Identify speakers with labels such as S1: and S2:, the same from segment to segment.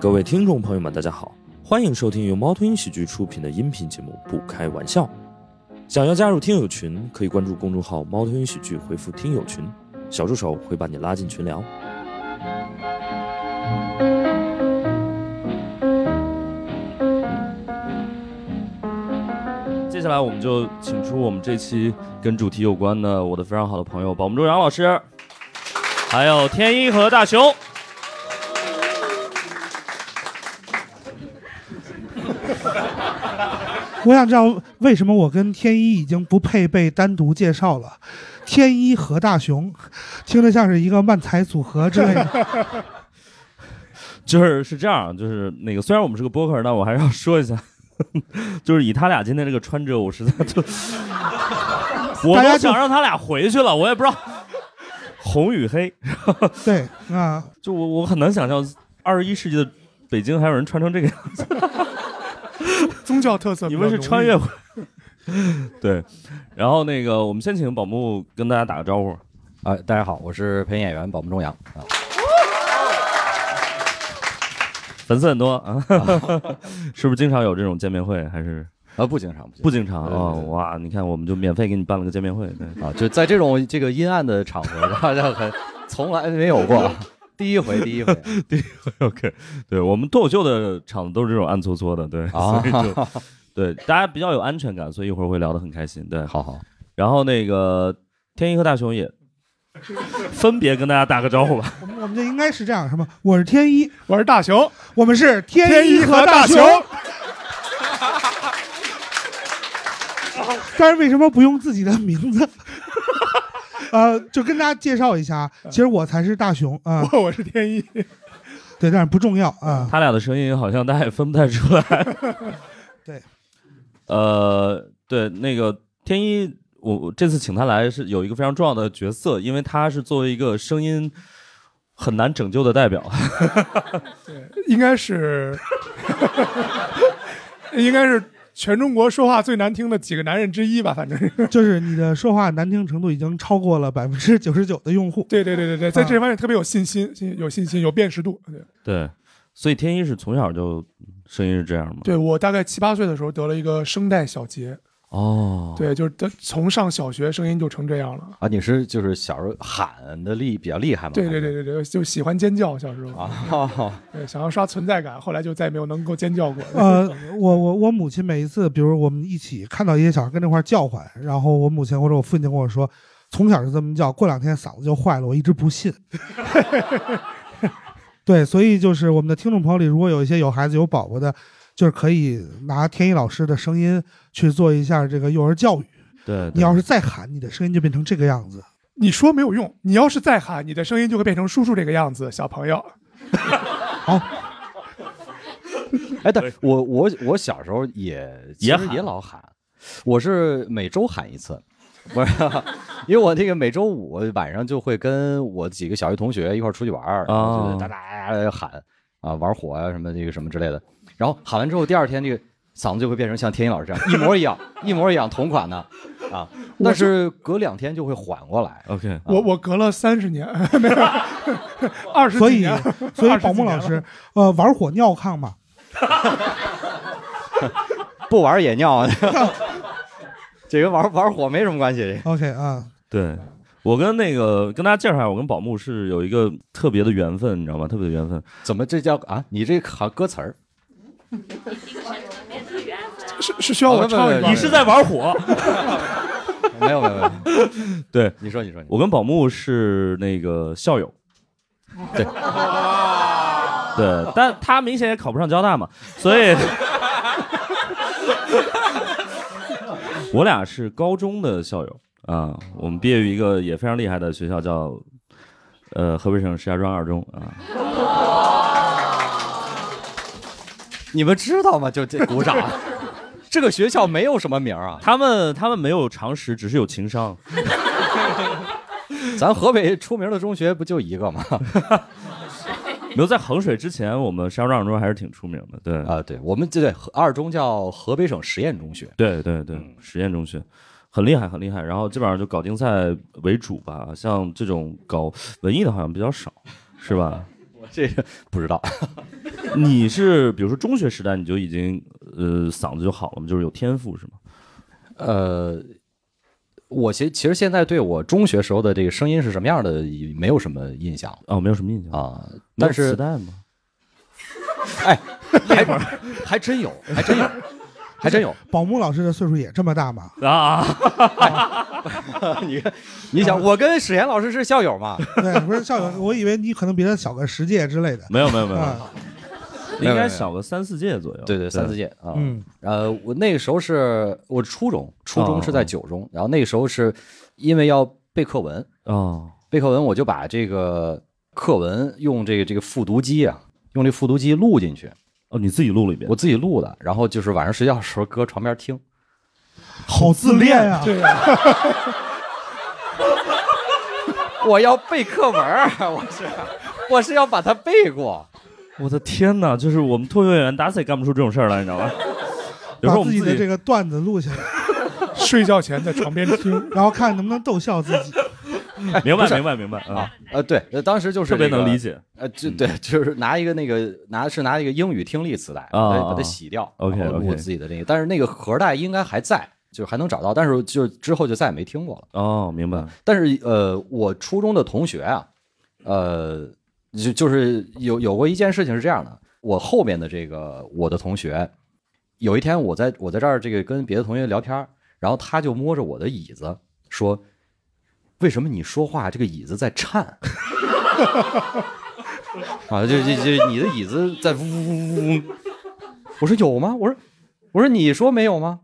S1: 各位听众朋友们，大家好，欢迎收听由猫头鹰喜剧出品的音频节目《不开玩笑》。想要加入听友群，可以关注公众号“猫头鹰喜剧”，回复“听友群”，小助手会把你拉进群聊。接下来，我们就请出我们这期跟主题有关的我的非常好的朋友宝木周杨老师，还有天一和大雄。
S2: 我想知道为什么我跟天一已经不配被单独介绍了，天一和大雄，听着像是一个漫才组合之 类的。
S1: 就是是这样，就是那个虽然我们是个播客，但我还是要说一下， 就是以他俩今天这个穿着，我实在 就， 我
S2: 大家
S1: 都
S2: 就
S1: 想让他俩回去了，我也不知道 红与黑，
S2: 对啊，
S1: 就我我很难想象二十一世纪的北京还有人穿成这个样子，
S3: 宗教特色比
S1: 你
S3: 较
S1: 们
S3: 浓郁。
S1: 是穿越回， 对，然后那个我们先请宝木跟大家打个招呼，
S4: 啊、大家好，我是配音演员宝木中阳啊。
S1: 粉丝很多啊， 是不是经常有这种见面会？还是
S4: 啊，不经常，不
S1: 不
S4: 经
S1: 经常啊、
S4: 对对对
S1: 哇，你看我们就免费给你办了个见面会，对。
S4: 常啊，就在这种这个阴暗的场合，大家很从来没有过， 第一回，第一回
S1: OK，对我们脱口秀的场子都是这种暗搓搓的，对，
S4: 啊
S1: 所以，就对大家比较有安全感，所以一会儿会聊得很开心，对。
S4: 好好，
S1: 然后那个天一和大雄也分别跟大家打个招呼吧。
S2: 我们我们就应该是这样，什么？我是天一，
S3: 我是大雄，
S2: 我们是天
S3: 一
S2: 和
S3: 大
S2: 雄。但是为什么不用自己的名字？呃，就跟大家介绍一下啊，其实我才是大雄啊、
S3: 我我是天一，
S2: 对，但是不重要啊、
S1: 他俩的声音好像大家也分不太出来。
S2: 对，
S1: 呃，对，那个天一，我我这次请他来是有一个非常重要的角色，因为他是作为一个声音很难拯救的代表。
S3: 应该是， 应该是全中国说话最难听的几个男人之一吧，反正是。
S2: 就是你的说话难听程度已经超过了百分之九十九的用户。
S3: 对对对对对，在
S1: 嗯
S3: 这方面特别有信心，信有信心，有辨识度。对，
S1: 对，所以天一是从小就声音是这样吗？
S3: 对我大概七八岁的时候得了一个声带小结，
S1: 哦，
S3: 对，就是得从上小学声音就成这样了。
S4: 啊，你是就是小时候喊的力比较厉害吗？
S3: 对对对对对，就喜欢尖叫，小时
S1: 哦
S3: 候，
S4: 啊，哈哈
S3: 对，想要刷存在感，后来就再也没有能够尖叫 过。
S1: 哦
S2: 呃，我我我母亲每一次，比如我们一起看到一些小孩跟那块儿叫唤，然后我母亲或者我父亲跟我说，从小就这么叫，过两天嗓子就坏了，我一直 不信。对，所以就是我们的听众朋友里，如果有一些有孩子有宝宝的，就是可以拿天一老师的声音去做一下这个幼儿教育。
S1: 对，对
S2: 你要是再喊，你的声音就变成这个样子。
S3: 你说没有用，你要是再喊，你的声音就会变成叔叔这个样子，小朋友。
S4: 哎，但我我我小时候也其
S1: 也
S4: 实
S1: 喊
S4: 也老喊，我是每周喊一次，不是， 因为我这个每周五晚上就会跟我几个小学同学一块儿出去玩儿，然后
S1: 哦
S4: 就哒哒哒喊啊玩火啊什么这个什么之类的，然后喊完之后第二天这个嗓子就会变成像天一老师这样一模一样一模一样同款的啊，但是隔两天就会缓过来。
S1: OK，
S2: 啊
S3: 我我隔了三十年，没有二十
S2: 所
S3: 几
S2: 以
S3: 年，
S2: 所以
S3: 20
S2: 宝木
S3: 几年
S2: 老
S3: 了
S2: 师，呃，玩火尿炕嘛，
S4: 不玩也尿啊，这跟玩玩火没什么关系。
S2: OK 啊，
S1: 对我跟那个跟大家介绍一下，我跟宝木是有一个特别的缘分，你知道吗？特别的缘分，
S4: 怎么这叫啊？你这个好歌词儿，
S3: 是是需要我唱一段
S4: 不
S3: 吗？
S4: 不
S1: 你是在 玩火。
S4: 没有没有没有，
S1: 对
S4: 你说你说你
S1: 我跟宝木是那个校友，对， 对，但他明显也考不上交大嘛，所以我俩是高中的校友啊，我们毕业于一个也非常厉害的学校，叫呃河北省石家庄二中啊。
S4: 你们知道吗？就这鼓掌， 这个学校没有什么名儿啊，
S1: 他们他们没有常识，只是有情商。
S4: 咱河 北出名的中学不就一个吗？
S1: 没 有在衡水之前，我们石家庄二中还是挺出名的。对，
S4: 啊，对，我们这对二中叫河北省实验中学，嗯
S1: 对对对，实验中学很厉害，很厉害。然后基本上就搞 竞赛为主吧，像这种搞文艺的好像比较少，是吧？
S4: 这个不知道。
S1: 你是比如说中学时代你就已经呃嗓子就好了吗？就是有天赋是吗？
S4: 呃，我其其实现在对我中学时候的这个声音是什么样的，也没有什么印象
S1: 哦，没有什么印象
S4: 啊。
S1: 没有
S4: 但是
S1: 磁带吗？
S4: 哎，还还真有，还真有，还真有。
S2: 宝木老师的岁数也这么大吗？
S1: 啊，
S4: 你看，你想，我跟史岩老师是校友 嘛？
S2: 对，不是校友，我以为你可能比他小个十届之类的。
S1: 没有没有没有，
S2: 啊，
S1: 应该小个三四届左右。
S4: 对对，三四届啊。
S2: 嗯，
S4: 呃，我那个时候是我初中，初中是
S1: 哦
S4: 在九中，然后那个时候是因为要背课文，
S1: 哦，
S4: 背课文我就把这个课文用这个这个复读机啊，用这复读机录进去，
S1: 哦，你自己录了一遍
S4: 我，自己录的，然后就是晚上睡觉的时候搁床边 听。
S2: 好自恋 啊！
S3: 对呀，
S4: 我要背课文儿，我是我是要把它背过。
S1: 我的天哪！就是我们脱口秀演员打死也干不出这种事儿来，你知道吗？有时
S2: 把
S1: 候我们
S2: 己
S1: 自
S2: 的
S1: 己
S2: 这个段子录下 来，
S3: 睡觉前在床边听，
S2: 然后看能不能逗笑自己。
S1: 明
S4: 不
S1: 白
S4: 是
S1: 明白明白啊，
S4: 呃，对，呃当时就是、
S1: 特别能理。解。嗯
S4: 呃，就对，就是拿一个那个拿是拿一个英语听力磁带，
S1: 啊
S4: 把它
S1: 啊
S4: 把它洗掉
S1: OK，
S4: 然后录
S1: OK
S4: 自己的那个，但是那个盒带应该还在，就是还能找到，但是就之后就再也没听过了。
S1: 哦，明白。
S4: 但是呃，我初中的同学啊，呃，就就是有有过一件事情是这样的，我后面的这个我的同学，有一天我在我在这儿这个跟别的同学聊天儿，然后他就摸着我的椅子说：“为什么你说话这个椅子在颤？”啊，就就就你的椅子在呜呜呜呜。我说有吗？我说我说你说没有吗？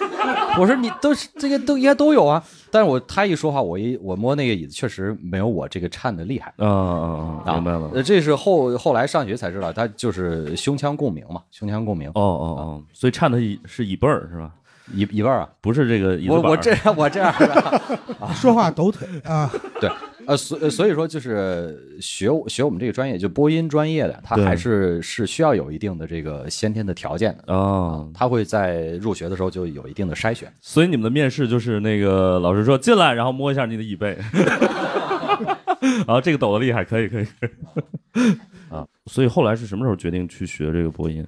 S4: 我说你都是这个都应该都有啊，但是我他一说话，我一我摸那个椅子确实没有我这个颤的厉害
S1: 啊啊啊！
S4: 啊，
S1: 明白了。
S4: 呃，这是后后来上学才知道，他就是胸腔共鸣嘛，胸腔共鸣
S1: 哦哦哦，所以颤的椅是椅背儿是吧？
S4: 一一半儿啊。
S1: 不是这个椅子
S4: 我
S1: 板儿
S4: 我这我这样的，
S2: 说话抖腿啊，
S4: 呃，所呃所以说就是学我学我们这个专业，就播音专业的，他
S1: 对
S4: 还是是需要有一定的这个先天的条件的，
S1: 哦，
S4: 他会在入学的时候就有一定的筛选。
S1: 所以你们的面试就是那个老师说进来，然后摸一下你的椅背，然后这个抖得厉害，可以可以可以 啊。所以后来是什么时候决定去学这个播音？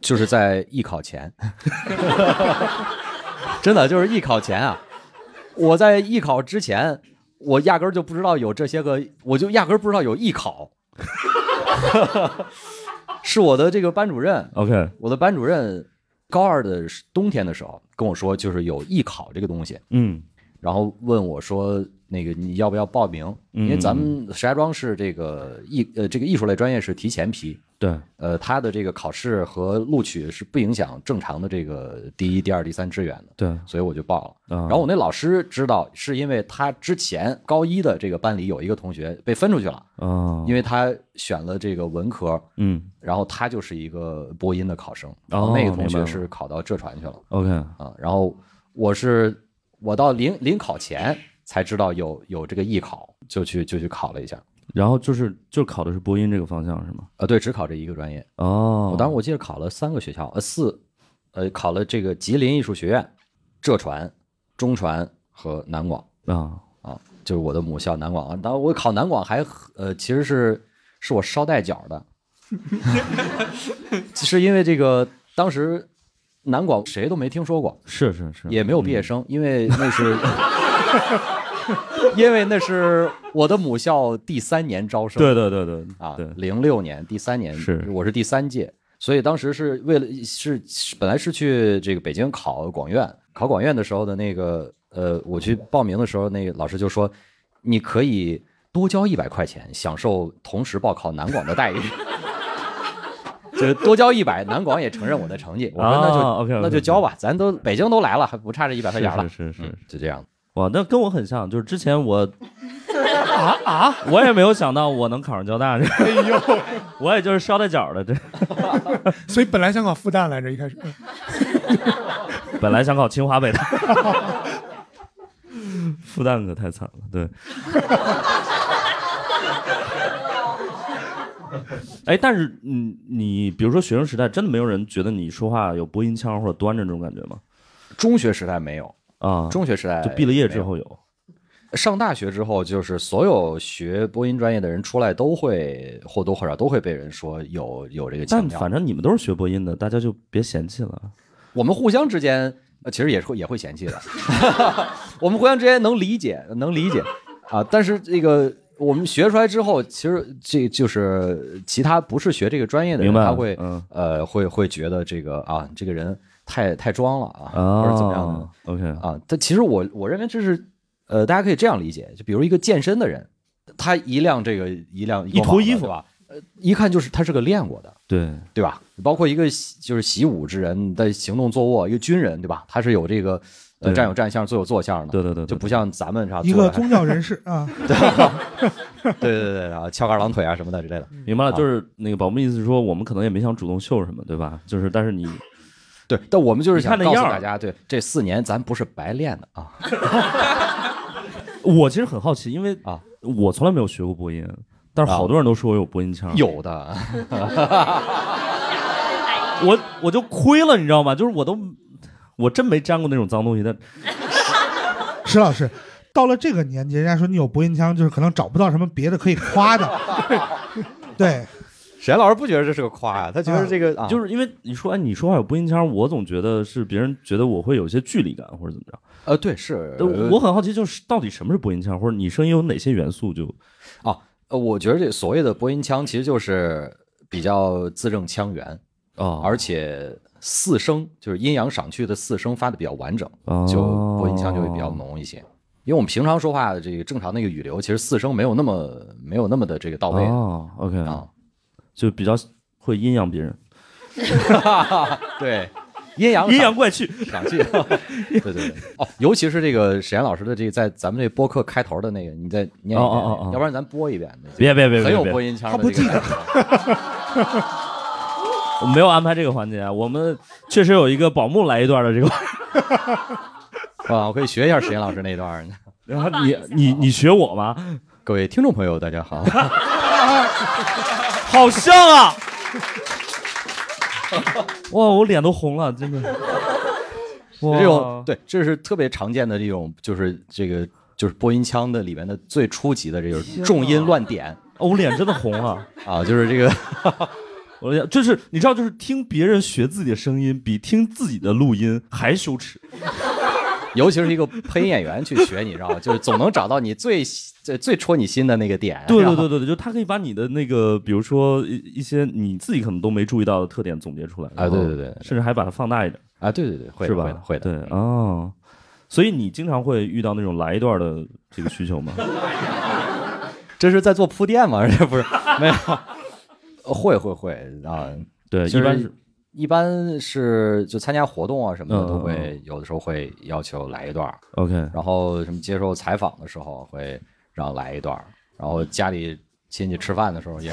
S4: 就是在艺考前， 真的就是艺考前啊！我在艺考之前，我压根儿就不知道有这些个，我就压根儿不知道有艺考。 是我的这个班主任，
S1: OK，
S4: 我的班主任高二的时冬天的时候跟我说，就是有艺考这个东西，
S1: 嗯，
S4: 然后问我说，那个你要不要报名？因
S1: 嗯
S4: 为咱们石家庄是这个艺呃这个艺术类专业是提前批，
S1: 对，
S4: 呃，他的这个考试和录取是不影响正常的这个第一、第二、第三志愿的，
S1: 对，
S4: 所以我就报了。
S1: 然
S4: 然后我那老师知道，是因为他之前高一的这个班里有一个同学被分出去了，
S1: 啊，
S4: 因为他选了这个文科，
S1: 嗯
S4: 然后他就是一个播音的考生，然
S1: 哦
S4: 后那个同
S1: 明白
S4: 学
S1: 了
S4: 是考到浙传去了
S1: ，OK，
S4: 啊。然后我是我到临临考前才知道有有这个艺考，就去就去考了一下。
S1: 然后就是就考的是播音这个方向是吗？
S4: 啊，对，只考这一个专业。
S1: 哦，
S4: 我当时我记得考了三个学校，呃四，呃考了这个吉林艺术学院、浙传、中传和南广
S1: 啊，
S4: 啊，就是我的母校南广啊。当然我考南广还呃其实是是我捎带脚 的，是因为这个当时南广谁都没听说过，
S1: 是是是，嗯
S4: 也没有毕业生，因为那是。 因为那是我的母校第三年招生，
S1: 对对对对
S4: 啊
S1: 对，，
S4: 零六年第三年
S1: 是
S4: 我是第三届，所以当时是为了是本来是去这个北京考广院，考广院的时候的那个呃，我去报名的时候，那个老师就说你可以多交一百块钱，享受同时报考南广的待遇。 就是多交一百，南广也承认我的成绩。我说那就、
S1: 啊，OK，OK
S4: 那就交吧，咱都北京都来了，还不差这一百块钱了。
S1: 是是是是
S4: 嗯，就这样。
S1: 哇，那跟我很像，就是之前我 啊啊，我也没有想到我能考上 交大，这
S3: 哎呦，
S1: 我也就是捎带脚的，这
S3: 所以本来想考复旦来着，一开始，嗯
S1: 本来想考清华北大， 复旦可太惨了。对，哎，但是嗯，你比如说学生时代，真的没有人觉得你说话有播音腔或者端着这种感觉吗？
S4: 中学时代没有，
S1: 啊，
S4: 中学时代
S1: 就毕了业之
S4: 没有
S1: 后有
S4: 上大学之后，就是所有学播音专业的人出来都会或多或少都会被人说有有这个
S1: 但
S4: 腔调
S1: 反。正你们都是学播音的，大家就别嫌弃了。
S4: 我们互相之间，呃其实也是会也会嫌弃的。 我们互相之间能理解，能理解啊。但是这个我们学出来之后，其实这就是其他不是学这个专业的人，
S1: 明白了
S4: 他会、
S1: 嗯
S4: 呃会会觉得这个啊，这个人太太装了啊，
S1: 啊，
S4: 或者怎么样的
S1: o k
S4: 啊。但其实我我认为这是呃，大家可以这样理解，就比如一个健身的人，他一辆这个一辆
S1: 一脱衣服
S4: 吧，呃，一看就是他是个练过的。
S1: 对，
S4: 对吧？包括一个习就是习武之人的行动坐卧，一个军人，对吧？他是有这个呃
S1: 对
S4: 站有站相，坐有坐相的，
S1: 对对对对
S4: 就不像咱们啥
S2: 一
S4: 坐
S2: 个
S4: 着还
S2: 宗教人士啊，
S4: 对对对对，然后翘个二郎腿啊什么的之类的，
S1: 明白了，
S4: 啊
S1: 就是那个宝木意思是说，我们可能也没想主动秀什么，对吧？就是，但是你
S4: 对。但我们就是想
S1: 你看
S4: 告
S1: 那
S4: 诉
S1: 样儿
S4: 大家，对这四年咱不是白练的啊，
S1: 我其实很好奇，因为
S4: 啊，
S1: 我从来没有学过播音，但是好多人都说我有播音腔，
S4: 有 的。
S1: 我我就亏了，你知道吗？就是我都我真没沾过那种脏东西，但
S2: 石老师。到了这个年纪，人家说你有播音腔，就是可能找不到什么别的可以 夸的。对，
S4: 沈老师不觉得这是个夸呀、他觉得这个啊，
S1: 嗯就是是因为你说哎，你说话有播音腔，我总觉得是别人觉得我会有一些距离感或者怎么着。
S4: 呃，对，是
S1: 但我我很好奇，就是到底什么是播音腔，或者你声音有哪些元素就？
S4: 啊，呃我觉得这所谓的播音腔其实就是比较字正腔圆，
S1: 哦
S4: 而且四声就是阴阳上去的四声发的比较完整，
S1: 哦
S4: 就播音腔就会比较浓一些。因为我们平常说话的这个正常那个语流，其实四声没有那么没有那么的这个到位、
S1: 哦，OK，
S4: 啊。
S1: 就比较会阴阳别人，
S4: 啊对，阴 阳
S1: 阴阳怪气。
S4: 上去，对对对。哦，尤其是这个史岩老师的这个在咱们这播客开头的那个，你再念一遍，
S1: 哦哦哦哦
S4: 要不然咱播一遍。那就
S1: 别别别别
S4: 很有
S1: 别
S4: 播音腔
S2: 他
S4: 的
S2: 不
S4: 这个
S2: 记
S4: 感觉。
S1: 我没有安排这个环节啊，我们确实有一个宝木来一段的这个，
S4: 啊，我可以学一下史岩老师那一段儿。
S1: 然后啊你你你学我吗？
S4: 各位听众朋友，大家好。
S1: 好像啊！哇，我脸都红了，真的。哇
S4: 这种对，这是特别常见的这种，就是这个就是播音腔的里面的最初级的，这就是重音乱点
S1: 哦我脸真的红了。
S4: 啊，就是这个
S1: 我的脸就是你知道，就是听别人学自己的声音，比听自己的录音还羞耻。
S4: 尤其是一个配音演员去学，你知道吗？就是总能找到你最最最戳你心的那个点。
S1: 对
S4: 然
S1: 对
S4: 后
S1: 对对对，就他可以把你的那个，比如说一一些你自己可能都没注意到的特点总结出来
S4: 啊对对对对
S1: 甚至还把它放大一点，
S4: 啊，对对对，会的
S1: 是吧？
S4: 会的会的。
S1: 对哦，所以你经常会遇到那种来一段的这个需求吗？
S4: 这是在做铺垫吗？ 这不是没有， 呃会会会啊，
S1: 对，
S4: 就
S1: 一般是
S4: 一般是就参加活动啊什么
S1: 嗯
S4: 的
S1: 嗯
S4: 都会有的时候会要求来一段儿，
S1: OK。
S4: 然后什么接受采访的时候会让来一段儿，然后家里亲戚吃饭的时候也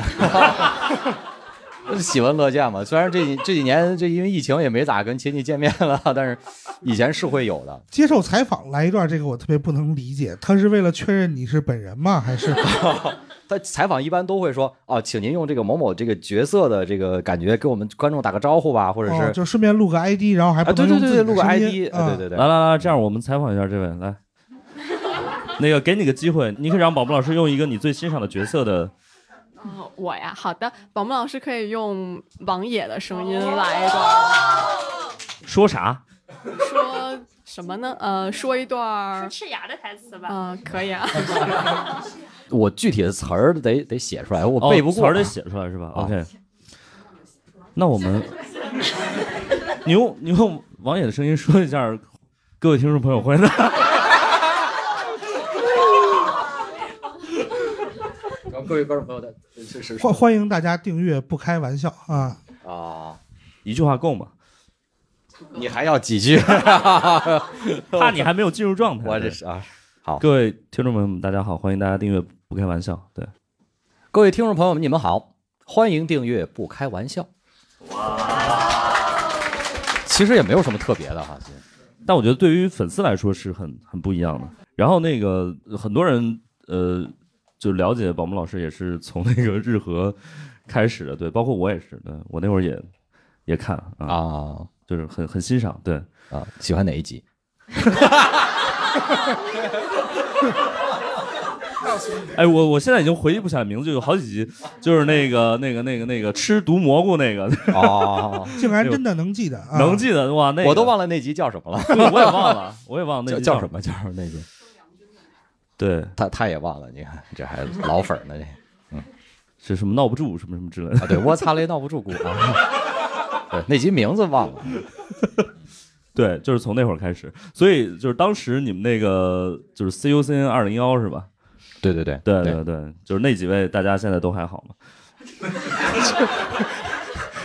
S4: 喜闻乐见嘛。虽然这几这几年这因为疫情也没咋跟亲戚见面了，但是以前是会有的。
S2: 接受采访来一段这个我特别不能理解，他是为了确认你是本人吗？还是
S4: 但采访一般都会说哦，请您用这个某某这个角色的这个感觉给我们观众打个招呼吧，或者
S2: 哦，
S4: 是、
S2: 就顺便录个 ID，然后还
S4: 啊，
S2: 不
S4: 对
S2: 能
S4: 对
S2: 用
S4: 对
S2: 自
S4: 对，
S2: 己的
S4: 录个
S2: 声
S4: ID，
S2: 音
S4: 呃对
S2: 啊
S4: 对对，
S1: 来来来，这样我们采访一下这位来，那个给你个机会，你可以让宝木老师用一个你最欣赏的角色的，
S5: 哦，我呀，好的，宝木老师可以用王野的声音
S6: 哦
S5: 来一段，
S1: 说啥？
S5: 说什么呢？呃，说一段儿，
S6: 吃牙的台词吧。
S5: 呃，可以啊，
S4: 我具体的词儿得得写出来，我
S1: 哦
S4: 背不
S1: 词
S4: 过。
S1: 儿得写出来是吧、
S4: 啊
S1: o k 那我们，你用你用王野的声音说一下，各位听众朋友欢迎。
S4: 然后各位观众朋友的，是是
S2: 欢欢迎大家订阅，不开玩笑啊！
S4: 啊，
S1: 一句话够吗？
S4: 你还要几 句？
S1: 怕你还没有进入状态。
S4: 我这是啊。
S1: 各位听众朋友们，大家好，欢迎大家订阅《不开玩笑》。对，
S4: 各位听众朋友们，你们好，欢迎订阅《不开玩笑》。其实也没有什么特别 的哈，其实
S1: 但我觉得对于粉丝来说是很很不一样的。然后那个呃很多人呃，就了解宝木老师也是从那个日和开始的，对，包括我也是，对我那会儿也也看啊，
S4: 啊
S1: 就是很很欣赏，对，
S4: 哦 啊，喜欢哪一集？
S1: 哎，我我现在已经回忆不起来名字，就有好几集，就是那个那个那个那个吃毒蘑菇那个。
S4: 哦，
S2: 竟然真的能记得啊！
S1: 能记得哇，那个
S4: 我都忘了那集叫什么了，
S1: 对，我也忘了，我也忘了那
S4: 叫
S1: 集
S4: 叫
S1: 什
S4: 什么？叫什么那集？
S1: 对，
S4: 他他也忘了，你看这还老粉儿呢，这嗯
S1: 是什么闹不住什么什么之类的。
S4: 啊，对，我擦雷闹不住鼓啊，对，那集名字忘了，
S1: 对，就是从那会儿开始，所以就是当时你们那个就是 CUCN 二零幺是吧？
S4: 对对对
S1: 对对对，就是那几位，大家现在都还好吗？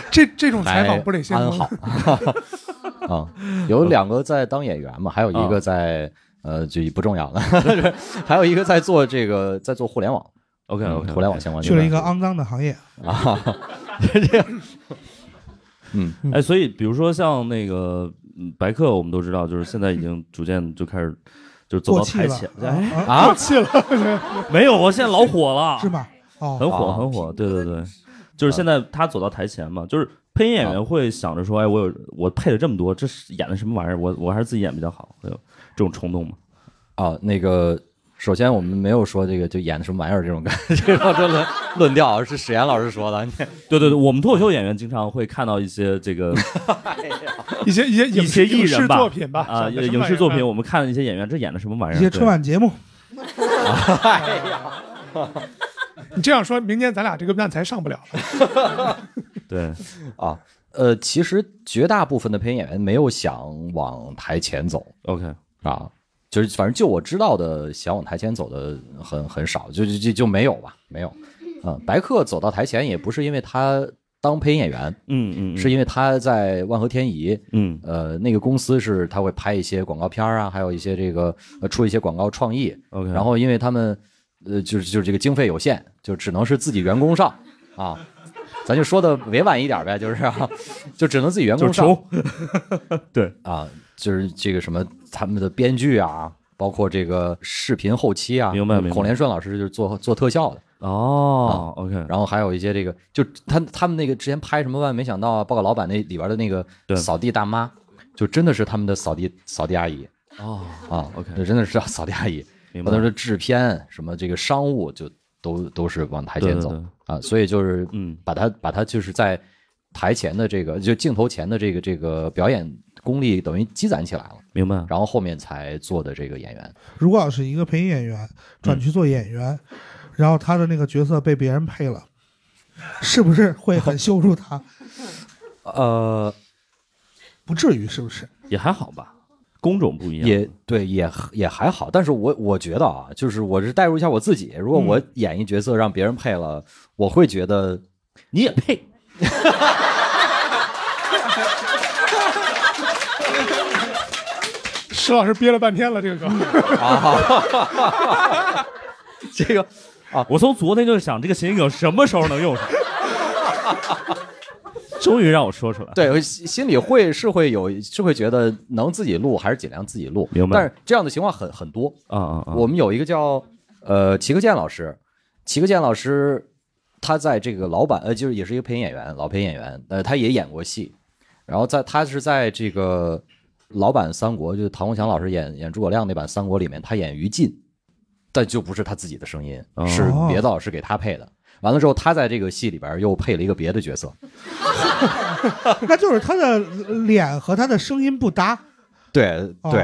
S3: 这 这种
S4: 还
S3: 采访不得先
S4: 安
S3: 锋
S4: 好 啊、有两个在当演员嘛，还有一
S1: 啊
S4: 个在、呃，就不重要了， 还有一个在做这个在做互联网
S1: OK
S4: 嗯
S1: OK，
S4: 互联网相关
S2: 去了一个
S4: 啊
S2: 肮脏的行业，，
S1: 啊
S4: 这样，嗯，
S1: 哎，所以比如说像那个嗯白客，我们都知道，就是现在已经逐渐就开始就是走
S2: 过
S1: 到
S2: 气
S1: 台
S2: 了
S1: 前，哎，
S2: 啊，啊
S4: 啊，
S1: 没有，我现在老火了，
S2: 是吗？哦，
S1: 很火
S4: 啊
S1: 很火，对对对，就是嗯现在他走到台前嘛，就是配音演员会想着说，哎，我有我配了这么多，这是演的什么玩意儿？我我还是自己演比较好，会有这种冲动嘛？
S4: 啊，那个，首先我们没有说这个就演的什么玩意儿这种感觉， 这种论论调是史岩老师说的。你
S1: 对对对，我们脱口秀演员经常会看到一些这 个
S3: 一些一些
S1: 一
S3: 影
S1: 些
S3: 视
S1: 艺
S3: 影
S1: 人
S3: 视
S1: 吧
S3: 作品吧
S1: 啊，
S3: 叫什么
S1: 影视作
S3: 玩意
S1: 品，
S3: 儿
S1: 我们看了一些演员，这演的什么玩意
S2: 一
S1: 儿？
S2: 些
S1: 对
S2: 春 晚节目，
S3: 你这样说，明年咱俩这个蛋才上不了。
S1: 对，
S4: 啊，呃，其实绝大部分的配音演员没有想往台前走
S1: OK，
S4: 啊，就是反正就我知道的，想往台前走的很很少，就就就就没有吧，没有。嗯，白客走到台前也不是因为他当配音演员，
S1: 嗯嗯，
S4: 是因为他在万和天宜，
S1: 嗯
S4: 呃，那个公司是他会拍一些广告片儿啊，还有一些这个呃出一些广告创意，
S1: OK，
S4: 然后因为他们呃就是就是这个经费有限，就只能是自己员工上啊，咱就说的委婉一点呗，就是、啊、就只能自己员
S1: 就
S4: 工
S1: 是
S4: 上
S1: 穷，
S4: 啊，就是这个什么他们的编剧啊，包括这个视频后期啊，
S1: 明白明白
S4: 孔连顺老师就是做做特效的，啊
S1: 哦，OK，
S4: 然后还有一些这个就他他们那个之前拍什么万万没想到啊，报告老板那里边的那个
S1: 对
S4: 扫地大妈，就真的是他们的扫地扫地阿姨
S1: 哦
S4: 啊
S1: OK
S4: 就真的是扫地阿姨。
S1: 明白
S4: 或者是制片什么这个商务就都都是往台
S1: 对
S4: 前
S1: 对
S4: 走
S1: 对
S4: 啊，所以就是
S1: 嗯
S4: 把他把他就是在台前的这个就镜头前的这个这个表演功力等于积攒起来了，
S1: 明白，
S4: 然后后面才做的这个演员
S2: 如果要是一个配音演员转去做演员，然后他的那个角色被别人配了，是不是会很羞 辱他？
S4: 呃
S2: 不至于，是不是？
S1: 也还好吧，工种不一样，
S4: 也对也也还好，但是我我觉得啊，就是我是代入一下我自己，如果
S1: 嗯
S4: 我演一角色让别人配了，我会觉得
S1: 你也配，
S3: 石老师憋了半天了，这个 梗。
S4: 啊这个啊
S1: 我从昨天就想这个谐音梗什么时候能用上， 终于让我说出来。
S4: 对，心心里会是会有是会觉得能自己录还是尽量自己录，
S1: 明白
S4: 但是这样的情况很很多。
S1: 啊啊啊！
S4: 我们有一个叫呃齐克健老师，齐克健老师他在这个老板呃就是也是一个配音演员，老配音演员，呃他也演过戏，然后在他是在这个老版《三国》就是唐国强老师演演诸葛亮那版《三国》里面，他演于禁，但就不是他自己的声音，
S1: 哦
S4: 是别的老师给他配的。完了之后，他在这个戏里边又配了一个别的角色，
S2: 那就是他的脸和他的声音不搭。
S4: 对
S2: 哦、
S4: 对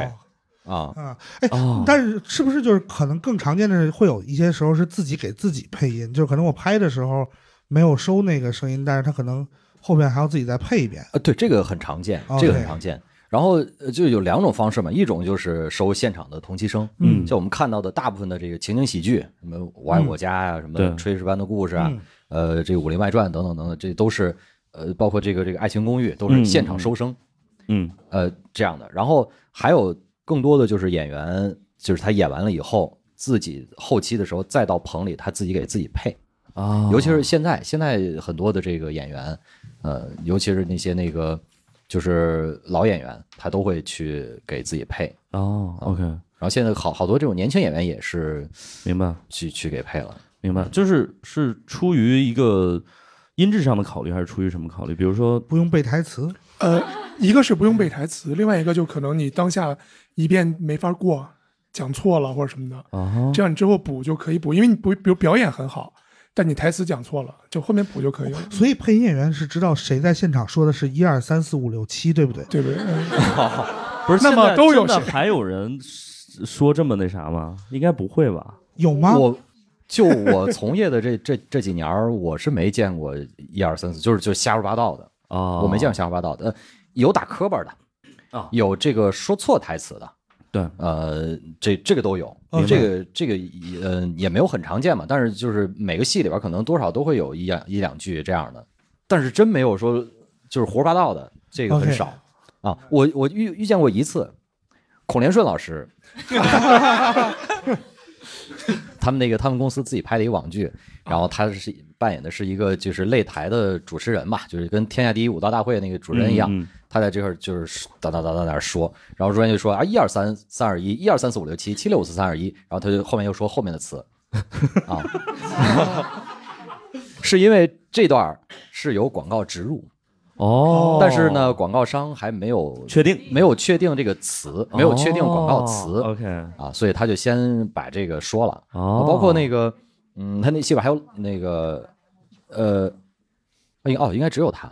S4: 啊，
S2: 啊，哎，
S1: 哦
S2: 但是是不是就是可能更常见的是会有一些时候是自己给自己配音，就是可能我拍的时候没有收那个声音，但是他可能后面还要自己再配一遍。
S4: 呃，对，这个很常见，
S2: 哦
S4: 这个很
S2: 对
S4: 常见。然后呃就有两种方式嘛，一种就是收现场的同期声，
S1: 嗯
S4: 像我们看到的大部分的这个情景喜剧，什么《我爱我家》呀、什么
S1: 对
S4: 《炊事班的故事》啊
S2: 嗯，
S4: 呃，这个《武林外传》等等等等，这都是呃，包括这个这个《爱情公寓》都是
S1: 嗯
S4: 现场收声，
S1: 嗯
S4: 呃这样的。然后还有更多的就是演员，就是他演完了以后，自己后期的时候再到棚里，他自己给自己配。
S1: 啊
S4: 尤其是现在，现在很多的这个演员，呃，尤其是那些那个就是老演员，他都会去给自己配。啊
S1: 哦，OK，
S4: 然后现在好好多这种年轻演员也是
S1: 明白
S4: 去去给配了。
S1: 明白，就是 是出于一个音质上的考虑，还是出于什么考虑？比如说
S2: 不用背台词，
S3: 呃，一个是不用背台词，另外一个就可能你当下一遍没法过，讲错了或者什么的，
S1: 啊
S4: 嗯
S3: 这样你之后补就可以补，因为你不比如表演很好，但你台词讲错了，就后面补就可以了，
S2: 所以配音演员是知道谁在现场说的是一二三四五六七，对不对？
S3: 对不对？嗯
S1: 不是，
S3: 那
S1: 现
S3: 么
S1: 在
S3: 都有
S1: 现在
S3: 谁
S1: 还有人说这么那啥吗？应该不会吧？
S2: 有吗？
S4: 我就我从业的这这这几年儿，我是没见过一二三四，就是就瞎说八道的，
S2: 哦
S1: 啊，
S4: 我没见过瞎说八道的。呃有打磕巴的，
S1: 啊
S4: 有这个说错台词的，
S1: 对，
S4: 呃，这这个都有
S2: 明白，
S4: 这个这个也呃也没有很常见嘛，但是就是每个戏里边可能多少都会有一两一两句这样的，但是真没有说就是胡说八道的，这个很
S2: OK
S4: 少啊。我我遇遇见过一次，孔连顺老师， 他们那个他们公司自己拍的一个网
S1: 哦
S4: 剧，然后他是扮演的是一个就是擂台的主持人嘛，就是跟《天下第一武道大会》那个主持人一样，
S1: 嗯嗯
S4: 他在这块儿就是哒哒哒哒在那儿说，然后主持人就说啊一二三三二一，一二三四五六七，七六五四三二一，然后他就后面又说后面的 词，啊， 是因为这段儿是有广告植入，
S1: 哦，
S4: 但是呢，广告商还没有
S1: 确定
S4: 没有确定这个词，没有确定广告词，
S1: 哦 OK，
S4: 啊，所以他就先把这个说了。啊
S1: 哦
S4: 包括那个，嗯，他那戏里边还有那个，呃，哎哦，应该只有他，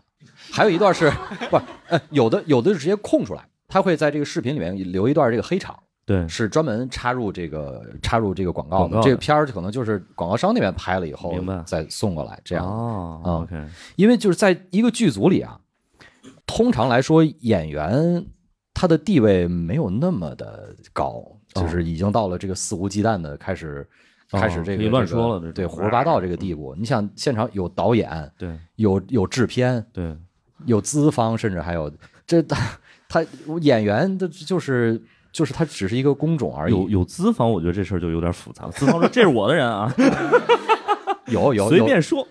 S4: 还有一段是不是？呃，有的有的是直接空出来，他会在这个视频里面留一段这个黑场，
S1: 对，
S4: 是专门插入这个插入这个广告
S1: 广告的
S4: 这个片儿可能就是广告商那边拍了以后
S1: 明白
S4: 再送过来这样。
S1: 哦
S4: 嗯
S1: OK，
S4: 因为就是在一个剧组里啊，通常来说演员他的地位没有那么的高，就是已经到了这个肆无忌惮的开始。
S1: 哦
S4: 开始这
S1: 可
S4: 个
S1: 以乱
S4: 这个
S1: 说了这种哎嗯
S4: 对胡说八道这个地步，你想现场有导演，
S1: 对
S4: 有有制片，
S1: 对，
S4: 有资方，甚至还有这他他演员的就是就是他只是一个工种而已，
S1: 有有资方，我觉得这事儿就有点复杂了。资方说这是我的人啊，
S4: 有有
S1: 随
S4: 有
S1: 便说，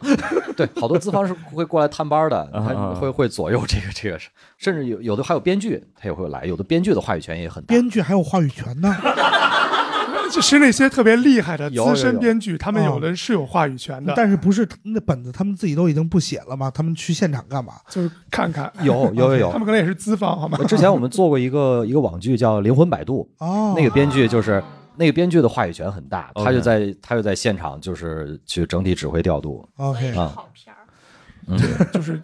S4: 对，好多资方是会过来探班的，
S1: 啊啊
S4: 他会会左右这个这个事，甚至有有的还有编剧，他也会来，有的编剧的话语权也很大。
S2: 编剧还有话语权呢。
S3: 就是那些特别厉害的
S4: 有有嗯
S3: 资深
S4: 有
S3: 编剧，他们
S2: 哦
S3: 有的是有话语权的，
S2: 但是不是那本子他们自己都已经不写了吗？他们去现场干嘛？
S3: 就是看看，
S4: 有有有有，
S3: 他们可能也是资方，好吗？
S4: 之前我们做过一个一个网剧叫《灵魂摆渡
S2: 哦》，，
S4: 那个编剧就是那个编剧的话语权很大，
S1: OK
S4: 他就在他就在现场就是去整体指挥调度。
S2: OK，
S4: 啊
S6: 好片儿，
S3: 就是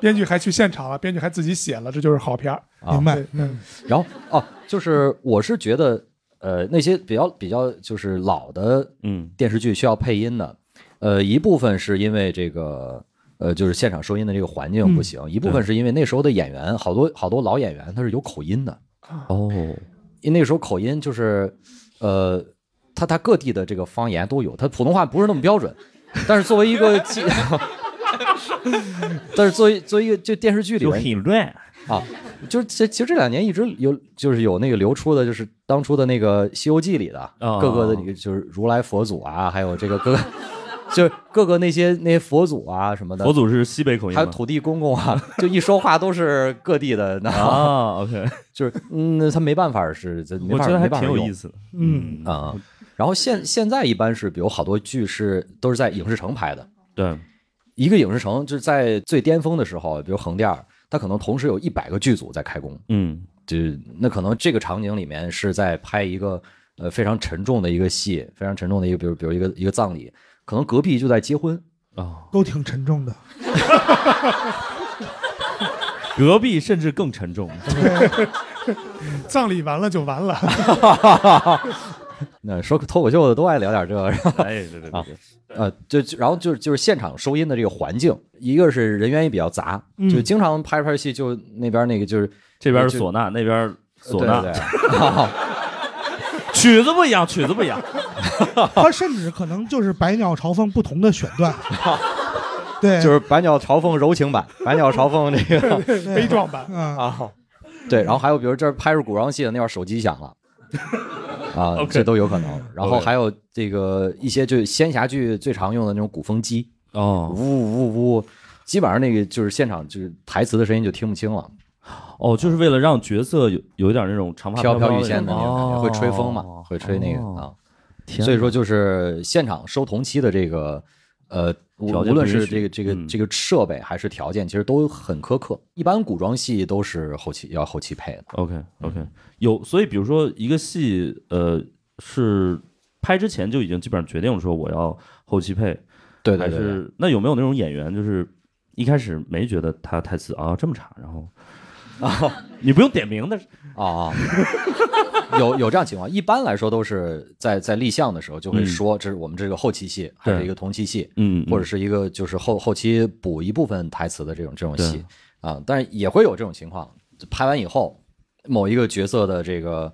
S3: 编剧还去现场了，编剧还自己写了，这就是好片儿。
S4: 啊
S2: 明白
S3: 对。，嗯，
S4: 然后哦，就是我是觉得呃那些比较比较就是老的
S1: 嗯
S4: 电视剧需要配音的，呃，一部分是因为这个呃，就是现场收音的这个环
S3: 嗯
S4: 境不行，一部分是因为那时候的演员好多好多老演员他是有口音的，
S3: 啊
S1: 哦，
S4: 因为那时候口音就是呃，他他各地的这个方言都有，他普通话不是那么标准，但是作为一个 记，但是作为作为一个就电视剧里面
S1: 乱
S4: 啊，就是其其实这两年一直有就是有那个流出的，就是当初的那个《西游记》里的、
S1: 啊
S4: 各个的那个就是如来佛祖啊，还有这个各个就是各个那些那些佛祖啊什么的
S1: 佛，祖是西北口音
S4: 还有
S1: 吗？
S4: 土地公公啊，就一说话都是各地的，那、
S1: 啊，OK，
S4: 就是嗯，他没办法是，这没
S1: 我
S4: 办法
S1: 觉得还
S4: 没办
S1: 挺
S4: 法
S1: 有
S4: 用
S1: 意思的。
S2: 嗯，
S4: 啊、然后现现在一般是，比如好多剧是都是在影视城拍的，
S1: 对，
S4: 一个影视城就是在最巅峰的时候，比如横店儿，它可能同时有一百个剧组在开工。
S1: 嗯，
S4: 就那可能这个场景里面是在拍一个呃非常沉重的一个戏，非常沉重的一个，比如比如一个一个葬礼，可能隔壁就在结婚，
S1: 哦，
S2: 都挺沉重的。
S1: 隔壁甚至更沉重。
S4: 嗯
S3: 葬礼完了就 完了，
S4: 那说脱口秀的都爱聊点这个，
S1: 哎，对对对
S4: 啊
S1: 对，
S4: 呃，就就然后就是就是现场收音的这个环境，一个是人员也比较杂，就经常拍着拍着戏就那边那个就是呃
S1: 这边是唢呐，那边嗯唢
S4: 对
S1: 呐，
S4: 对对
S1: 曲子不一样，曲子不一 样。
S2: 他甚至可能就是百鸟朝凤不同的选 段。对，
S4: 就是百鸟朝凤柔情版，百鸟朝凤这个
S3: 悲壮版。
S2: 啊，
S4: 啊，对，然后还有比如这儿拍着古装戏的，那边手机响了。啊
S1: OK
S4: 这都有可能。然后
S1: OK
S4: 还有这个一些就是仙侠剧最常用的那种鼓风机，呜
S1: 哦
S4: 呜呜，基本上那个就是现场就是台词的声音就听不清了，
S1: 哦，就是为了让角色有有一点那种长发
S4: 飘
S1: 飘
S4: 欲仙的那种感觉，
S1: 哦
S4: 会吹风嘛，会吹那个
S1: 哦
S4: 啊。
S1: 天
S4: 所以说就是现场收同期的这个呃，无
S1: 条件
S4: 无论
S1: 不允
S4: 是
S1: 许
S4: 这个这个
S1: 嗯
S4: 这个设备还是条件，其实都很苛刻。一般古装戏都是后期要后期配的，
S1: OK OK，有所以比如说一个戏，呃，是拍之前就已经基本上决定说我要后期配，
S4: 对
S1: 还
S4: 对对对
S1: 是那有没有那种演员就是一开始没觉得他台词啊这么差，然后啊 你不用点名，但是
S4: 啊，啊 有有这样情况。一般来说都是在在立项的时候就会
S1: 嗯
S4: 说，这是我们这个后期戏，还是
S1: 对
S4: 一个同期戏，
S1: 嗯，
S4: 或者是一个就是后后期补一部分台词的这种这种戏啊，但是也会有这种情况，拍完以后某一个角色的这个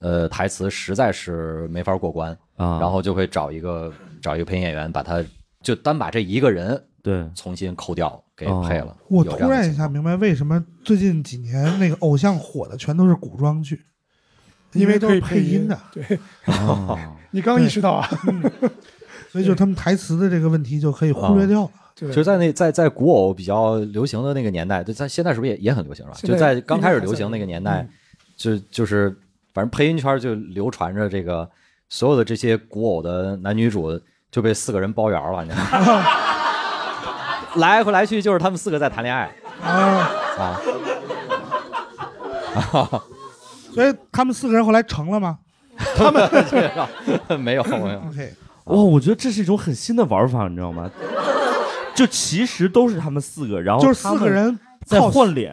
S4: 呃台词实在是没法过关，
S1: 啊，
S4: 然后就会找一个找一个配音演员把他就单把这一个人
S1: 对
S4: 重新抠掉给
S1: 哦
S4: 配了。
S2: 我
S4: 有这
S2: 突
S4: 样的
S2: 然一
S4: 情
S2: 下
S4: 况
S2: 明白为什么最近几年那个偶像火的全都是古装剧，
S3: 因为
S2: 都
S3: 可
S2: 是
S3: 以
S2: 配音的，嗯
S3: 对
S1: 啊
S3: 你
S4: 嗯
S3: 刚意识到啊，
S2: 所以就他们台词的这个问题就可以忽略掉了。
S3: 啊
S4: 啊
S3: 对
S4: 其实，在那在在古偶比较流行的那个年代，就在现在是不是也也很流行是吧？
S3: 现
S4: 就
S3: 在
S4: 在刚开始
S3: 应该还
S4: 流行那个
S3: 在嗯
S4: 年代，就就是反正配音圈就流传着这个所有的这些古偶的男女主就被四个人包圆了，你知道吗？ 来回来去就是他们四个在谈恋 爱
S2: 啊，
S4: 啊，
S1: 啊
S2: 所以他们四个人后来成 了吗
S3: 啊
S4: 没有没有，
S2: ？OK，
S4: 啊
S1: 哇，我觉得这是一种很新的玩法，你知道吗？ 就其实都是他们四个，然后
S2: 就是
S1: 他
S2: 四个
S1: 们
S2: 人
S1: 在
S2: cos
S1: 换
S4: 啊
S1: 脸，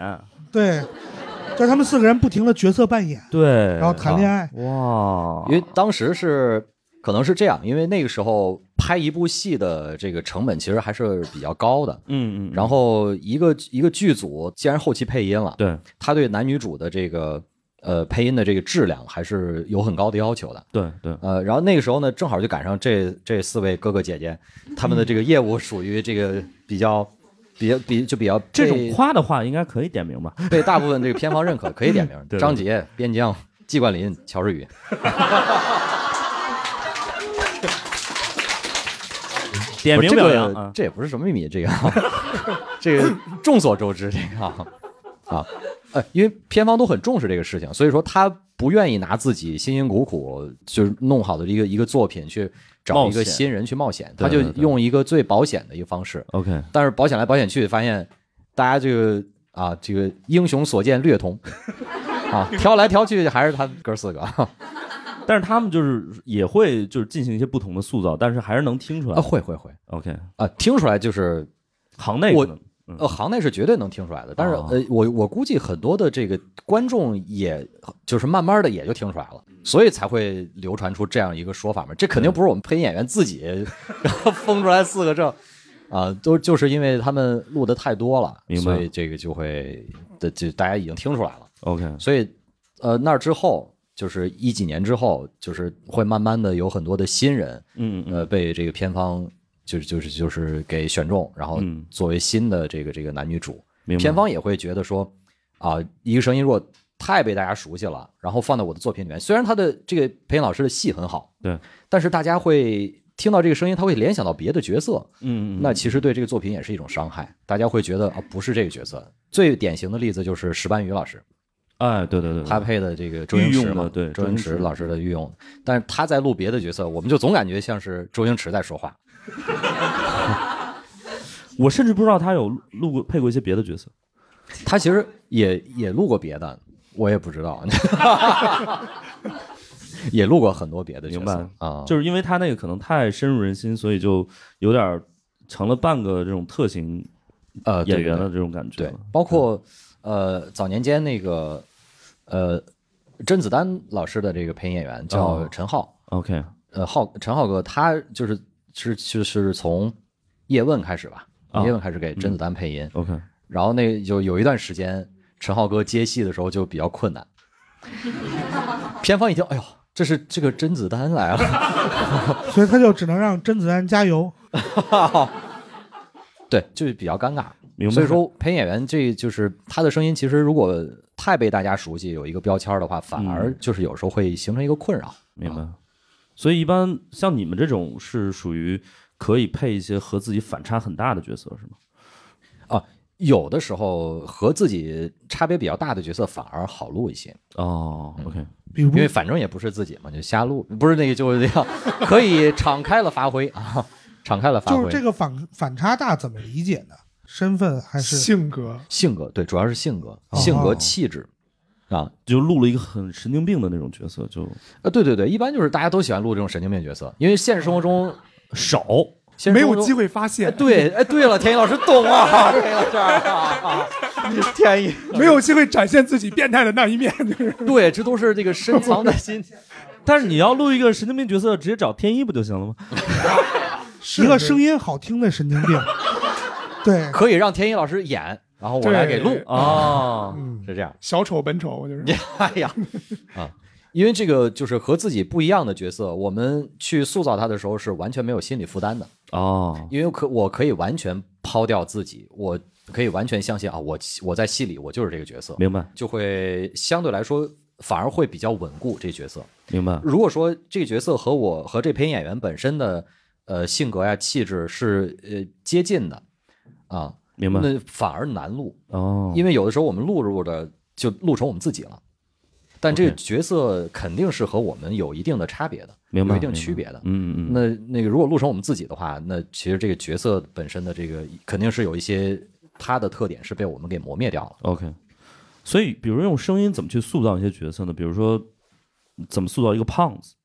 S2: 对，就是他们四个人不停的角色扮演，
S1: 对，
S2: 然后谈恋
S3: 啊
S2: 爱。
S1: 哇，
S4: 因为当时是可能是这样，因为那个时候拍一部戏的这个成本其实还是比较高的。
S1: 嗯嗯，
S4: 然后一个一个剧组既然后期配音了，
S1: 对
S4: 他对男女主的这个呃配音的这个质量还是有很高的要求的。
S1: 对对，
S4: 呃，然后那个时候呢，正好就赶上这这四位哥哥姐姐，他们的这个业务属于这个比较。比较比就比较
S1: 这种
S4: 被
S1: 夸的话应该可以点名吧？
S4: 被大部分这个片方认可，可以点名
S1: 嗯对对
S4: 张杰、边疆、季冠霖、乔世宇。
S1: 点名
S4: 不是
S1: 表
S4: 这
S1: 扬
S4: 个
S1: 啊
S4: 这也不是什么秘密，这 个啊这个众所周知，这个啊啊呃，因为片方都很重视这个事情，所以说他不愿意拿自己辛辛苦苦就是弄好的一个一个作品去找
S1: 冒
S4: 一个
S1: 险
S4: 新人去冒险，
S1: 对
S4: 他就
S1: 对对嗯
S4: 用一个最保险的一个方式。
S1: ，OK，
S4: 但是保险来保险去，发现大家这个啊这个英雄所见略 同啊，挑来挑去还是他们哥四个啊，
S1: 但是他们就是也会就是进行一些不同的塑造，但是还是能听出来。
S4: 会会会
S1: OK，
S4: 啊，听出来就是
S1: 行内
S4: 我
S1: 可能嗯
S4: 呃，行内是绝对能听出来的，但是、
S1: 哦
S4: 呃，我我估计很多的这个观众也就是慢慢的也就听出来了，所以才会流传出这样一个说法嘛。这
S1: 嗯
S4: 肯定不是我们配音演员自己 封出来四个证啊、都就是因为他们录的太多了
S1: 明，白
S4: 所以这个就会的就大家已经听出来了。
S1: OK，
S4: 所以呃，那之后就是一几年之后，就是会慢慢的有很多的新人，
S1: 嗯嗯
S4: 呃，被这个片方就是就是就是给选中，然后
S1: 嗯
S4: 作为新的这个这个男女主，
S1: 明白
S4: 片方也会觉得说啊、一个声音如果太被大家熟悉了，然后放到我的作品里面，虽然他的这个配音老师的戏很好，
S1: 对，
S4: 但是大家会听到这个声音，他会联想到别的角色，
S1: 嗯嗯，
S4: 那其实对这个作品也是一种伤害，大家会觉得啊、不是这个角色。最典型的例子就是石斑鱼老师，
S1: 哎，对对对，对
S4: 他配的这个周星驰
S1: 御用
S4: 嘛
S1: 的，对
S4: 周星驰
S1: 周星驰
S4: 老师的御用，但是他在录别的角色，我们就总感觉像是周星驰在说话。
S1: 我甚至不知道他有录录过配过一些别的角色。
S4: 他其实也也录过别的，我也不知道， 也录过很多别的角
S1: 明
S4: 色
S1: 白
S4: 啊，
S1: 就是因为他那个可能太深入人心，所以就有点儿成了半个这种特型
S4: 呃对
S1: 演员
S4: 对
S1: 的这种感觉
S4: 对
S1: 了。，
S4: 包括呃早年间那个呃甄子丹老师的这个配音演员叫
S1: 哦
S4: 陈浩，
S1: OK，
S4: 呃浩陈浩哥他就是是就是从叶问开始吧，
S1: 啊
S4: 叶问开始给甄子丹配音，
S1: OK，
S4: 然后那就有一段时间，陈浩哥接戏的时候就比较困难。片方一听，哎呦，这是这个甄子丹来了，
S2: 所以他就只能让甄子丹加油。
S4: 对，就是比较尴尬。
S1: 明白。
S4: 所以说，配音演员这就是他的声音，其实如果太被大家熟悉，有一个标签儿的话，
S1: 嗯
S4: 反而就是有时候会形成一个困扰。
S1: 明白。所以一般像你们这种是属于可以配一些和自己反 差很大的角色，是吗？
S4: 哦有的时候和自己差别比较大的角色反而好录一些，嗯
S1: 哦，OK，
S2: 比如
S4: 因， 为反正也不是自己嘛，就瞎录，不是那个就是这样，可以敞开了发挥啊，敞开了发
S2: 就
S4: 挥。
S2: 是这个反反差大怎么理解呢？身份还是
S3: 性格，
S4: 性格，对，主要是性格、
S2: 哦
S4: 性格、气质啊，
S1: 就录了一个很神经病的那种角色，就
S4: 呃，对对对，一般就是大家都喜欢录这种神经病角色，因为现实生活中
S1: 少。
S4: 现实
S3: 没
S4: 生活
S3: 有
S4: 中
S3: 机会发
S4: 哎，
S3: 现，
S4: 对，哎，对了，天一老师懂啊， 天一老师啊， 你天一，
S3: 没有机会展现自己变态的那一面，就是
S4: 对，这都是这个深藏在 心。
S1: 但是你要录一个神经病角色，直接找天一不就行了 吗？
S2: 一个声音好听的神经病？对，
S4: 可以让天一老师演，然后我
S3: 对
S4: 来给录啊，
S2: 嗯
S4: 是这样。
S3: 小丑本丑，就是
S4: 哎呀，啊，因为这个就是和自己不一样的角色，我们去塑造他的时候是完全没有心理负担的，
S1: 哦，
S4: 因为可我可以完全抛掉自己，我可以完全相信啊，我我在戏里我就是这个角色，
S1: 明白
S4: 就会相对来说反而会比较稳固这角色。
S1: 明白，
S4: 如果说这个角色和我和这配音演员本身的呃性格呀、气质是呃接近的啊，
S1: 明白
S4: 那反而难录，
S1: 哦，
S4: 因为有的时候我们录着录着就录成我们自己了。但这个角色肯定是和我们有一定的差别的，
S1: 明白
S4: 有一定
S1: 明白
S4: 区别的。
S1: 嗯嗯嗯，
S4: 那那个如果录成我们自己的话，那其实这个角色本身的这个肯定是有一些他的特点是被我们给磨灭掉了。
S1: OK，所以比如用声音怎么去塑造一些角色呢？比如说怎么塑造一个胖子？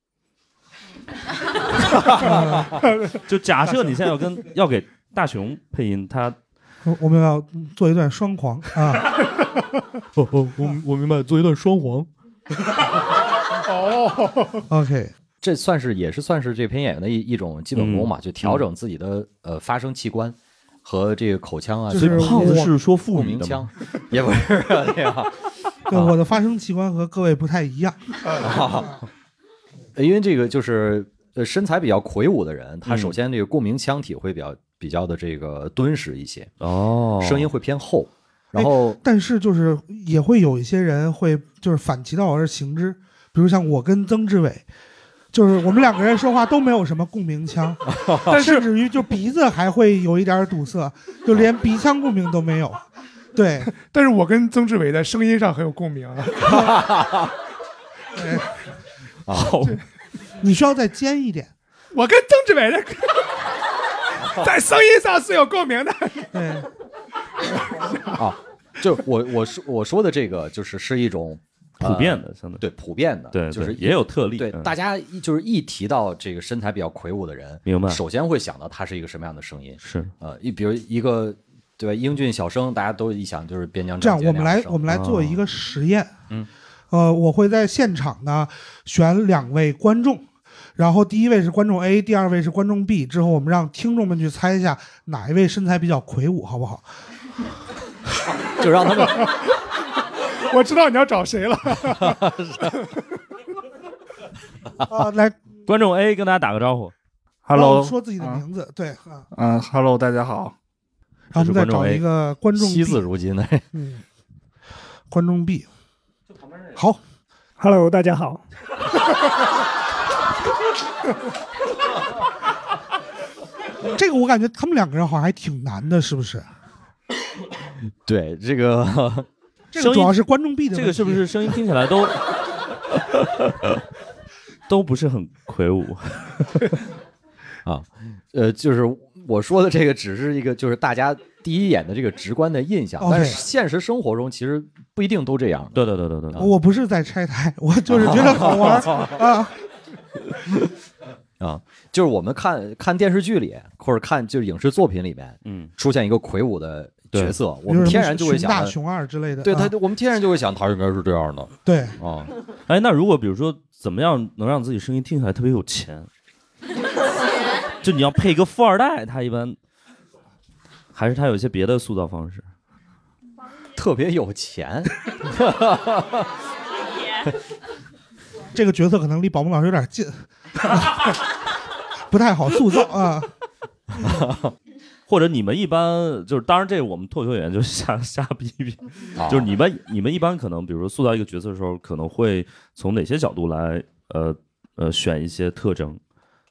S1: 就假设你现在要跟要给大熊配音，他
S2: 我我们要做一段双簧啊，
S6: 哦哦，我我明白，做一段双簧，
S4: 哦
S2: OK，
S4: 这算是也是算是这配音演员的一一种基
S1: 嗯
S4: 本功嘛，就调整自己的呃发声器官和这个口腔啊，
S2: 就
S4: 这
S2: 是
S4: 种
S1: 胖子
S2: 我
S1: 是说
S4: 共
S1: 妇女
S4: 鸣
S1: 的
S4: 腔
S1: 吗？
S4: 也不是这样，
S2: 对我的发声器官和各位不太一样，
S4: 因为这个就是呃身材比较魁梧的人，他首
S1: 嗯
S4: 先这个共鸣腔体会比较比较的这个敦实一些，
S1: 哦，
S4: 声音会偏厚，然后
S2: 但是就是也会有一些人会就是反其道而行之，比如像我跟曾志伟。就是我们两个人说话都没有什么共鸣 腔，甚至于就鼻子还会有一点儿堵塞，就连鼻腔共鸣都没有。对，
S3: 但是我跟曾志伟在声音上很有共鸣啊，
S2: 你需要再尖一点。
S3: 我跟曾志伟 在在声音上是有共鸣的，
S2: 对，哎
S4: 啊，就我我说我说的这个就是是一种 呃
S1: 普遍的，相对
S4: 对普遍的，
S1: 对，
S4: 就是
S1: 对也有特例，
S4: 对，
S1: 嗯
S4: 大家一就是一提到这个身材比较魁梧的人，
S1: 明白
S4: 首先会想到他是一个什么样的声音。
S1: 是
S4: 呃，一比如一个对吧，英俊小生，大家都一想就是边疆
S2: 这样
S4: 战舰
S2: 我们
S4: 那样
S2: 来
S4: 的声
S2: 我们来做
S1: 哦
S2: 一个实验。
S4: 哦嗯，
S2: 呃，我会在现场呢选两位观众，然后第一位是观众 A，第二位是观众 B，之后我们让听众们去猜一下哪一位身材比较魁梧，好不好？
S4: 就让他们
S3: 我知道你要找谁了。
S2: 啊，来
S1: 观众 A 跟大家打个招呼，
S2: 然
S6: Hello，
S2: 后说自己的名字，对啊，
S6: 嗯，Hello，大家好，
S2: 然后我们再
S1: 这是观众
S2: 找
S1: A
S2: 一个观众
S4: 惜字
S2: B，
S4: 如金的。
S2: 嗯，观众 B，好，
S7: Hello，大家好，
S2: 这个我感觉他们两个人好像还挺难的，是不
S4: 啊
S2: 是？
S4: 对，这个
S2: 这
S1: 声
S2: 个
S1: 音
S2: 主要是观众 B 的
S1: 这
S2: 问题，
S1: 个是 不是声音听起来 都都不是很魁梧？
S4: 呃，就是我说的这个只是一个，就是大家第一眼的这个直观的印象，
S2: OK
S4: 但是现实生活中其实不一定都这样。
S1: 对对对对对，对
S2: 我不是在拆台，我就是觉得好玩儿啊。
S4: 啊， 就是我们看看电视剧里，或者看就是影视作品里面
S1: 嗯，
S4: 出现一个魁梧的角色，
S2: 比
S4: 我
S2: 如
S4: 们
S2: 什
S4: 天
S2: 么
S4: 然就会
S2: 熊
S4: 想
S2: 大
S4: 到，
S2: 熊二之类的，
S4: 对
S2: 啊
S4: 他， 我们天然就会想他应该是这样的
S2: 对
S4: 啊。
S1: 哎，那如果比如说，怎么样能让自己声音听起来特别有钱？ 就你要配一个富二代，他一般还是他有一些别的塑造方式。
S4: 特别有钱，
S2: 这个角色可能离宝木老师有点近，不太好塑造啊。
S1: 或者你们一般就是，当然这我们脱口秀演员就瞎瞎逼逼，
S4: 啊
S1: 就是你们你们一般可能，比如说塑造一个角色的时候，可能会从哪些角度来呃呃选一些特征，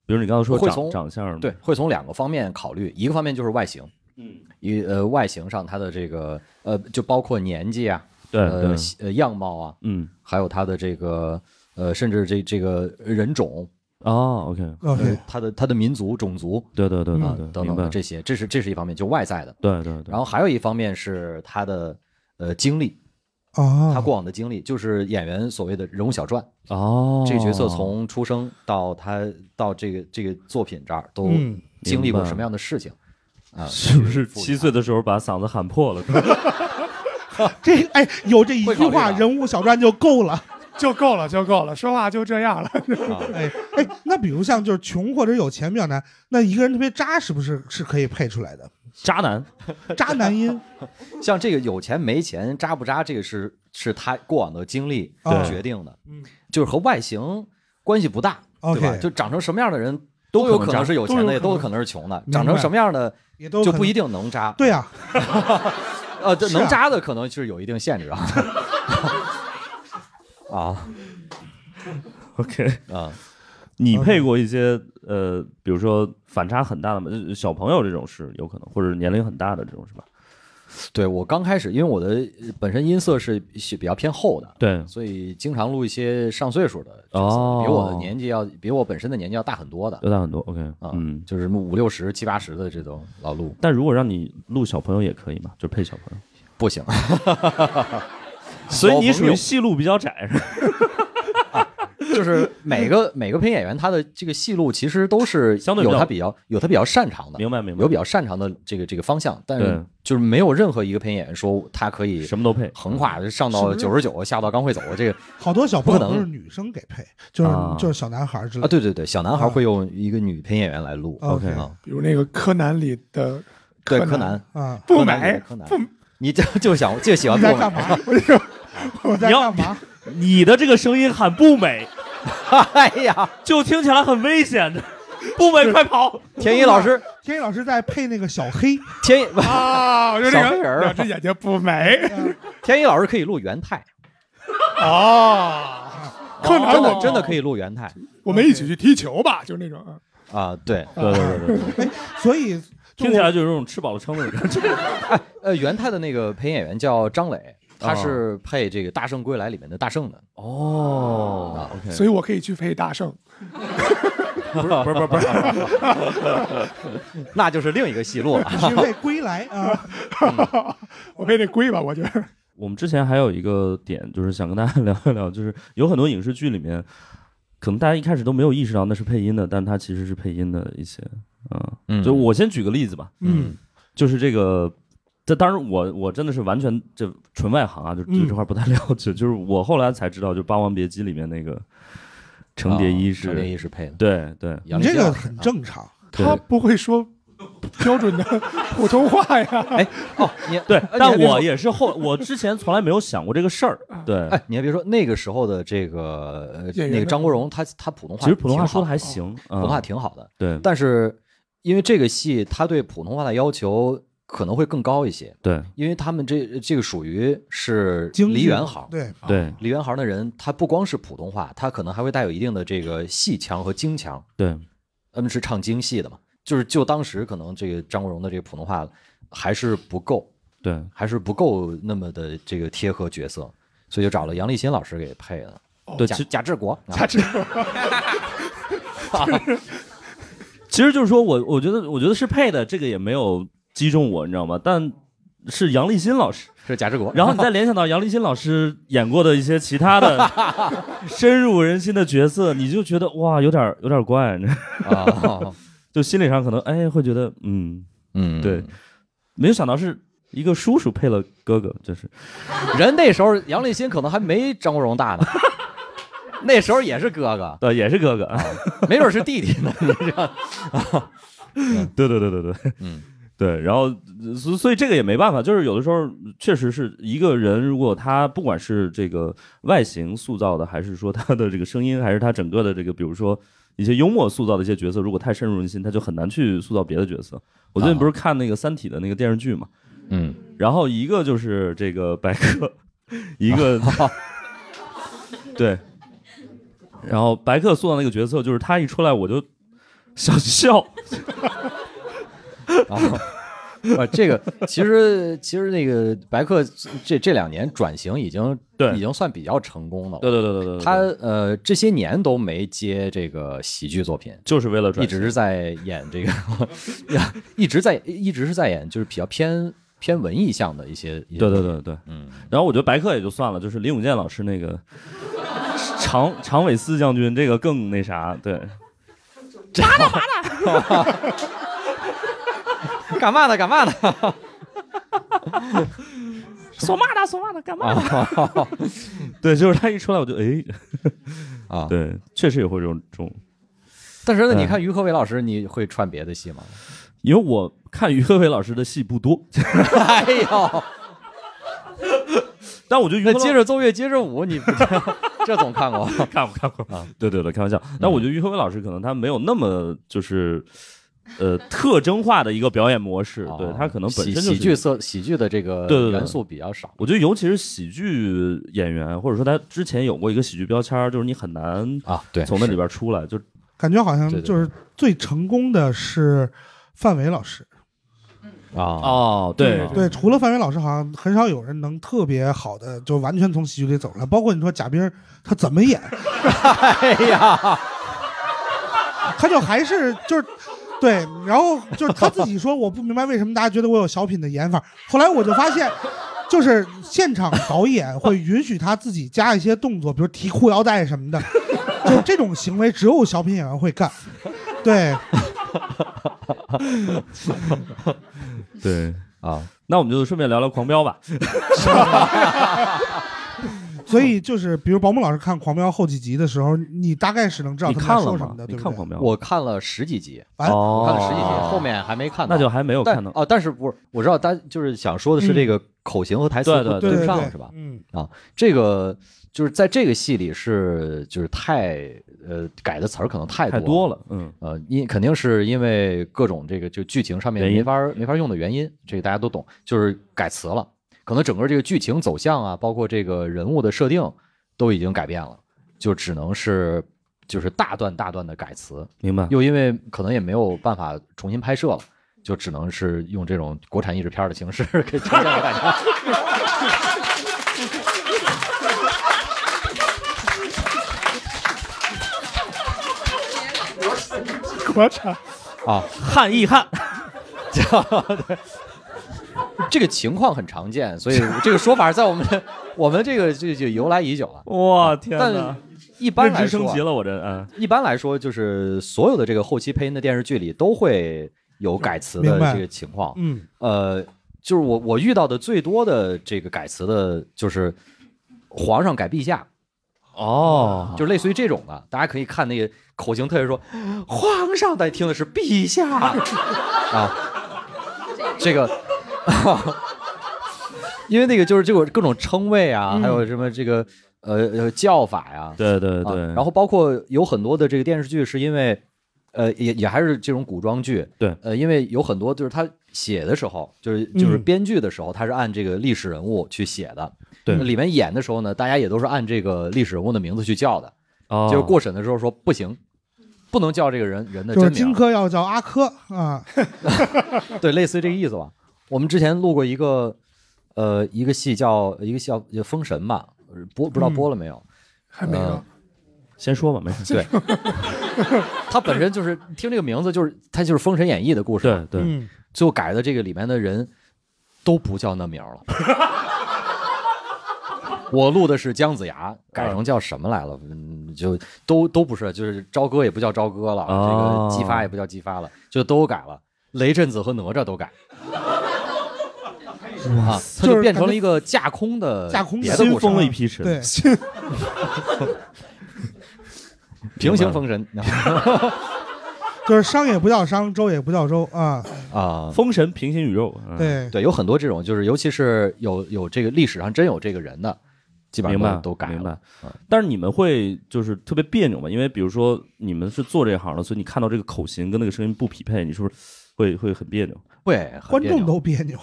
S1: 比如你刚刚说
S4: 会
S1: 长
S4: 从
S1: 长相，
S4: 对，，会从两个方面考虑，一个方面就是外形，
S1: 嗯，
S4: 一呃外形上他的这个呃就包括年纪啊，
S1: 对
S4: 呃
S1: 对，
S4: 西呃样貌啊，
S1: 嗯
S4: 还有他的这个呃甚至这这个人种
S1: 哦，OK，
S2: OK
S4: 他的他的民族、种族
S1: 对对对
S4: 啊
S1: 对对，
S4: 等
S1: 明
S4: 等
S1: 白
S4: 的，这些，这是这是一方面，就外在的。
S1: 对对对
S4: 然，后还有一方面是他的呃经历，
S2: 啊，
S4: 他过往的经历，就是演员所谓的人物小传。
S1: 哦，
S4: 这角色从出生到他到这个这个作品这儿都
S2: 嗯
S4: 经历
S1: 明
S4: 过
S1: 白
S4: 什么样的事情啊？
S1: 是不是
S4: 赋予
S1: 七
S4: 他
S1: 岁的时候把嗓子喊破了？
S2: 这哎有这一
S4: 会
S2: 句
S4: 考虑
S2: 话，
S4: 的
S2: 人物小传就够了。
S3: 就够了，就够了，说话就这样了。
S4: 啊
S2: 哎哎，那比如像就是穷或者有钱比较难，那一个人特别渣是不是是可以配出来的？
S1: 渣男，
S2: 渣男音
S4: 像这个有钱没钱渣不渣，这个是是他过往的经历
S2: 对
S4: 决定的，
S2: 嗯
S4: 就是和外形关系不大，对吧？
S2: ，OK，
S4: 就长成什么样的人都有可能是有钱的，也
S3: 都
S4: 都
S3: 有
S4: 有
S3: 可
S4: 可能是穷的，
S2: 明白
S4: 长成什么样的
S2: 也都
S4: 就
S2: 可
S4: 不一
S2: 能
S4: 定能渣，
S2: 对啊，
S4: 呃，这
S2: 是啊
S4: 能渣的可能是有一定限制啊。 啊
S1: OK，
S4: 啊，
S1: 你配过一些呃，比如说反差很大的吗？呃小朋友这种是有可能，或者年龄很大的这种是吧？
S4: 对我刚开始，因为我的本身音色是比较偏厚的，
S1: 对，
S4: 所以经常录一些上岁数的角色，
S1: 哦呃
S4: 比我的年纪要比我本身的年纪要大很多的
S1: 要大很多。OK，
S4: 啊，
S1: 嗯，
S4: 就是五六十、七八十的这种老录
S1: 但如果让你录小朋友也可以嘛，就配小朋友。
S4: 不行，
S1: 所以你属
S4: 老朋
S1: 于
S4: 友
S1: 戏路比较窄是吧？
S4: 就是每个每个配音演员他的这个戏路其实都是
S1: 相对比
S4: 有
S1: 较
S4: 他比较有他比较擅长的，
S1: 明白明白
S4: 有比较擅长的这个这个方向，但
S1: 对
S4: 是就是没有任何一个配音演员说他可以
S1: 什么都配。
S4: 横跨上
S2: 是
S4: 到
S2: 不是
S4: 九十九，下到刚会走这个
S2: 好多小朋友
S4: 不可
S2: 都
S4: 能
S2: 是女生给配，就是
S1: 啊
S2: 就是小男孩儿之类
S4: 啊，
S2: 的。
S4: 对对对，小男孩会用一个女配音演员来录
S2: OK
S4: 啊，
S3: 比如那个柯南里的
S4: 对
S3: 柯
S4: 柯南，
S2: 啊，
S3: 不
S4: 柯南里
S3: 美
S4: 的，柯南， 你就就想就喜欢
S2: 你
S4: 不
S2: 在
S4: 美
S2: 干。嘛？我就我在
S1: 你要
S2: 干嘛？
S1: 你的这个声音喊不美，
S4: 哎呀，
S1: 就听起来很危险的。不美，快跑！
S4: 天一老师，
S2: 天一老师在配那个小黑，
S4: 天一
S3: 啊，我就这
S4: 小
S3: 个
S4: 黑人儿
S3: 两只眼睛不美
S4: 天一老师可以录元太，
S1: 啊
S3: 哦。柯南
S4: 真的
S3: 我
S4: 真的可以录元太
S3: 我们一起去踢球吧，就是那种啊
S4: 啊，对，
S1: 对对对对对，
S2: 所以就
S1: 听起来就有种吃饱了撑的感觉。
S4: 呃，元太的那个配音演员叫张磊，
S1: 啊
S4: 他是配这个《大圣归来》里面的大圣的，
S1: 哦，OK，
S3: 所以我可以去配大圣。
S1: 不是不是不是不是，
S4: 那就是另一个戏路了。
S2: 学会归来啊，
S4: 嗯
S3: 我配那龟吧，我觉得
S1: 我们之前还有一个点，就是想跟大家聊 一聊，就是有很多影视剧里面，可能大家一开始都没有意识到那是配音的，但它其实是配音的一些，嗯，
S4: 嗯
S1: 就我先举个例子吧，
S2: 嗯，
S1: 就是这个，这当然我我真的是完全这纯外行啊，就就
S2: 嗯
S1: 这块不太 了解，就是我后来才知道，就《霸王别姬》里面那个程蝶衣是，
S4: 哦程蝶衣是配的，
S1: 对对，
S4: 杨
S2: 你
S4: 丽
S2: 这
S4: 娟
S2: 个
S4: 老师
S2: 很
S4: 啊。
S2: 正常。
S1: 对
S3: 他不会说标 准的普通话呀。
S4: 哎，哦，你
S1: 对
S4: 哎，
S1: 但
S4: 你还别
S1: 我
S4: 说
S1: 也是后，我之前从来没有想过这个事儿，对，
S4: 哎，你还别说，那个时候的这个呃
S3: 演员
S4: 那个
S3: 的
S4: 张国荣，他他普通话
S1: 其实普通话
S4: 挺好
S1: 说的还
S4: 的，
S1: 行，
S4: 普
S1: 普
S4: 通话挺好的，
S1: 对
S4: 但是因为这个戏，他对普通话的要求可能会更高一些，
S1: 对
S4: 因为他们这这个属于是
S2: 京剧
S4: 梨园行，
S2: 对，啊
S1: 对
S4: 梨园行的人，他不光是普通话，他可能还会带有一定的这个戏腔和京腔。
S1: 对，
S4: 他们是唱京戏的嘛，就是就当时可能这个张国荣的这个普通话还是不够，
S1: 对，
S4: 还是不够那么的这个贴合角色，所以就找了杨立新老师给配的。
S1: 对
S4: 哦贾
S1: 其
S4: 贾志国，啊
S3: 他这
S1: 其实就是说我，我觉得，我觉得是配的，这个也没有击中我，你知道吗？但是杨立新老师，
S4: 是贾志国。
S1: 然后你再联想到杨立新老师演过的一些其他的 深入人心的角色，你就觉得哇，有点儿有点儿怪，你知道吗
S4: 啊，
S1: 就心理上可能哎会觉得嗯，
S4: 嗯，
S1: 对，没有想到是一个叔叔配了哥哥，就是
S4: 人那时候杨立新可能还没张国荣大呢， 那时候也是哥哥，啊
S1: 对，也是哥哥，
S4: 没准是弟弟 呢。
S1: 啊对对对对对，
S4: 嗯。
S1: 对，然后呃所所以这个也没办法，就是有的时候确实是一个人，如果他不管是这个外形塑造的，还是说他的这个声音，还是他整个的这个，比如说一些幽默塑造的一些角色，如果太深入人心，他就很难去塑造别的角色。我最近
S4: 啊
S1: 不是看那个《三体》的那个电视剧嘛，
S4: 嗯，
S1: 然后一个就是这个白客，一 个、 对，然后白客塑造那个角色，就是 他一出来我就想笑。
S4: 然后啊，这个其实其实那个白客这这两年转型已经
S1: 对
S4: 已经算比较成功了。
S1: 对对对对对对，
S4: 他呃这些年都没接这个喜剧作品，
S1: 就是为了
S4: 一
S1: 转型，
S4: 直是在演这个， 一直在一直是在演就是比较偏偏文艺向的一些。一些
S1: 对对
S4: 作品，
S1: 对对。
S4: 嗯，
S1: 然后我觉得白客也就算了，就是林永健老师那个长长尾司将军这个更那啥，对，
S4: 干嘛呢？干嘛呢？
S1: 索嘛的索嘛的干嘛呢？
S4: 啊
S1: 对，就是他一出来我就哎，
S4: 啊！
S1: 对，确实也会有这种这种，
S4: 但是呢，
S1: 嗯
S4: 你看于和伟老师，你会串别的戏吗？
S1: 因为我看于和伟老师的戏不多，
S4: 哎呦，
S1: 但我觉得于和
S4: 那
S1: 老
S4: 接着奏乐，接着舞，你不 这总看过？
S1: 看过看过
S4: 啊，
S1: 对对对，开玩笑。但我觉得于和伟老师可能他没有那么就是。呃，特征化的一个表演模式，对
S4: 哦
S1: 他可能本
S4: 喜
S1: 身就是
S4: 喜剧色喜剧的这
S1: 对
S4: 个
S1: 对对
S4: 元素比较少。
S1: 我觉得尤其是喜剧演员，或者说他之前有过一个喜剧标签儿，就是你很难
S4: 啊，对，
S1: 从那里
S4: 是
S1: 边出来。就
S2: 感觉好
S4: 对对
S2: 像
S4: 对
S2: 就是最成功的是范伟老师。
S4: 啊
S1: 哦，
S3: 对
S2: 对，除了范伟老师，好像很少有人能特别好的，就完全从喜剧里走出来。包括你说贾冰，他怎么 演，
S4: 哎呀，
S2: 他就还是就是。对，然后就是他自己说，我不明白为什么大家觉得我有小品的演法。后来我就发现，就是现场导演会允许他自己加一些动作，比如提裤腰带什么的，就这种行为只有小品演员会干。对，
S1: 对，
S4: 啊，
S1: 那我们就顺便聊聊狂 飙吧。
S2: 所以就是比如保姆老师看《狂飙》后几集的时候，你大概是能知道
S1: 你
S2: 他们
S1: 看
S2: 在
S1: 了
S2: 说什
S1: 吗
S2: 么？的，
S1: 你
S2: 对不
S1: 看
S2: 对？
S1: 狂飙？
S4: 我看了十几集，
S2: 完
S1: 哦
S4: 我看了十几集，后面还没看到。
S1: 那就还没有看
S4: 但
S1: 到。
S4: 哦，但是不是？我知道大家就是想说的是这个口型和台词
S1: 对
S4: 不
S1: 对
S2: 对
S4: 不
S2: 对
S4: 上
S2: 对
S4: 是吧？
S2: 嗯，
S4: 啊这个就是在这个戏里是就是太呃改的词儿可能太
S1: 太
S4: 多
S1: 多了，嗯，
S4: 呃，因肯定是因为各种这个就剧情上面
S1: 原因
S4: 没法没法用的原因，这个大家都懂，就是改词了，可能整个这个剧情走向啊，包括这个人物的设定都已经改变了，就只能是就是大段大段的改词，
S1: 明白。
S4: 又因为可能也没有办法重新拍摄了，就只能是用这种国产译制片的形式 给呈现给大家。
S7: 国产
S4: 啊，
S1: 汉译汉，
S4: 这个情况很常见，所以这个说法在我们 的我们这个这就由来已久了。
S1: 我天
S4: 但
S1: 哪！
S4: 一般
S1: 认
S4: 来
S1: 知
S4: 说
S1: 升
S4: 啊
S1: 级，了，我这嗯，
S4: 一般来说就是所有的这个后期配音的电视剧里都会有改词的
S2: 明白
S4: 这个情况。
S2: 嗯，
S4: 呃，就是我我遇到的最多的这个改词的就是皇上改陛下，
S1: 哦，
S4: 就类似于这种的。大家可以看那个口型特别说皇上，但听的是陛下啊，这个。 因为那个就是这种各种称谓啊，
S1: 嗯
S4: 还有什么这个呃呃叫法呀、
S1: 对对
S4: 啊
S1: 对，
S4: 然后包括有很多的这个电视剧，是因为，呃，也也还是这种古装剧，
S1: 对
S4: 呃，因为有很多就是他写的时候，就是就是
S1: 嗯
S4: 编剧的时候，他是按这个历史人物去写的，
S1: 对
S4: 那里面演的时候呢，大家也都是按这个历史人物的名字去叫的，
S1: 哦
S4: 就是过审的时候说不行。不能叫这个人人的
S2: 就是
S4: 真
S2: 荆
S4: 名，
S2: 轲要叫阿轲啊，
S4: 对，类似于这个意思吧。我们之前录过一个，呃，一个戏叫一个戏叫《封神》吧，播不知道播了没有？
S3: 还没
S4: 呃
S3: 呢。
S1: 先说吧，没事。
S4: 对，它本身就是听这个名字，就是它就是《封神演义》的故事，
S1: 对对，
S2: 嗯，
S4: 最后改的这个里面的人都不叫那名儿了。我录的是姜子牙，改成叫什么来了？嗯，就都都不是，就是朝歌也不叫朝歌了，
S1: 哦
S4: 这个姬发也不叫姬发了，就都改了。雷震子和哪吒都改。啊，它
S2: 就是
S4: 就变成
S2: 感
S4: 了
S2: 觉
S4: 一个架空的
S2: 架空的
S4: 别的
S1: 新
S4: 故事
S1: 封
S4: 了，
S1: 了一批神，
S2: 对，
S4: 平行封神
S2: 就是商也不叫商，周也不叫周啊，
S4: 啊，
S1: 封神平行宇宙，嗯，
S2: 对，
S4: 对，有很多这种，就是尤其是有有这个历史上真有这个人的，基本
S1: 明白
S4: 上都都改
S1: 明
S4: 了
S1: 白。但是你们会就是特别别扭嘛？因为比如说你们是做这行的，所以你看到这个口型跟那个声音不匹配，你是不是会会很别扭？
S4: 对，很
S2: 观
S4: 别
S2: 众
S4: 扭
S2: 都别扭，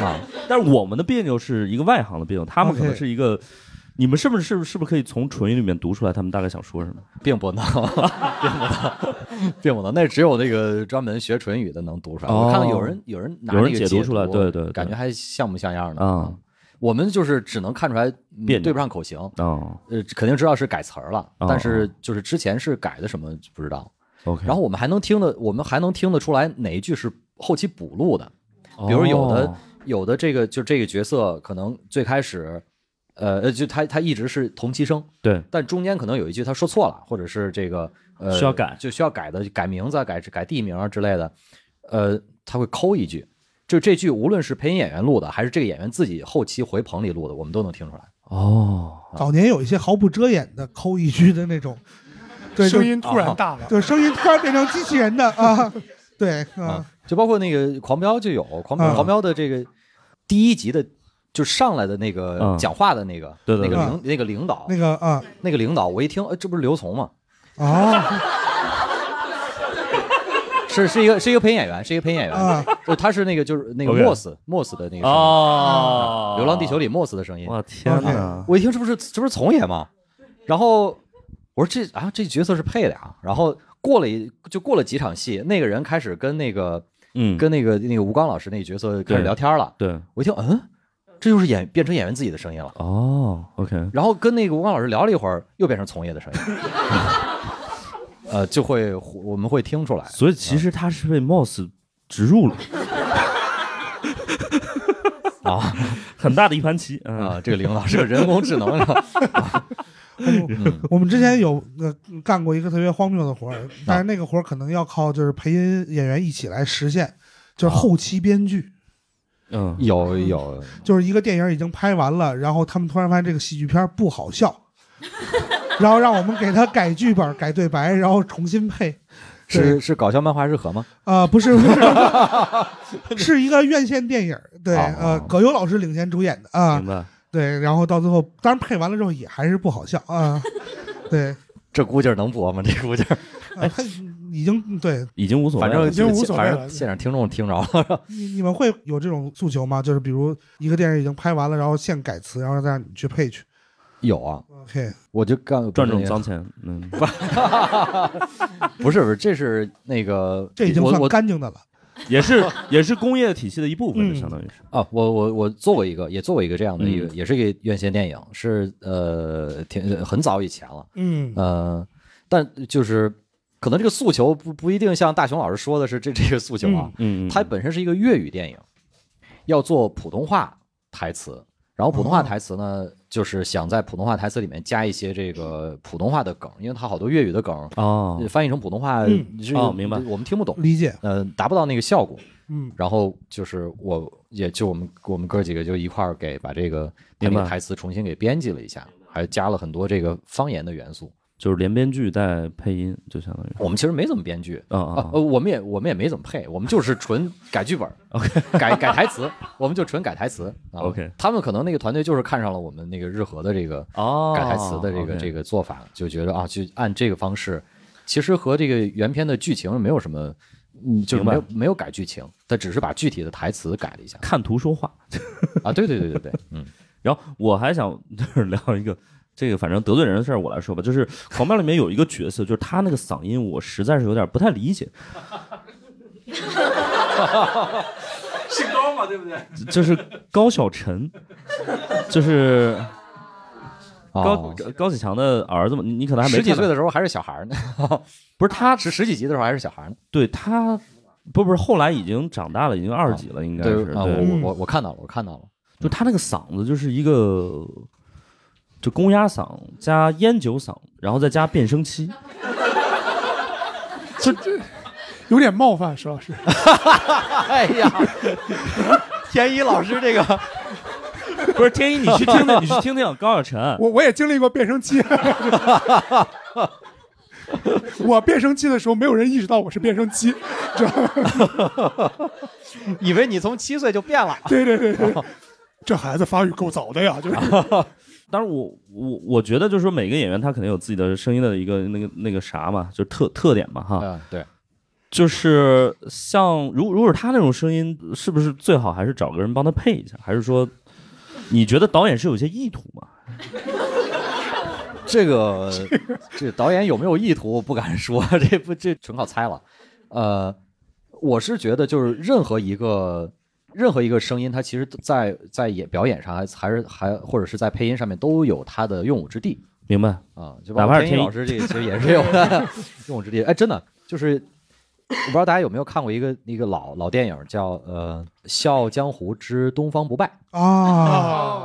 S4: 啊，
S1: 但是我们的别扭是一个外行的别扭，他们可能
S2: OK
S1: 是一个你们是不是是不是是不是可以从唇语里面读出来他们大概想说什么？
S4: 并不能，并不能，并不能。那只有那个专门学唇语的能读出来。我看到有人
S1: 哦
S4: 有人拿
S1: 有人
S4: 那个
S1: 解读出来对对对
S4: 感觉还像模像样的
S1: 啊。
S4: 我们就是只能看出来嗯
S1: 别扭
S4: 对不上口型，
S1: 哦
S4: 呃，肯定知道是改词儿了，
S1: 哦
S4: 但是就是之前是改的什么不知道。
S1: ，OK，
S4: 然后我们还能听的，我们还能听得出来哪一句是后期补录的，
S1: 哦
S4: 比如有的、有的这个就这个角色可能最开始，呃呃，就他他一直是同期声，
S1: 对
S4: 但中间可能有一句他说错了，或者是这个呃
S1: 需要改
S4: 就需要改的改名字啊、改改地名啊之类的，呃，他会抠一句，就这句无论是配音演员录的，还是这个演员自己后期回棚里录的，我们都能听出来。
S1: 哦，
S4: 啊
S2: 早年有一些毫不遮掩的抠一句的那种，对，就
S3: 声音突然大了，
S2: 对，声音突然变成机器人的啊，对啊，
S4: 就包括那个《狂飙》就有《狂飙
S2: 嗯
S4: 狂飙》的这个第一集的，就上来的那个
S1: 嗯
S4: 讲话的那个、
S1: 对对
S4: 那个
S2: 对
S4: 领那个领导
S2: 那个啊
S4: 那个领导，我一听，哎，这不是刘从吗？
S2: 啊
S4: 是是一个是一个配音演员，是一个配音演员，
S2: 啊，
S4: 就他是那个就是那个
S1: OK
S4: 莫斯莫斯的那个声音啊
S1: 哦，
S4: 流浪地球》里莫斯的声音。
S1: 我天哪！
S4: 我一听，这不是这不是从爷吗？然后我说这啊这角色是配的啊。然后过了一就过了几场戏，那个人开始跟那个
S1: 嗯，
S4: 跟那个那个吴刚老师那个角色开
S1: 对
S4: 始聊天了。
S1: 对
S4: 我一听，嗯，这就是演变成演员自己的声音了。
S1: 哦，OK，
S4: 然后跟那个吴刚老师聊了一会儿，又变成从业的声 音，呃，就会我们会听出来，
S1: 所以其实他是被 Moss 植入了
S4: 啊，
S1: 很大的一盘棋
S4: 啊、
S1: 啊，
S4: 这个领导是个人工智能，是吧？
S2: 嗯
S1: 嗯
S2: 我们之前有呃干过一个特别荒谬的活儿，但是那个活儿可能要靠就是配音演员一起来实现，就是后期编剧，
S1: 嗯，
S4: 有有，
S2: 就是一个电影已经拍完了，然后他们突然发现这个喜剧片儿不好笑，然后让我们给他改剧本、改对白，然后重新配。
S4: 是是搞笑漫画日和吗？
S2: 啊、不是，不是，是一个院线电影儿，对，
S4: 哦
S2: 呃，葛优老师领衔主演的啊、
S1: 明白。
S2: 对，然后到最后，当然配完了之后也还是不好笑啊、对，
S4: 这估计儿能播吗？这估计 儿，
S2: 呃、他已经对
S1: 已经无所谓
S4: 反
S1: 了，
S4: 正
S3: 已经无所谓了
S4: 反正现场听众听着了，
S2: 你你们会有这种诉求吗？就是比如一个电影已经拍完了，然后现改词，然后再让你去配去。
S4: 有啊，
S2: 哦 OK，
S4: 我就干
S1: 赚这种脏，钱， 嗯，
S4: 不是不是，这是那个
S2: 这已经
S4: 我
S2: 算
S4: 我
S2: 干净的了。
S1: 也是也是工业体系的一部分，
S2: 嗯
S1: 这相当于是。
S4: 啊，我我我做过一个，也做过一个这样的一个，
S1: 嗯
S4: 也是一个院线电影，是呃，挺很早以前了。
S2: 嗯，
S4: 呃，但就是可能这个诉求不不一定像大雄老师说的是这这个诉求啊，
S1: 嗯，
S4: 它本身是一个粤语电影，要做普通话台词，然后普
S1: 哦
S4: 通话台词呢，就是想在普通话台词里面加一些这个普通话的梗，因为它好多粤语的梗、呃
S1: 哦
S4: 翻译成普通话
S2: 嗯
S4: 是、
S1: 哦明白
S4: 我们听不懂，
S2: 理解。
S4: 呃，达不到那个效果。
S2: 嗯，
S4: 然后就是我也就我们我们哥几个就一块儿给把这个把
S1: 明
S4: 那
S1: 白
S4: 个台词重新给编辑了一下，还加了很多这个方言的元素。
S1: 就是连编剧带配音，就相当于
S4: 我们其实没怎么编剧。
S1: 啊
S4: 啊
S1: 啊，
S4: 呃，我们也我们也没怎么配，我们就是纯改剧 本，OK，改 改台词，我们就纯改台词啊
S1: OK
S4: 他们可能那个团队就是看上了我们那个日和的这个
S1: 哦
S4: 改台词的这个、这
S1: 个
S4: 个做法，就觉得啊，就按这个方式，其实和这个原片的剧情没有什么，嗯，就是没有没有改剧情，他只是把具体的台词改了一下
S1: 看图说话。
S4: 啊，对对对对对，嗯，
S1: 然后我还想就是聊一个。这个反正得罪人的事儿我来说吧，就是《狂飙》里面有一个角色，就是他那个嗓音，我实在是有点不太理解。 是高嘛，对不对？就是高晓晨，就是高、
S4: 哦
S1: 高启强的儿子嘛，你你可能还没
S4: 十几
S1: 看到
S4: 岁的时候还是小孩儿呢，
S1: 不是
S4: 他
S1: 他
S4: 是十几集的时候还是小孩儿呢，
S1: 对他，不不是，后来已经长大了，已经二十几了，应该是。
S4: 哦啊，
S1: 对嗯
S4: 我我我我看到了，我看到了，
S1: 就他那个嗓子就是一个，就公鸭嗓加烟酒嗓，然后再加变声期。
S3: 有点冒犯，石 老师。
S4: 哎呀，田一老师这个。
S1: 不是天一，你去听听，你去听听高晓 晨。
S3: 我我也经历过变声期， 我变声期的时候，没有人意识到我是变声期，知道吗？
S4: 以为你从七岁就变了。
S3: 对对对 对，这孩子发育够早的呀，就是
S1: 当然我，我我觉得就是说，每个演员他肯定有自己的声音的一个那个那个啥嘛，就是特特点嘛哈。
S4: 嗯，对，
S1: 就是像如如果是他那种声音，是不是最好还是找个人帮他配一下？还是说，你觉得导演是有一些意图吗？
S4: 这个这导演有没有意图，我不敢说， 这不这纯靠猜了。呃，我是觉得就是任何一个任何一个声音，它其实在在演表演上还还是还或者是在配音上面都有它的用武之地。
S1: 明白
S4: 啊，就
S1: 哪
S4: 包
S1: 怕
S4: 括
S1: 是
S4: 天
S1: 天
S4: 一
S1: 一
S4: 老师这个其实也是有的 用武之地。哎，真的就是。我不知道大家有没有看过一个一个老老电影叫呃《笑傲江湖之东方不败》，
S2: 啊，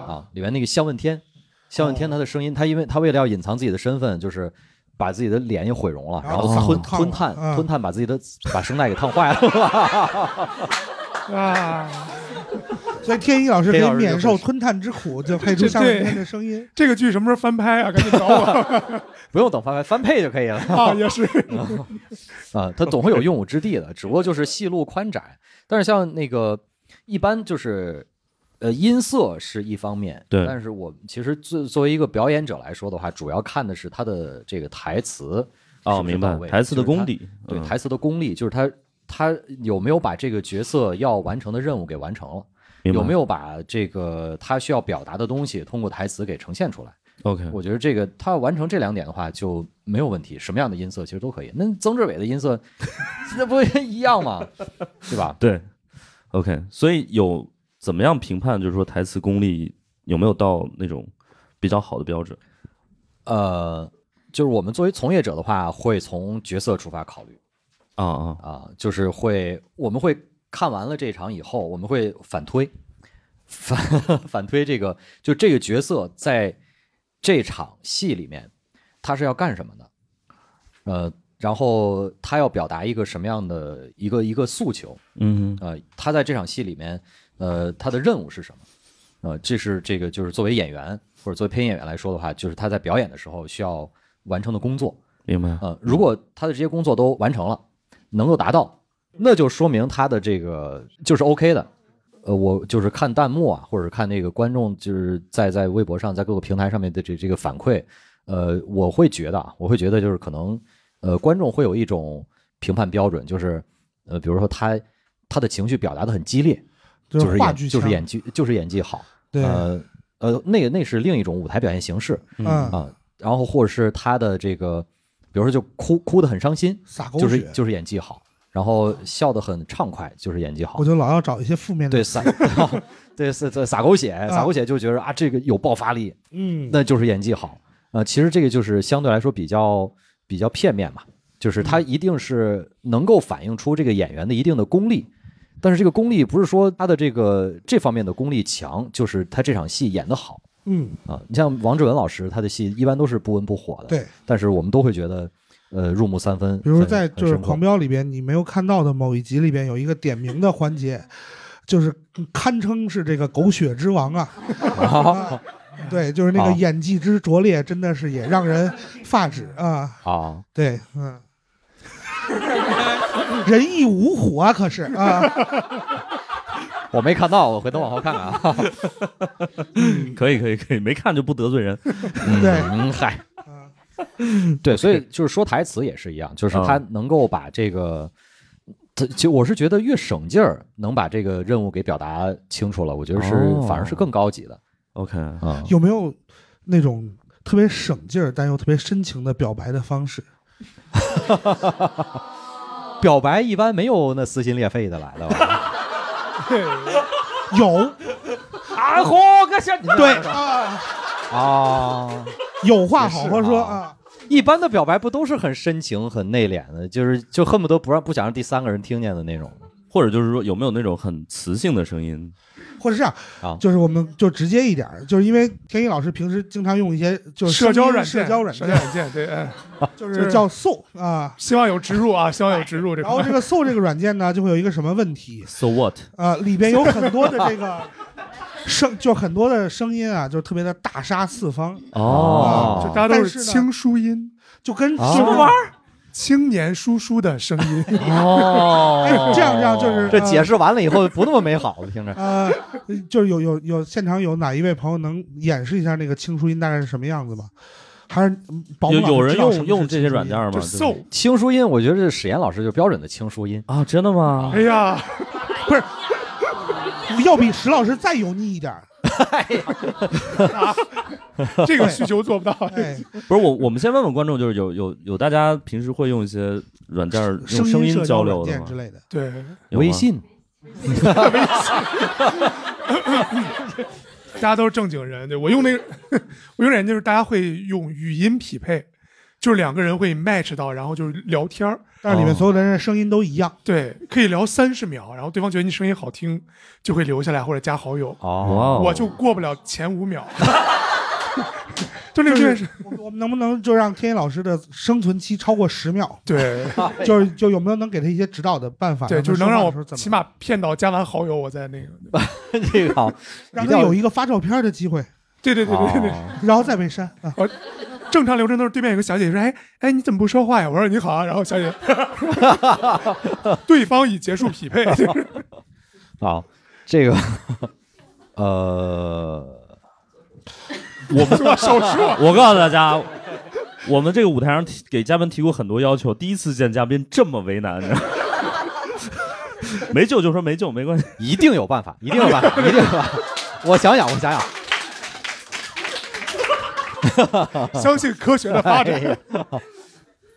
S4: 啊，里面那个向问天，向问天他的声音，他因为他为了要隐藏自己的身份，就是把自己的脸也毁容了，然
S2: 然
S4: 后
S2: 后
S4: 吞
S2: 烫
S4: 吞
S2: 了
S4: 炭
S2: 嗯
S4: 吞炭把自己的把声带给烫坏了。
S3: 啊，
S2: 所以天一老师可
S4: 天一
S2: 以
S4: 老师就
S2: 免
S4: 会
S2: 受
S4: 是
S2: 吞炭之苦，就配出
S3: 这
S2: 夏天
S3: 对
S2: 的声音。
S3: 这个剧什么时候翻拍啊？赶紧找我
S4: 不用等翻拍翻配就可以了
S3: 啊！也是，
S4: 啊，他总会有用武之地的，只不过就是戏路宽窄。但是像那个一般就是。呃，音色是一方面，
S1: 对
S4: 但是我其实作作为一个表演者来说的话，主要看的是他的这个台词
S1: 哦，
S4: 是不是
S1: 明
S4: 到
S1: 白
S4: 位，
S1: 台词的
S4: 就是他
S1: 功底，
S4: 对
S1: 嗯
S4: 台词的功力，就是他他有没有把这个角色要完成的任务给完成了，
S1: 明白
S4: 有没有把这个他需要表达的东西通过台词给呈现出来？
S1: ？OK，
S4: 我觉得这个他完成这两点的话就没有问题，什么样的音色其实都可以。那曾志伟的音色， 那不一样吗？对吧？
S1: 对，OK，所以有怎么样评判，就是说台词功力有没有到那种比较好的标准？
S4: 呃，就是我们作为从业者的话，会从角色出发考虑。
S1: 啊啊，
S4: 啊，就是会我们会看完了这场以后，我们会反推，反 反推这个就这个角色在这场戏里面他是要干什么的，呃，然后他要表达一个什么样的一个一个诉求，
S1: 嗯
S4: 呃，他在这场戏里面，呃，他的任务是什么？呃，这是这个就是作为演员或者作为配音演员来说的话，就是他在表演的时候需要完成的工作。
S1: 哼，明白。
S4: 呃，如果他的这些工作都完成了，能够达到，那就说明他的这个就是 OK 的。呃，我就是看弹幕啊，或者看那个观众就是在在微博上，在各个平台上面的这这个反馈，呃，我会觉得啊，我会觉得就是可能，呃，观众会有一种评判标准，就是呃，比如说他他的情绪表达的很激烈，
S2: 就
S4: 就是
S2: 是话
S4: 演
S2: 剧
S4: 就是
S2: 腔
S4: 演技就是演技好，
S2: 对
S4: 呃呃，那个那是另一种舞台表现形式，
S2: 嗯，
S4: 啊，然后或者是他的这个，比如说就哭哭得很伤心，
S2: 撒狗血，
S4: 就是就是演技好；然后笑得很畅快，就是演技好
S2: 我。就老要找一些负面的。
S4: 对，撒 对撒撒撒狗血，撒狗血就觉得啊，这个有爆发力，
S2: 嗯，
S4: 那就是演技好。呃，其实这个就是相对来说比较比较片面嘛，就是他
S2: 嗯
S4: 一定是能够反映出这个演员的一定的功力，但是这个功力不是说他的这个这方面的功力强，就是他这场戏演得好。
S2: 嗯，
S4: 啊，你像王志文老师，他的戏一般都是不温不火的，
S2: 对。
S4: 但是我们都会觉得，呃，入木三分。
S2: 比如
S4: 很
S2: 在
S4: 很
S2: 就是《
S4: 深刻
S2: 狂飙》里边，你没有看到的某一集里边有一个点名的环节，就是堪称是这个狗血之王啊。啊 对，就是那个
S4: 啊
S2: 演技之拙劣，真的是也让人 发指啊！
S4: 啊，
S2: 对，嗯，仁义无虎啊，可是啊，
S4: 我没看到，我回头往后看看啊。
S1: 可以可 以可以，没看就不得罪 人。
S2: 对，
S4: 嗯，嗨
S2: 啊，
S4: 对，所以就是说台词也是一样，就是
S1: 嗯
S4: 他能够把这个，他其实我是觉得越省劲儿，能把这个任务给表达清楚了，我觉得是、
S1: 哦
S4: 反而是更高级的
S1: OK，
S4: 啊。
S2: 有没有那种特别省劲儿但又特别深情的表白的方式？
S4: 表白一般没有那撕心裂肺的来 的吧？
S2: 有，
S4: 啊，火个线，
S2: 对 啊，
S4: 啊。
S2: 有话好好说
S4: 也是啊
S2: 啊。
S4: 一般的表白不都是很深情、很内敛的，就是就恨不得不让不想让第三个人听见的那种
S1: 或者就是说有没有那种很磁性的声音？
S2: 或者这样
S4: 啊
S2: 就是我们就直接一点儿，就是因为天一老师平时经常用一些就是
S3: 社
S2: 声
S3: 交
S2: 音
S3: 软件，
S2: 社交软
S3: 社
S2: 件，
S3: 交软件，对，哎
S2: 就是叫 So 啊。
S3: 希望有植入啊，希望有植入这
S2: 然后
S3: 个
S2: 这 个 So 这个软件呢，就会有一个什么问题
S1: So what？
S2: 啊？里边有很多的这个声，就很多的声音啊，就是特别的大杀四方，
S3: 就
S4: 哦
S3: 大家都是
S2: 啊但是呢
S3: 轻舒音，
S2: 就跟
S4: 啊
S2: 什么玩意儿？
S3: 青年叔叔的声音。
S4: 哦
S2: 哎这样这样就是
S4: 这解释完了以后不那么美好了，听着
S2: 呃，就是有有有现场有哪一位朋友能演示一下那个轻熟音大概是什么样子吗？还是嗯保姆
S1: 有
S2: 老师
S1: 有人
S2: 知道什么
S1: 用
S2: 是
S1: 用这些
S2: 轻熟
S1: 软
S2: 音
S1: 件吗？
S3: 就
S1: 就是
S3: 搜，
S4: 轻舒音，我觉得这史岩老师就是标准的轻舒音，
S1: 啊， 真的吗？
S3: 哎呀，
S2: 要比石老师再油腻一点儿。
S3: 哎这个需求做不到。
S2: 哎
S1: 不是我，我们先问问观众，就是有有有大家平时会用一些软件儿用声音交流的吗？
S2: 的，
S3: 对，
S1: 有吗微信
S3: 微信，大家都是正经人。对我用那个，我用软件就是大家会用语音匹配，就是两个人会 match 到，然后就是聊天儿。
S2: 但是
S4: 哦
S2: 里面所有的人的声音都一样。
S3: 对，可以聊三十秒，然后对方觉得你声音好听，就会留下来或者加好友。
S1: 哦
S3: 我就过不了前五秒。就
S2: 那
S3: 个
S2: 是，我们能不能就让天一老师的生存期超过十秒？
S3: 对
S2: 就是就有没有能给他一些指导的办法？
S3: 对，就是能让
S2: 让
S3: 我起码骗到加完好友，我再那个。
S4: 这个好，
S2: 让他有一个发照片的机会。
S3: 对对对对对
S2: 哦，然后再被删啊。
S3: 正常流程都是对面有个小姐姐说：“哎哎，你怎么不说话呀？”我说：“你好。”啊。”然后小姐，对方已结束匹配。就是
S4: 好，这个呃，
S1: 我们
S3: 我手是我
S1: 我告诉大家，我们这个舞台上提给嘉宾提过很多要求，第一次见嘉宾这么为难，你知道吗 没救就说没救，没关系，
S4: 一定有办法，一定有办法，一定有办法。我想想，我想想，
S3: 相信科学的发展。
S4: 哎呀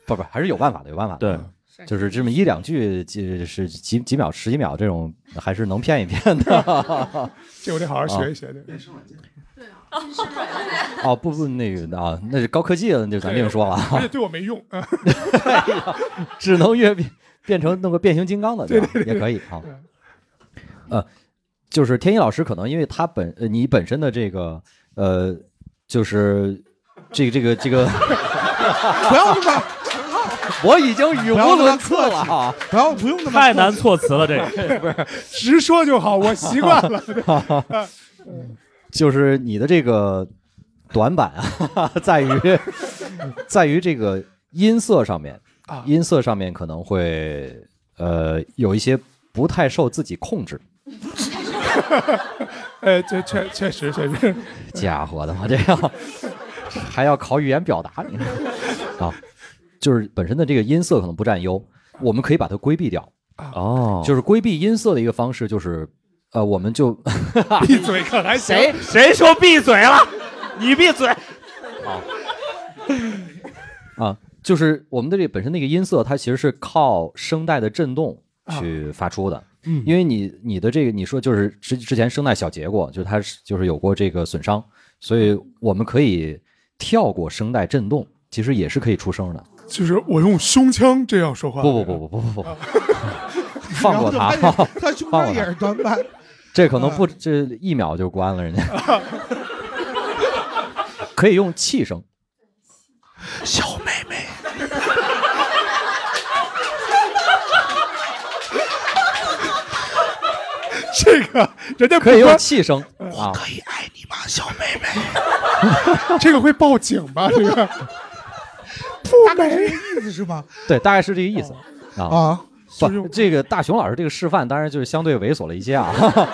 S4: 不不，还是有办法的，有办法的。
S1: 对
S4: 就是这么一两句，几是几几秒、十几秒这种，还是能骗一骗的
S3: 这我得好好学一学。对，
S4: 哦，不不，那个啊，那是高科技了，那就咱另说了啊
S3: 而。且对我没用。
S4: 只能越变变成弄个变形金刚的，
S3: 对
S4: 吧
S3: 对
S1: 哦
S3: 对
S4: 也可以 啊。呃，就是天一老师可能因为他本呃你本身的这个呃，就是这个这个这个，
S2: 不要这么，
S4: 我已经语
S2: 不
S4: 无
S2: 要这么
S4: 伦次
S2: 客
S4: 了
S2: 气，
S4: 啊。
S2: 不要不用那么
S1: 太难
S2: 客气
S1: 措辞了，这个。
S4: 不是，
S3: 直说就好，我习惯 了。
S4: 就是你的这个短板啊， 在于在于这个音色上面
S3: 啊
S4: 音色上面可能会呃有一些不太受自己控制。
S3: 呃，这确确实确实，
S4: 家伙的嘛，这样还要考语言表达你啊，就是本身的这个音色可能不占优，我们可以把它规避掉。
S1: 哦，
S4: 就是规避音色的一个方式就是，呃，我们就
S3: 闭嘴可还行。
S1: 谁说闭嘴了？你闭嘴！
S4: 啊，就是我们的这个本身那个音色，它其实是靠声带的振动去发出的。
S2: 啊嗯
S4: 因为你你的这个你说就是之之前声带小结过，就是它是就是有过这个损伤，所以我们可以跳过声带振动，其实也是可以出声的。
S3: 就是我用胸腔这样说话。
S4: 不不不不不不不，放过他
S2: 哦然后 就发
S4: 放过
S2: 现，他胸腔也
S4: 他，
S2: 是啊短 板，
S4: 这可能不这一秒就关了 人家。可以用气声，
S2: 小妹妹。
S3: 这个人家不
S4: 可以用
S3: 关，
S4: 气 声啊，
S2: 可以爱你吗，小妹妹？
S3: 这个会报警吧？这 个
S2: 大概是这个意思是吗？
S4: 对，大概是这个意思啊。
S2: 啊，
S4: 不，这个大熊老师这个示范当然就是相对猥琐了一些啊。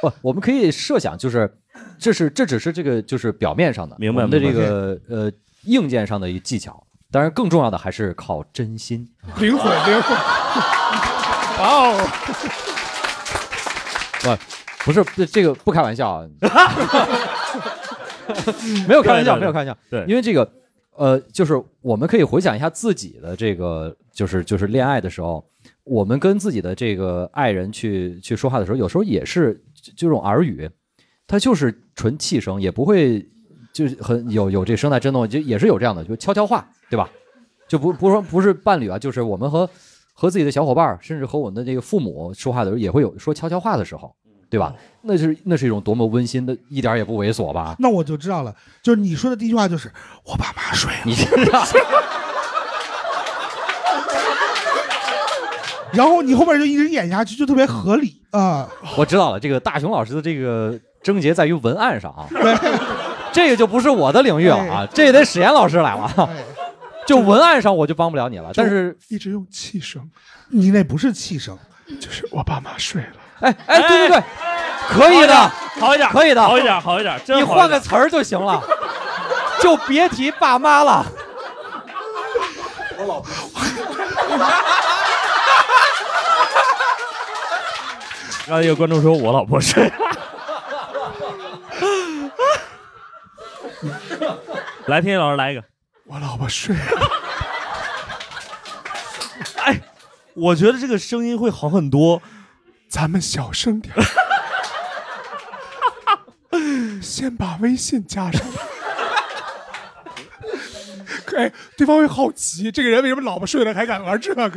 S4: 不，我们可以设想，就是这是这只是这个就是表面上的，
S1: 明白
S4: 我们的这
S1: 明白
S4: 个呃硬件上的一个技巧。当然，更重要的还是靠真心。
S3: 灵魂灵 魂。哇哦！
S4: 不，不是这这个不开玩笑啊， 没有开玩笑，
S1: 对对对
S4: 没有开玩笑，
S1: 对
S4: 因为这个，呃，就是我们可以回想一下自己的这个，就是就是恋爱的时候，我们跟自己的这个爱人去去说话的时候，有时候也是这这种耳语，它就是纯气声，也不会就是很有有这声带震动，就也是有这样的，就悄悄话，对吧？就不不说不是伴侣啊，就是我们和和自己的小伙伴儿，甚至和我们的这个父母说话的时候，也会有说悄悄话的时候，对吧？那是那是一种多么温馨的，一点儿也不猥琐吧？
S2: 那我就知道了，就是你说的第一句话就是我爸妈睡了，
S4: 你知道
S2: 然后你后边就一直演下去，就特别合理啊。
S4: 我知道了，这个大熊老师的这个症结在于文案上啊， 这个就不是我的领域了啊，
S3: 哎
S4: 这也得史岩老师来了啊。
S2: 哎
S4: 就文案上我就帮不了你
S2: 啊
S4: 了，但是
S3: 一直用气声，
S2: 你那不是气声，
S3: 就是我爸妈睡了。
S4: 哎哎，对对对，可以的，
S1: 好一点，
S4: 可以的
S1: 好一点，好一点。真
S4: 你
S1: 好一
S4: 换个
S1: 点
S4: 词儿就行了，就别提爸妈了。
S1: 让一个观众说：“我老婆是。” 来，天一老师来一个。
S3: 我老婆睡了。
S1: 哎，我觉得这个声音会好很多。
S3: 咱们小声点， 先把微信加上。 哎，对方会好奇，这个人为什么老婆睡了还敢玩这个？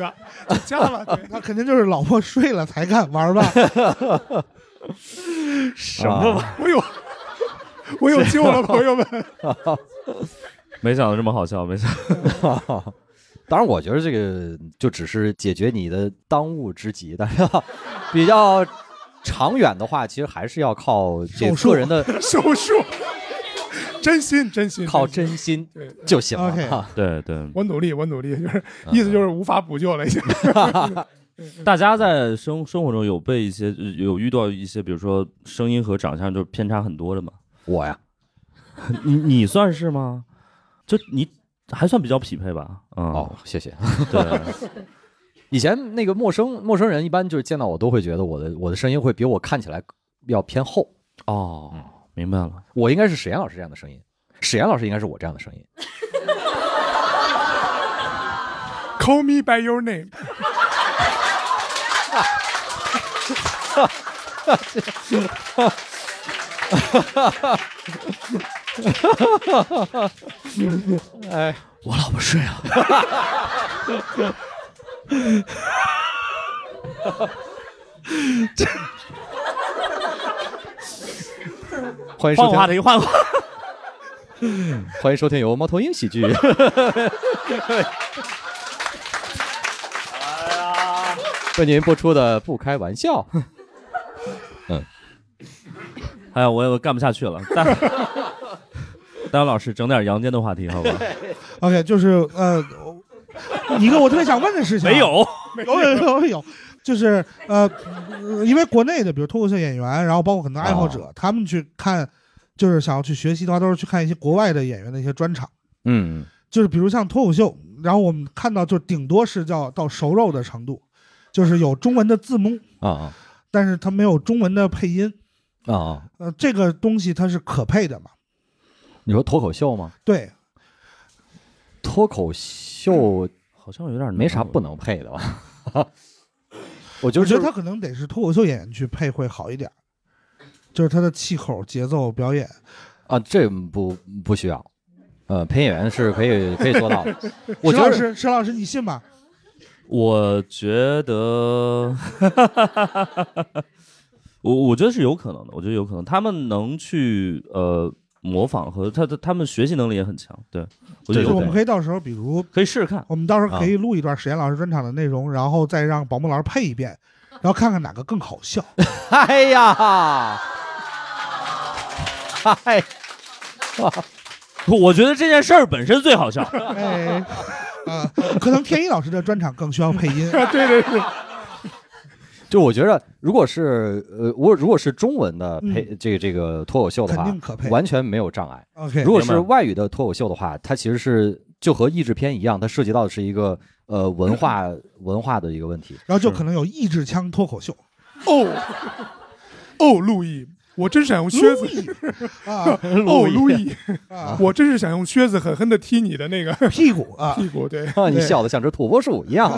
S3: 就加了，对
S2: 那肯定就是老婆睡了才敢玩吧？
S1: 什么玩
S4: 啊
S1: 意儿？
S3: 我有，我有救了，朋友们。
S1: 没想到这么好笑，没想到。
S4: 当然，我觉得这个就只是解决你的当务之急，但是 比较长远的话，其实还是要靠这
S2: 手术
S4: 个人的
S3: 手术，真心真心
S4: 靠
S3: 真
S4: 真
S3: 心。
S4: 心
S3: 对，
S4: 就行
S2: OK
S4: 了。 哈
S1: 对对，
S3: 我努力，我努力，就是意思就是无法补救了，已经。
S1: 大家在生生活中有被一些呃有遇到一些，比如说声音和长相就是偏差很多的吗？
S4: 我呀，
S1: 你你算是吗？就你还算比较匹配吧？嗯，
S4: 哦，谢谢。
S1: 对，
S4: 以前那个陌生陌生人，一般就是见到我都会觉得我的我的声音会比我看起来要偏厚。嗯
S1: 哦，明白了。
S4: 我应该是史岩老师这样的声音，史岩老师应该是我这样的声音。
S3: Call me by your name，
S2: 哎
S1: 我老婆睡啊 了。
S4: 欢迎收
S1: 换
S4: 听
S1: 个，话题，换个话题。
S4: 欢迎收听由猫头鹰喜剧。
S1: 哎
S4: 为您播出的不开玩笑，
S1: 哎呀，我我干不下去了。大 大姚老师，整点阳间的话题，好吧？
S2: OK，就是呃，一个我特别想问的事情啊，
S1: 没 有，
S2: 有有有有，就是呃，因为国内的，比如脱口秀演员，然后包括很多爱好者，
S1: 啊
S2: 他们去看，就是想要去学习的话，都是去看一些国外的演员的一些专场，
S4: 嗯，
S2: 就是比如像脱口秀，然后我们看到就顶多是叫到熟肉的程度，就是有中文的字幕，
S4: 啊啊
S2: 但是它没有中文的配音，
S4: 啊啊！
S2: 呃，这个东西它是可配的嘛？
S4: 你说脱口秀吗？
S2: 对，
S4: 脱口秀
S1: 好像有点
S4: 没啥不能配的吧？ 我就
S2: 我
S4: 是
S2: 觉得他可能得是脱口秀演员去配会好一点儿，就是他的气口、节奏、表演。
S4: 啊，这不不需要，呃，配音演员是可以可以做到的。 我
S2: 石
S4: 觉
S2: 老
S4: 得
S2: 师，石老师，你信吗？
S1: 我觉得， 我我觉得是有可能的，我觉得有可能，他们能去呃模仿和他他他们学习能力也很强，对我觉
S4: 对
S1: 得有
S2: 就是
S1: 可
S2: 我
S1: 能
S2: 们可以到时候，比如
S1: 可以试试看。
S2: 我们到时候可以录一段史岩老师专场的内容，然后再让宝木老师配一遍，然后看看哪个更好笑。
S4: 哎呀，哎，
S1: 我觉得这件事儿本身最好笑，
S2: 哎，啊，可能天一老师的专场更需要配音。
S3: 对对对，
S4: 就我觉着，如果是呃，我如果是中文的配、这个这个脱口秀的
S2: 嗯肯
S4: 话
S2: 定可配，
S4: 完全没有障碍。
S2: OK，
S4: 如果
S1: 明
S4: 是
S1: 白
S4: 外语的脱口秀的话，它其实是就和译制片一样，它涉及到的是一个呃文化文化的一个问题。
S2: 然后就可能有意志腔脱口秀
S3: 哦哦，路易，我真想用靴子。
S2: 啊
S3: 哦，路易，哦
S2: 啊，
S3: 我真是想用靴子狠狠的踢你 的那个
S2: 屁股啊，
S3: 屁股，对，
S4: 啊，你笑得像只土拨鼠一样。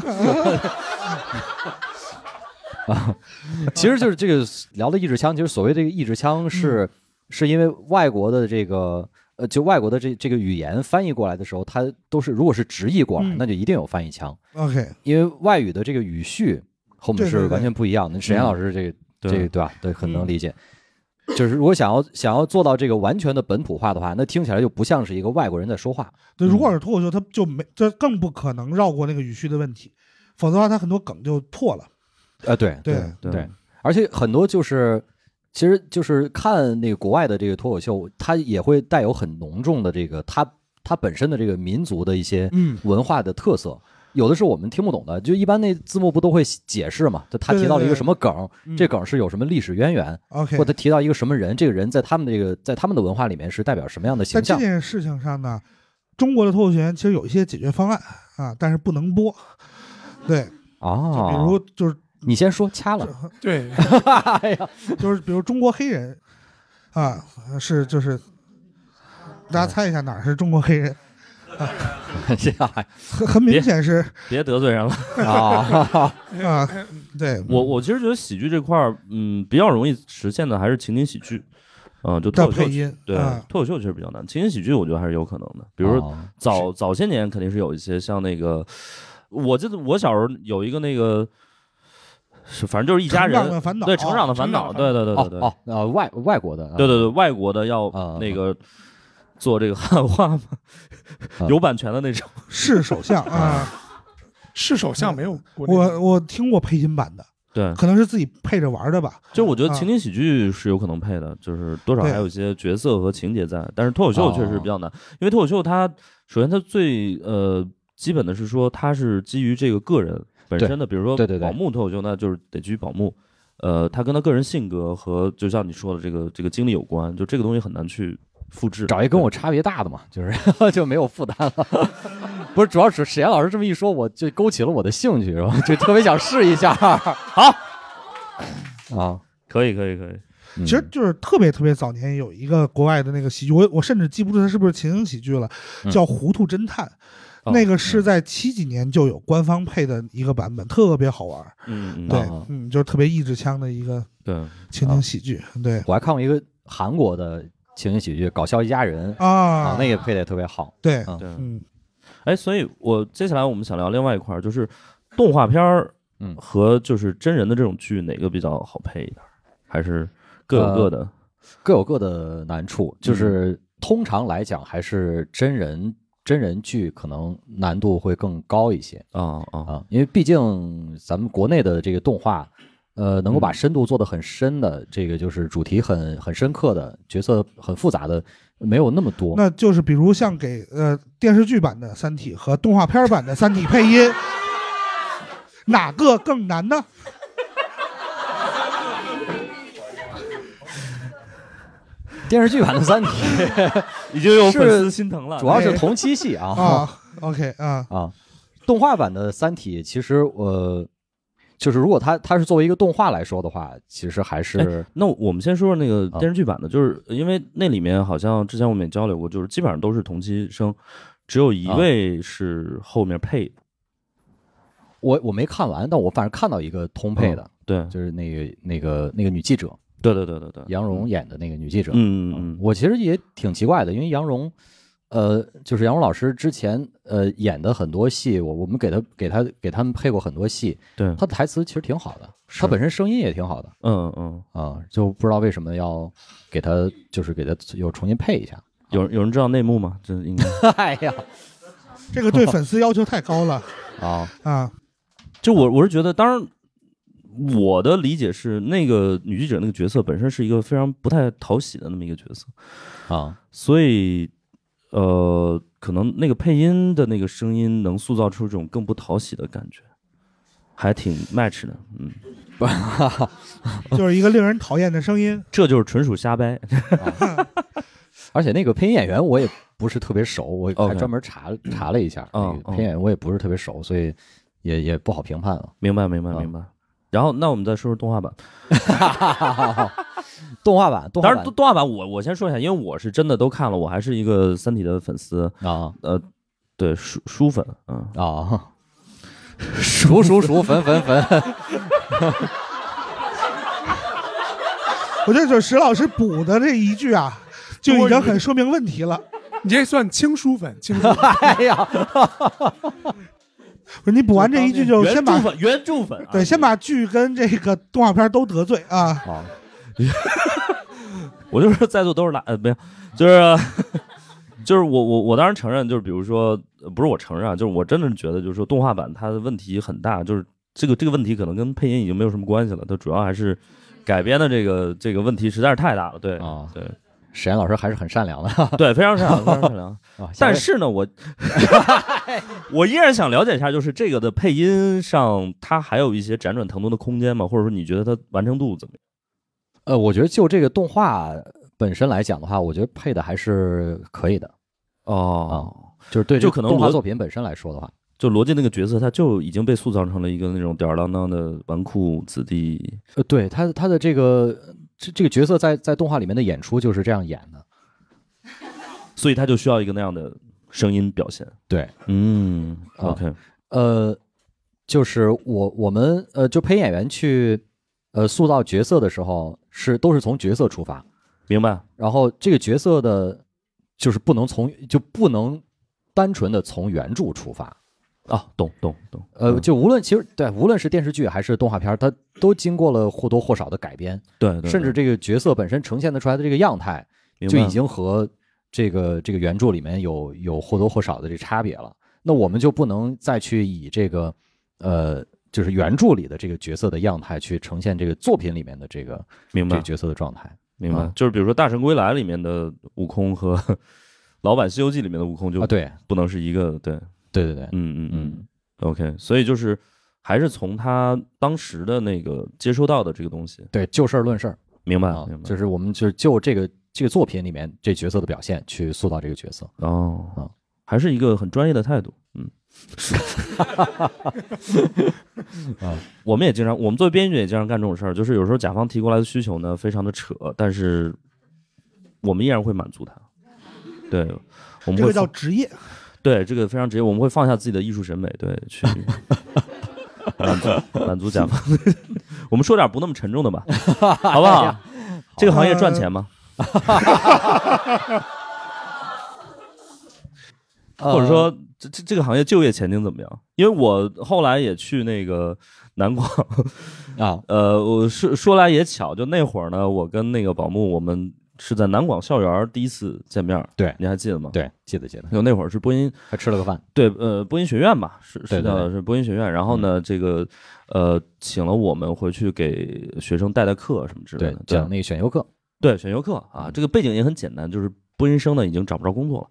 S4: 啊， 其实就是这个聊的意志腔，其实所谓这个意志腔
S2: 嗯
S4: 是、是因为外国的这个呃，就外国的这这个语言翻译过来的时候，它都是如果是直译过来，
S2: 嗯
S4: 那就一定有翻译腔，
S2: OK，
S4: 因为外语的这个语序和我们
S2: 对对
S4: 是
S2: 对嗯
S4: 完全不一样的。沈岩老师这个
S1: 对
S4: 这个对吧？对，很能理解。就是如果想要想要做到这个完全的本土化的话，那听起来就不像是一个外国人在说话。
S2: 对，如果
S4: 嗯
S2: 是脱口秀，他就没，这更不可能绕过那个语序的问题，否则的话，他很多梗就破了。
S4: 呃，对
S2: 对，
S1: 对
S4: 对，而且很多就是，其实就是看那个国外的这个脱口秀，它也会带有很浓重的这个它它本身的这个民族的一些
S2: 嗯，
S4: 文化的特色。有的是我们听不懂的，就一般那字幕不都会解释嘛？就他
S2: 对对
S4: 提到了一个
S2: 对
S4: 什么梗儿，
S2: 嗯
S4: 这梗儿是有什么历史渊源，
S2: OK，
S4: 或者提到一个什么人，这个人在他们这个在他们的文化里面是代表什么样的
S2: 在
S4: 形
S2: 这
S4: 象？
S2: 件事情上呢，中国的脱口秀演员其实有一些解决方案啊，但是不能播。对，就
S4: 哦，
S2: 比如就是、
S4: 你先说掐了，
S3: 对，
S4: 哎呀，
S2: 就是比如中国黑人啊，是就是大家猜一下哪儿是中国黑人？
S4: 这样
S2: 很很明显是
S1: 别得罪人了
S4: 啊！
S2: 啊，对，
S1: 我我其实觉得喜剧这块儿，嗯，比较容易实现的还是情景喜剧，嗯、就脱
S2: 到
S1: 口秀
S2: 配音，
S1: 对
S2: 啊，
S1: 脱口秀其实比较难，情景喜剧我觉得还是有可能的。比如说
S4: 啊
S1: 早早些年肯定是有一些像那个，我记得我小时候有一个那个，是反正就是一家
S2: 成长
S1: 人
S2: 的烦恼，
S1: 对成长的烦恼，
S3: 成
S1: 对
S3: 长
S1: 对对对对，
S4: 哦哦，呃，外外国的，啊
S1: 对对对，外国的要
S4: 啊
S1: 那个做这个汉化嘛，
S4: 啊
S1: 有版权的那种。
S2: 是首相啊，
S3: 是首相没有国内
S2: 我我听过配音版的，
S1: 对，
S2: 可能是自己配着玩的吧。
S1: 就我觉得
S2: 啊
S1: 情景喜剧是有可能配的，就是多少
S2: 对
S1: 还有一些角色和情节在，但是脱口秀
S4: 哦
S1: 确实比较难，因为脱口秀它首先它最呃基本的是说它是基于这个个人本身的，比如说
S4: 对对对
S1: 宝木脱口秀，那就是得基于宝木。呃，他跟他个人性格和就像你说的这个这个经历有关，就这个东西很难去复制。
S4: 找一跟我差别大的嘛，就是 就没有负担了。 不是，主要是史岩老师这么一说，我就勾起了我的兴趣，然后 就特别想试一下。 好，啊，
S1: 可以可以可以，
S4: 其
S2: 其实就是特别特别早年有一个国外的那个喜剧，我我甚至记不住它是不是情景喜剧了，
S4: 嗯
S2: 叫《糊涂侦探》，
S1: 哦
S2: 那个是在七几年就有官方配的一个版本，特别好玩儿。
S1: 嗯嗯
S2: 对
S4: 啊，
S2: 嗯，就是特别意志腔的一个
S1: 对，
S2: 情景喜剧。对
S4: 我还看过一个韩国的情景喜剧《搞笑一家人》
S2: 啊，
S4: 那个配的也特别好。
S2: 对，
S4: 啊
S1: 对
S2: 嗯，
S1: 哎，所以我接下来我们想聊另外一块儿，就是动画片儿，
S4: 嗯
S1: 和就是真人的这种剧哪个比较好配一点儿？还是各有
S4: 呃
S1: 各的？嗯
S4: 各有各的难处，就是通常来讲还是真人真人剧可能难度会更高一些
S1: 啊啊，
S4: 啊，因为毕竟咱们国内的这个动画，呃，能够
S1: 嗯
S4: 把深度做得很深的，这个就是主题很很深刻的，角色很复杂的，没有那么多。
S2: 那就是比如像给呃电视剧版的《三体》和动画片版的《三体》配音，哪个更难呢？
S4: 电视剧版的《三体》
S1: 已经有
S4: 是
S1: 粉丝心疼了。
S4: 主要是同期戏啊
S2: 啊，OK 啊，
S4: 啊，动画版的《三体》其实呃，就是如果它它是作为一个动画来说的话，其实还是
S1: 哎那我们先说说那个
S4: 啊
S1: 电视剧版的，就是因为那里面好像之前我们也交流过，就是基本上都是同期声，只有一
S4: 啊
S1: 位是后面配的。
S4: 我我没看完，但我反正看到一个通配的，
S1: 嗯对
S4: 就是那个那个那个女记者
S1: 对对对对对，
S4: 杨蓉演的那个女记者。
S1: 嗯嗯嗯，
S4: 我其实也挺奇怪的，因为杨蓉，呃，就是杨蓉老师之前呃演的很多戏，我我们给她给她给他们配过很多戏，
S1: 对，
S4: 她的台词其实挺好的，她本身声音也挺好的
S1: 嗯嗯，
S4: 啊、就不知道为什么要给她就是给她又重新配一下。
S1: 有人有人知道内幕吗？这 应该。
S4: 哎呀，
S2: 这个对粉丝要求太高了
S4: 啊，
S2: 啊。
S1: 就我我是觉得，当然我的理解是，那个女记者那个角色本身是一个非常不太讨喜的那么一个角色，
S4: 啊，
S1: 所以呃，可能那个配音的那个声音能塑造出这种更不讨喜的感觉，还挺 match 的， 嗯，
S2: 就是一个令人讨厌的声音。
S1: 这就是纯属瞎掰，
S4: 啊 而且那个配音演员我也不是特别熟，我
S1: OK
S4: 还专门查查了一下，
S1: 嗯
S4: 那个配音演员我也不是特别熟，所以也也不好评判了。
S1: 明白明白
S4: 啊
S1: 明白。然后，那我们再说说动画版。
S4: 动画版，动
S1: 当
S4: 画
S1: 然，
S4: 版
S1: 动动画版我我先说一下，因为我是真的都看了，我还是一个《三体》的粉丝，
S4: 啊
S1: 呃，对书书粉，嗯，
S4: 啊， 熟熟熟，粉粉粉，
S2: 我觉得就是石老师补的这一句啊，就已经很说明问题了。
S3: 你这算轻书粉， 轻书粉
S4: 哎呀，
S2: 不是你补完这一句就先
S1: 原著
S2: 把
S1: 粉，原著粉啊，
S2: 对先把剧跟这个动画片都得罪啊。
S4: 啊，
S1: 我就是在座都是垃，呃，没有，就是 就是我我我当然承认，就是比如说，呃不是我承认啊，就是我真的觉得，就是说动画版它的问题很大，就是这个这个问题可能跟配音已经没有什么关系了，它主要还是改编的这个这个问题实在是太大了，对、
S4: 啊
S1: 对
S4: 史岩老师还是很善良的
S1: 对，非常善良，非常善良。
S4: 啊，下
S1: 但
S4: 位
S1: 是呢，我我依然想了解一下，就是这个的配音上，它还有一些辗转腾挪的空间吗？或者说你觉得它完成度怎么样？
S4: 呃，我觉得就这个动画本身来讲的话，我觉得配的还是可以的，啊
S1: 哦
S4: 就是对这
S1: 就可能
S4: 动画
S1: 我
S4: 作品本身来说的话，
S1: 就罗辑那个角色，他就已经被塑造成了一个那种吊儿郎当的纨绔子弟。
S4: 呃，对他他的这个这这个角色在在动画里面的演出就是这样演的。
S1: 所以他就需要一个那样的声音表现。
S4: 对，
S1: 嗯
S4: 啊
S1: ，OK，
S4: 呃，就是我我们呃，就配音演员去呃塑造角色的时候，是都是从角色出发，
S1: 明白。
S4: 然后这个角色的，就是不能从就不能单纯的从原著出发，
S1: 啊，懂懂懂。
S4: 呃，
S1: 嗯
S4: 就无论其实对，无论是电视剧还是动画片儿，它都经过了或多或少的改编，
S1: 对对对，
S4: 甚至这个角色本身呈现得出来的这个样态，
S1: 明
S4: 就
S1: 白
S4: 已经和这个这个原著里面有有或多或少的这差别了。那我们就不能再去以这个呃，就是原著里的这个角色的样态去呈现这个作品里面的这个
S1: 明
S4: 这
S1: 白
S4: 个角色的状态。
S1: 明白
S4: 啊，
S1: 就是比如说《大圣归来》里面的悟空和 《老版西游记》里面的悟空就
S4: 啊，对
S1: 不能是一个对，
S4: 对对对，
S1: 嗯嗯嗯
S4: 嗯，
S1: ，OK，所以就是还是从他当时的那个接收到的这个东西，
S4: 对，就事儿论事儿
S1: 明白
S4: 啊
S1: 明，白，
S4: 就是我们就是就这个这个作品里面这角色的表现去塑造这个角色。啊
S1: 哦，还是一个很专业的态度，嗯。
S4: 啊，
S1: 我们也经常，我们作为编剧也经常干这种事儿，就是有时候甲方提过来的需求呢，非常的扯，但是我们依然会满足他。对，我们
S2: 这
S1: 会
S2: 个叫
S1: 放
S2: 职业，
S1: 对这个非常直接，我们会放下自己的艺术审美，对， 去满足满足甲方。 我们说点不那么沉重的吧，好不
S2: 哎
S1: 好？这个行业
S2: 啊
S1: 赚钱吗？ 或
S4: 嗯
S1: 者说这这这个行业就业前景怎么样？因为我后来也去那个南广，
S4: 呃啊，
S1: 呃，我是说来也巧，就那会儿呢，我跟那个宝木，我们是在南广校园儿第一次见面儿，
S4: 对
S1: 你还记得吗？，
S4: 对，记得记得，
S1: 就那会儿是播音，
S4: 还吃了个饭。
S1: 对，呃，播音学院吧，是
S4: 对
S1: 是
S4: 对
S1: 的，
S4: 对嗯
S1: 是播音学院。然后呢，这个呃，请了我们回去给学生代代课什么之类
S4: 对
S1: 的，，
S4: 讲那个选修课，嗯
S1: 对，选修课啊，这个背景也很简单，就是播音生呢已经找不着工作了，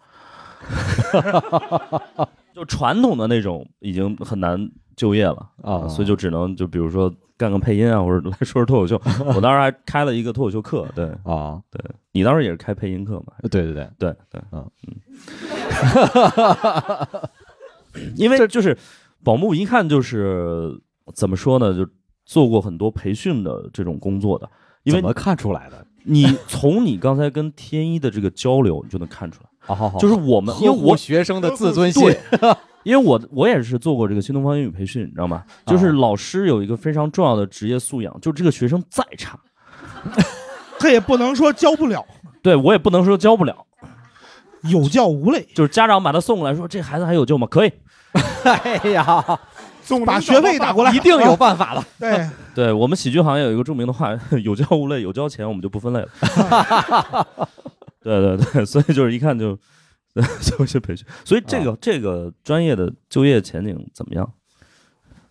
S1: 就传统的那种已经很难就业了
S4: 啊
S1: 所以就只能就比如说干个配音啊，或者来说说脱 口秀。我当时还开了一个脱口秀课，对
S4: 啊，
S1: 对，你当时也是开配音课嘛？
S4: 对对对，
S1: 对对，
S4: 嗯
S1: 嗯， 因为就是宝木一看就是怎么说呢，就做过很多培训的这种工作的，因为
S4: 怎么看出来的？
S1: 你从你刚才跟天一的这个交流，你就能看出来，
S4: 哦好好好，
S1: 就是我们，因为
S4: 呵护
S1: 我
S4: 学生的自尊心，
S1: 对 因为我我也是做过这个新东方英语培训，你知道吗？
S4: 啊
S1: 就是老师有一个非常重要的职业素养，就这个学生再差，
S2: 他也不能说教不了，
S1: 对我也不能说教不了，
S2: 有教无类，
S1: 就是家长把他送过来说这孩子还有救吗？可以，
S4: 哎呀，
S3: 总
S2: 把学费打过来，
S4: 一定有办法的。
S2: 对，
S1: 对我们喜剧行业有一个著名的话， 有教无类，有交钱我们就不分类了。对 对对，所以就是一看就 就去培训，所以
S4: 啊
S1: 这个、这个专业的就业前景怎么样？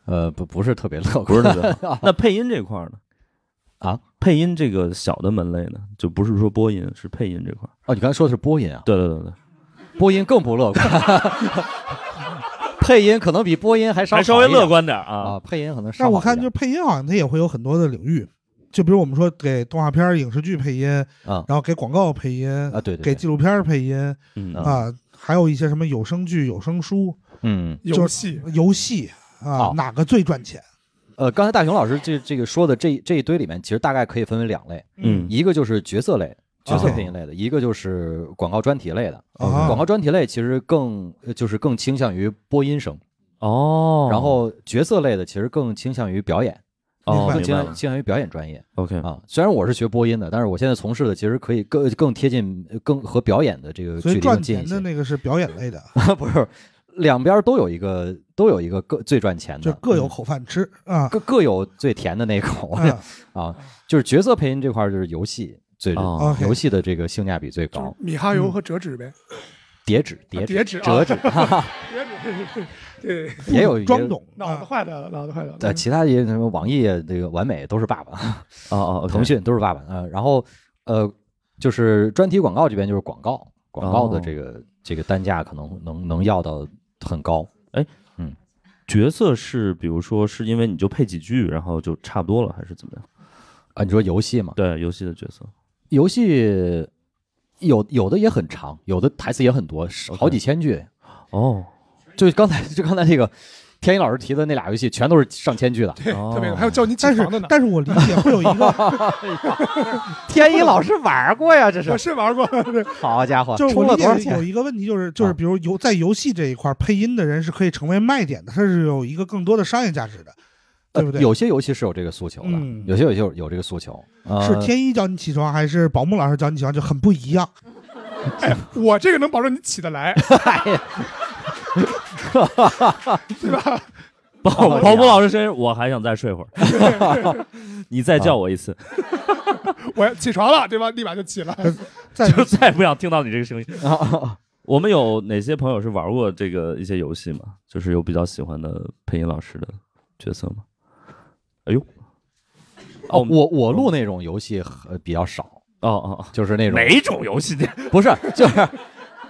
S4: 呃，不不是特别乐
S1: 不
S4: 观
S1: 是特别好。那配音这块儿呢？
S4: 啊，
S1: 配音这个小的门类呢，就不是说播音，是配音这块儿。
S4: 哦，你刚才说的是播音啊，
S1: 对对对对，
S4: 播音更不乐观， 配音可能比播音还稍
S1: 还稍微
S4: 好一点
S1: 乐观点儿啊。
S4: 啊，配音可能稍
S2: 但我
S4: 好一
S2: 看
S4: 点
S2: 就配音好像它也会有很多的领域，就比如我们说给动画片儿、影视剧配音，
S4: 嗯
S1: 啊
S2: 然后给广告配音，
S4: 啊，对对
S2: 给
S4: 对，
S2: 纪录片儿配音
S1: 嗯
S4: 啊
S2: 啊，还有一些什么有声剧、有声书、
S4: 嗯，
S3: 游戏，
S2: 游戏啊
S4: 哦，
S2: 哪个最赚钱？
S4: 呃，刚才大雄老师这这个说的这这一堆里面，其实大概可以分为两类，
S1: 嗯
S4: 一个就是角色类。角色
S2: 哦
S4: 配音类的，一个就是广告专题类的。
S2: 啊
S4: 广告专题类其实更呃就是更倾向于播音声，
S1: 哦，
S4: 然后角色类的其实更倾向于表演，
S1: 哦，
S4: 更
S1: 明白
S4: 倾
S1: 了
S4: 倾向于表演专业
S1: OK，
S4: 啊。虽然我是学播音的，但是我现在从事的其实可以更更贴近、更和表演的这个距
S2: 所以
S4: 离
S2: 赚
S4: 更近一
S2: 钱
S4: 些
S2: 的。那个是表演类的，
S4: 不是，两边都有一个都有一个各最赚钱
S2: 就
S4: 的，
S2: 各有
S4: 嗯
S2: 口饭吃啊。
S4: 各各有最甜的那口
S2: 嗯
S4: 啊。就是角色配音这块儿就是游戏最
S1: 哦
S2: ，OK，嗯
S4: 游戏的这个性价比最高，
S3: 米哈游和折纸呗，
S4: 叠纸
S3: 啊
S4: 叠
S3: 叠纸
S4: 折
S3: 啊
S4: 纸
S3: 别只对，
S4: 也有
S2: 装。懂
S3: 脑子
S2: 啊，
S3: 坏的，脑子坏的。嗯
S4: 呃，其他也什么网易啊这个完美都是爸爸，
S1: 哦哦，
S4: 腾讯都是爸爸啊、呃然后呃，就是专题广告这边就是广告，广告的
S1: 哦
S4: 这个、这个单价可能能能要到很高。
S1: 哎
S4: 嗯
S1: 角色是，比如说是因为你就配几句，然后就差不多了，还是怎么样？
S4: 啊，你说游戏嘛，
S1: 对，游戏的 角色
S4: 游戏有有的也很长，有的台词也很多，是好几千句。
S1: 哦，
S4: 就刚才就刚才那个天一老师提的那俩游戏全都是上千句的。
S3: 对，
S1: 哦
S3: 特别还有叫你起
S2: 但是
S3: 床的呢。
S2: 但是我理解会有一个，
S4: 天一老师玩过呀，这是
S3: 我是玩过，
S4: 好家 伙，
S2: 就是
S4: 充
S2: 我
S4: 了
S2: 理
S4: 多少
S2: 解有
S4: 钱？啊
S2: 一个问题，就是就是比如游在游戏这一块儿配音的人是可以成为卖点的，它是有一个更多的商业价值的，对不对？
S4: 呃有些游戏是有这个诉求的，
S2: 嗯
S4: 有些游戏有有这个诉求。呃
S2: 是天一教你起床还是保姆老师教你起床就很不一样。
S3: 我这个能保证你起 得来，
S4: 哎
S3: 对吧？哎
S1: 保
S4: 保姆
S1: 保姆老师真是，我还想再睡会儿， 你再叫我一次，
S3: 我要起床了，对吧？立马就起了。
S2: 在
S1: 就再也不想听到你这 个声音。
S4: 啊啊啊
S1: 我们有哪些朋友是玩过这个一些游戏吗？就是有比较喜欢的配音老师的角色吗？哎呦，哦
S4: 哦，我我录那种游戏呃比较少，
S1: 哦哦，
S4: 就是那种
S1: 种游戏？
S4: 不是，就是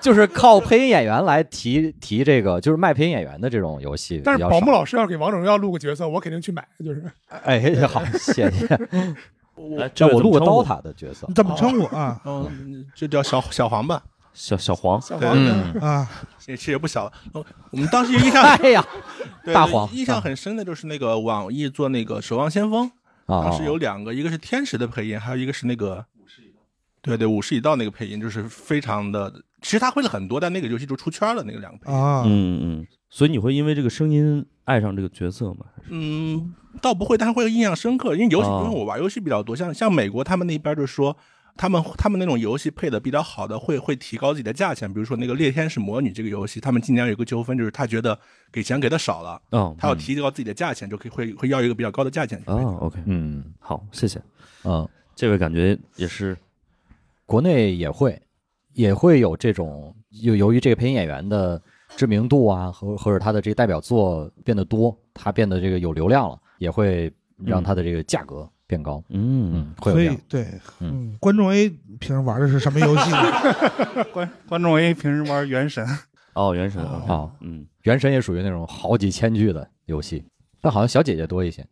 S4: 就是靠配音演员来提提这个，就是卖配音演员的这种游戏比较
S3: 但
S4: 少。
S3: 是宝木老师要给王者荣耀录个角色，我肯定去买，就是
S4: 哎，好，谢 谢。
S1: 哎，这
S4: 但
S1: 位
S4: 我录过
S1: 怎么称呼哦
S4: DOTA 的角色
S2: 你，怎么称呼啊
S8: 嗯，就叫小小黄吧，
S1: 小小黄，
S3: 小
S8: 对
S3: 黄。
S4: 嗯，
S2: 啊？
S8: 也是也不小了。我我们当时印 象
S4: 哎呀，
S8: 对
S4: 大黄
S8: 印象很深的就是那个网易做那个《守望先锋》，
S4: 啊，
S8: 当时有两个，一个是天使的配音，还有一个是那个对对武士一道那个配音，就是非常的。其实他会了很多，但那个游戏就出圈了。那个两个配音，
S2: 啊，
S1: 嗯嗯，所以你会因为这个声音爱上这个角色吗？还是
S8: 嗯，倒不会，但是会印象深刻，因为游戏，
S1: 哦
S8: 因为我玩游戏比较多，像像美国他们那边就说，他们他们那种游戏配的比较好的，会会提高自己的价钱。比如说那个《猎天使魔女》这个游戏，他们今年有一个纠纷，就是他觉得给钱给的少了，
S1: 哦，
S8: 他要提高自己的价钱，就可以会会要一个比较高的价钱。
S1: 嗯哦，OK，
S4: 嗯
S1: 好，谢谢。
S4: 嗯，
S1: 这位感觉也是
S4: 国内也会也会有这种，由由于这个配音演员的知名度啊，和或者他的这个代表作变得多，他变得这个有流量了，也会让他的这个价格变高。
S1: 嗯，
S4: 嗯，会有
S2: 所
S4: 这
S2: 以
S4: 样。
S2: 对，
S4: 嗯
S2: 嗯，观众 A 平时玩的是什么游戏？
S6: 观观众 A 平时玩《原神》，
S1: 哦，原神啊，
S4: 啊，
S1: 嗯，
S4: 原神也属于那种好几千句的游戏，但好像小姐姐多一些。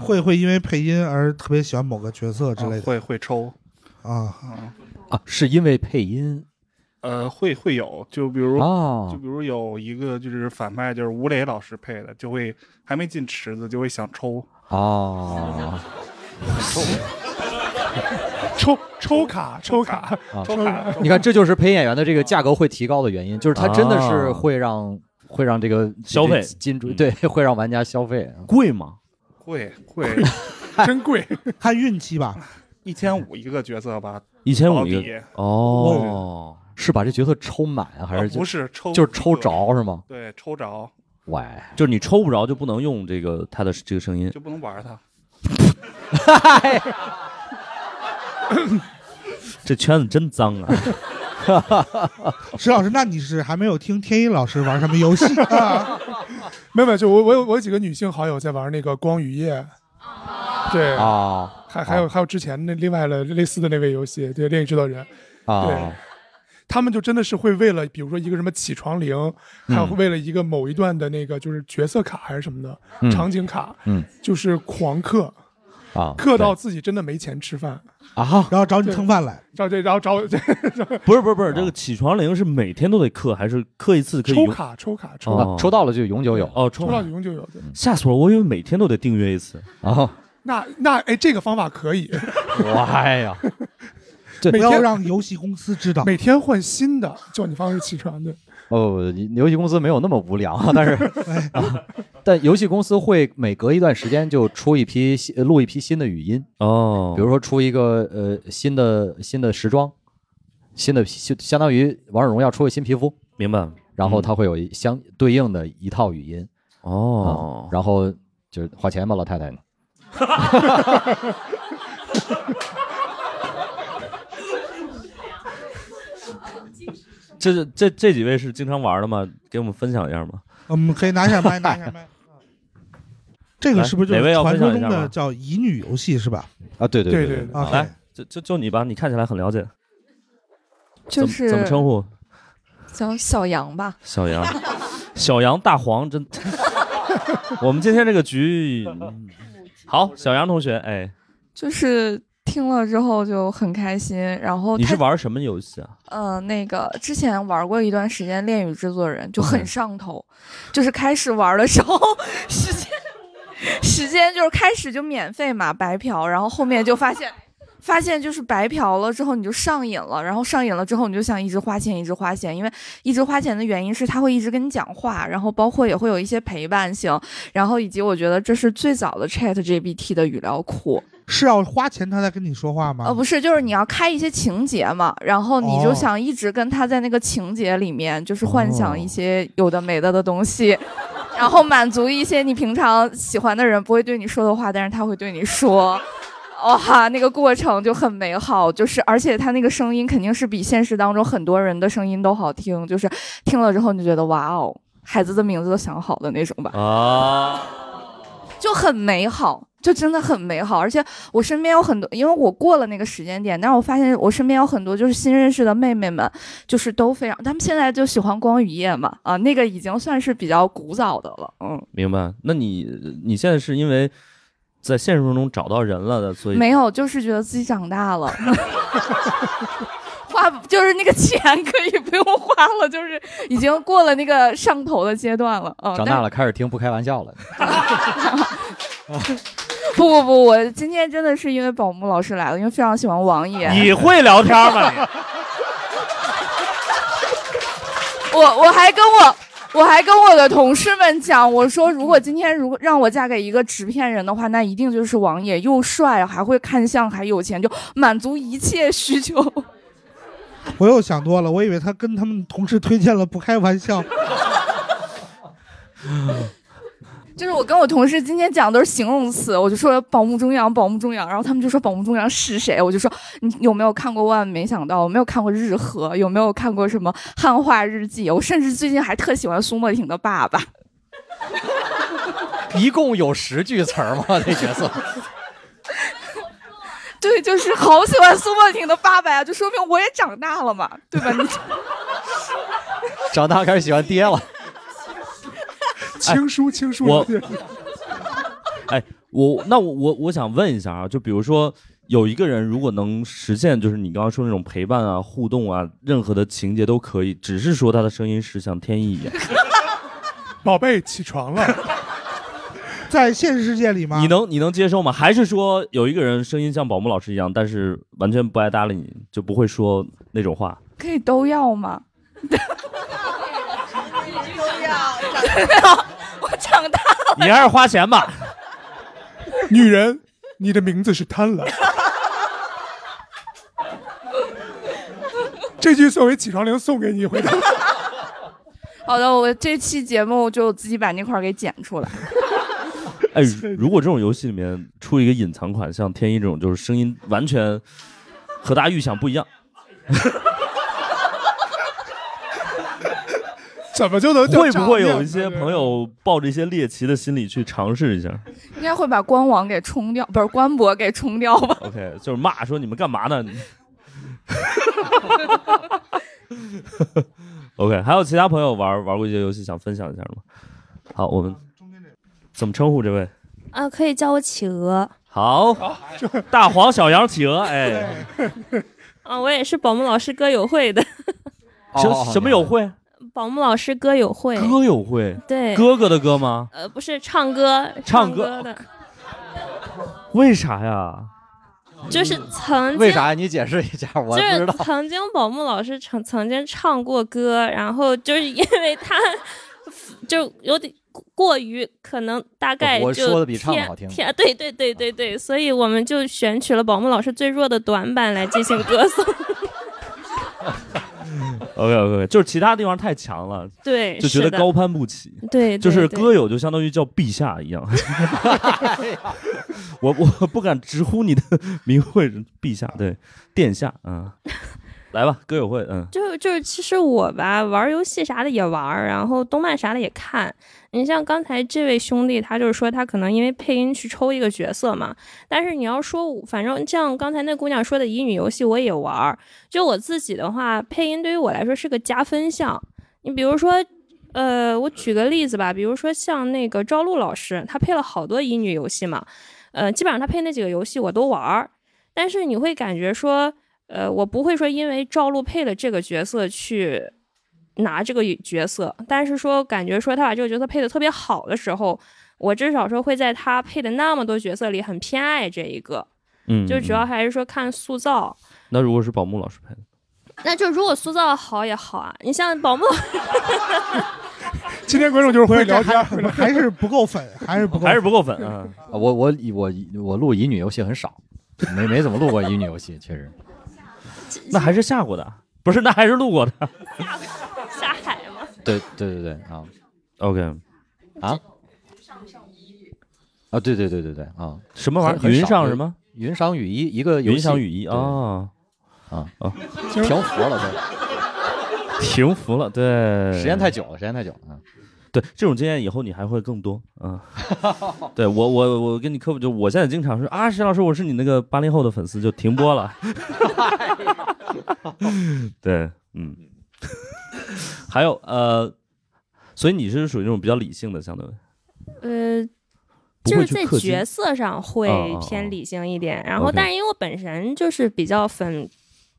S2: 会会因为配音而特别喜欢某个角色之类
S6: 啊
S2: 的
S6: 会会抽，
S1: 哦
S6: 嗯
S2: 啊？
S4: 啊，是因为配音
S6: 呃，会会有，就比如
S2: 哦
S4: 啊
S6: 就比如有一个就是反派，就是吴磊老师配的，就会还没进池子就会想抽，
S4: 啊
S3: 抽抽卡，抽
S4: 啊
S3: 卡，
S1: 啊
S3: 抽卡，
S4: 你看，这就是配音演员的这个价格会提高的原因，就是他真的是会让、会让这个
S1: 啊消费
S4: 金主
S1: 嗯
S4: 对会让玩家消费。啊
S1: 贵吗？
S6: 会会
S3: 真贵。
S2: 看运气吧。
S6: 一千五一个角色吧，
S1: 一千
S6: 保
S1: 五一
S6: 底
S1: 个哦，
S4: 是把这角色抽满啊还
S6: 啊
S4: 是就、
S6: 不是抽
S4: 就是抽
S6: 一个，
S4: 着是吗？
S6: 对，抽着
S4: 喂，
S1: 就是你抽不着就不能用这个他的这个声音
S6: 就不能 玩它。
S1: 这圈子真脏 啊！
S2: 石老师，那你是还没有听天一老师玩什 么游戏啊？
S3: 没有没有，就我我有我有几个女性好友在玩那个光与夜，对，
S4: 啊
S3: 还还有还有之前那另外的类似的那位游戏，对，另一制作人，
S4: 啊
S3: 对他们就真的是会为了，比如说一个什么起床铃，还有为了一个某一段的那个就是角色卡还是什么的、
S4: 嗯
S3: 场景卡，
S4: 嗯
S3: 就是狂氪，
S4: 啊
S3: 氪到自己真的没钱吃饭，
S4: 啊！
S2: 然后找你蹭饭来，
S3: 找这然后找我这
S1: 不是不是不是，这个起床铃是每天都得刻，还是刻一次可以
S3: 啊抽
S1: 用？
S3: 卡抽卡抽，
S1: 哦
S4: 啊抽到了就永久有
S1: 哦，抽
S3: 抽到永久有的。
S1: 吓死我！我以为每天都得订阅一次。
S4: 啊！
S3: 那那哎，这个方法可以，
S4: 哇哎呀，
S2: 不
S3: 每
S2: 要
S3: 天
S2: 让游戏公司知道。
S3: 每天换新的，叫你方式起床的。
S4: 哦，游戏公司没有那么无良啊，但 是、啊但游戏公司会每隔一段时间就出一批新呃录一批新的语音，
S1: 哦，
S4: 比如说出一个呃新的新的时装，新的皮就相当于王者荣耀出个新皮肤，
S1: 明白
S4: 然后它会有一相对应的一套语音啊、
S1: 哦，
S4: 然后就是花钱吧，老太太呢？
S9: 哦
S1: 这是这这几位是经常玩的吗？给我们分享一下吗？
S2: 我们嗯可以拿下麦，拿下麦。 这个是不是就
S1: 来哪位
S2: 是
S1: 要
S2: 传说中
S1: 分享一下吗
S2: 的叫乙女游戏是吧？
S4: 啊，对对
S3: 对
S4: 对
S3: 对对
S2: 啊，
S1: 来，就就就你吧，你看起来很了解，
S9: 就
S1: 怎么怎么
S9: 是
S1: 称呼？
S9: 叫小杨吧，
S1: 小杨，小杨大黄，真。 我们今天这个局，好，小杨同学，哎，
S9: 就是听了之后就很开心。然后
S1: 你是
S9: 哦他
S1: 玩什么游戏啊？
S9: 呃，那个之前玩过一段时间《恋与制作人》，就很上头，就是开始玩的时候，时间时间就是开始就免费嘛，白嫖，然后后面就发现。发现就是白嫖了之后你就上瘾了，然后上瘾了之后你就想一直花钱，一直花钱，因为一直花钱的原因是他会一直跟你讲话，然后包括也会有一些陪伴性，然后以及我觉得这是最早的 Chat GPT 的语料库。
S2: 是要花钱他才跟你说话吗？
S9: 呃，不是，就是你要开一些情节嘛，然后你
S2: 哦
S9: 就想一直跟他在那个情节里面，就是幻想
S2: 哦
S9: 一些有的没的的东西，然后满足一些你平常喜欢的人不会对你说的话，但是他会对你说。哇，那个过程就很美好，就是而且他那个声音肯定是比现实当中很多人的声音都好听，就是听了之后你就觉得哇哦，孩子的名字都想好的那种吧。
S1: 啊，
S9: 就很美好，就真的很美好。而且我身边有很多，因为我过了那个时间点，但是我发现我身边有很多就是新认识的妹妹们，就是都非常，她们现在就喜欢光与夜嘛，啊，那个已经算是比较古早的了，嗯。
S1: 明白？那你你现在是因为在现实中找到人了的，所以
S9: 没有，就是觉得自己长大了， 花就是那个钱可以不用花了，就是已经过了那个上头的阶段了，嗯。
S4: 长
S9: 但
S4: 大了开始听不开玩笑了。
S9: 不不不，我今天真的是因为宝木老师来了，因为非常喜欢王爷。
S10: 你会聊天吗你？
S9: 我我还跟我。我还跟我的同事们讲，我说如果今天如果让我嫁给一个纸片人的话，那一定就是王爷，又帅，还会看相，还有钱，就满足一切需求。
S2: 我又想多了，我以为他跟他们同事推荐了不开玩笑，
S9: 就是我跟我同事今天讲的都是形容词，我就说宝木中阳，宝木中阳，然后他们就说宝木中阳是谁？我就说你有没有看过《万万没想到》？我没有看过《日和》，有没有看过什么《汉化日记》？我甚至最近还特喜欢苏沫婷的爸爸。
S4: 一共有十句词儿吗？这角色
S9: 对，就是好喜欢苏沫婷的爸爸呀，就说明我也长大了嘛，对吧？你
S4: 长大开始喜欢爹 了。
S3: 情书，情书。
S1: 我哎，我那我我我想问一下啊，就比如说有一个人如果能实现，就是你刚刚说那种陪伴啊、互动啊，任何的情节都可以，只是说他的声音是像天意一样，
S3: 宝贝，起床了。
S2: 在现实世界里吗？
S1: 你能你能接受吗？还是说有一个人声音像宝木老师一样，但是完全不爱搭理你，就不会说那种话？
S9: 可以都要吗？我长大 了，
S1: 你还是花钱吧。
S3: 女人，你的名字是贪婪。 这句作为起床铃送给你，回头。
S9: 好的，我这期节目就自己把那块儿给剪出来。
S1: 哎，如果这种游戏里面出一个隐藏款，像天一这种，就是声音完全和大家预想不一样，
S3: 怎么就能叫
S1: 会不会
S3: 长
S1: 有
S3: 命
S1: 一些朋友抱着一些猎奇的心理去尝试一下
S9: 应该会把官网给冲掉，不是官博给冲掉吧？
S1: ？OK，就是骂说你 们干嘛呢？OK，还有其他朋友玩玩过一些游戏，想分享一下吗？好，我们怎么称呼这位？
S11: 啊，可以叫我企鹅。
S1: 好，大黄、小羊、企鹅， 哎，
S11: 啊，我也是宝木老师歌友会的。
S1: 什什么友会？
S11: 宝木老师歌友会。
S1: 歌友会？
S11: 对
S1: 哥哥的哥吗？
S11: 呃，不是唱歌，
S1: 唱歌
S11: 歌的，
S1: 为啥呀？
S11: 就是曾经
S4: 为啥呀？你解释一下，
S11: 就
S4: 我还不
S11: 是
S4: 知道。
S11: 曾经宝木老师曾曾经唱过歌，然后就是因为他就有点过于可能大概
S4: 我
S11: 就
S4: 说得比唱得
S11: 贴
S4: 好听
S11: 贴对对对对对，所以我们就选取了宝木老师最弱的短板来进行歌颂。
S1: OK OK，OK，就是 其他地方太强了，
S11: 对
S1: 就觉
S11: 是
S1: 得
S11: 的
S1: 高攀不起。
S11: 对对
S1: 就是
S11: 对
S1: 歌友就相当于叫陛下一样。 我我不敢直呼你的 名讳，陛下对，殿下嗯， 来吧，歌友会嗯，
S11: 就就是，其实我吧，玩游戏啥的也玩儿，然后动漫啥的也看。你像刚才这位兄弟，他就是说他可能因为配音去抽一个角色嘛，但是你要说我，反正像刚才那姑娘说的乙女游戏我也玩儿。就我自己的话，配音对于我来说是个加分项。你比如说，呃，我举个例子吧，比如说像那个赵露老师，他配了好多乙女游戏嘛，呃，基本上他配那几个游戏我都玩儿。但是你会感觉说，呃，我不会说因为赵露配了这个角色去拿这个角色，但是说感觉说他把这个角色配的特别好的时候，我至少说会在他配的那么多角色里很偏爱这一个，
S1: 嗯，
S11: 就主要
S1: 嗯
S11: 还是说看塑造。
S1: 那如果是宝木老师拍的，
S11: 那就如果塑造好也好啊，你像宝木，
S3: 今天观众就是回来
S2: 聊
S3: 天，
S2: 还是不够粉，还是不够，
S4: 还是不够粉啊！ 我我以我以我录乙女游戏很少，没没怎么录过乙女游戏，确实。
S1: 那还是下过的， 不是？那还是录过的。
S11: 下海吗？
S4: 对对对对啊
S1: ，OK
S4: 啊啊！对对对对对啊！
S1: 什么玩意儿
S4: 很
S1: 云
S4: 少
S1: 上什么？
S4: 云上雨衣，一个游戏
S1: 云想雨衣
S4: 对
S1: 啊
S4: 啊
S1: 啊，
S4: 停服了都。
S1: 停服了，对，
S4: 时间太久了，时间太久了啊！
S1: 对，这种经验以后你还会更多啊。对我，我我跟你科普，就我现在经常说啊，石老师，我是你那个八零后的粉丝，就停播了。 对，嗯， 还有呃，所以你是属于那种比较理性的，相对
S11: 啊呃，
S1: 不
S11: 就
S1: 会
S11: 是
S1: 去
S11: 在
S1: 氪金
S11: 角色上会
S1: 哦哦哦
S11: 偏理性一点，然后
S1: OK
S11: 但是因为我本身就是比较粉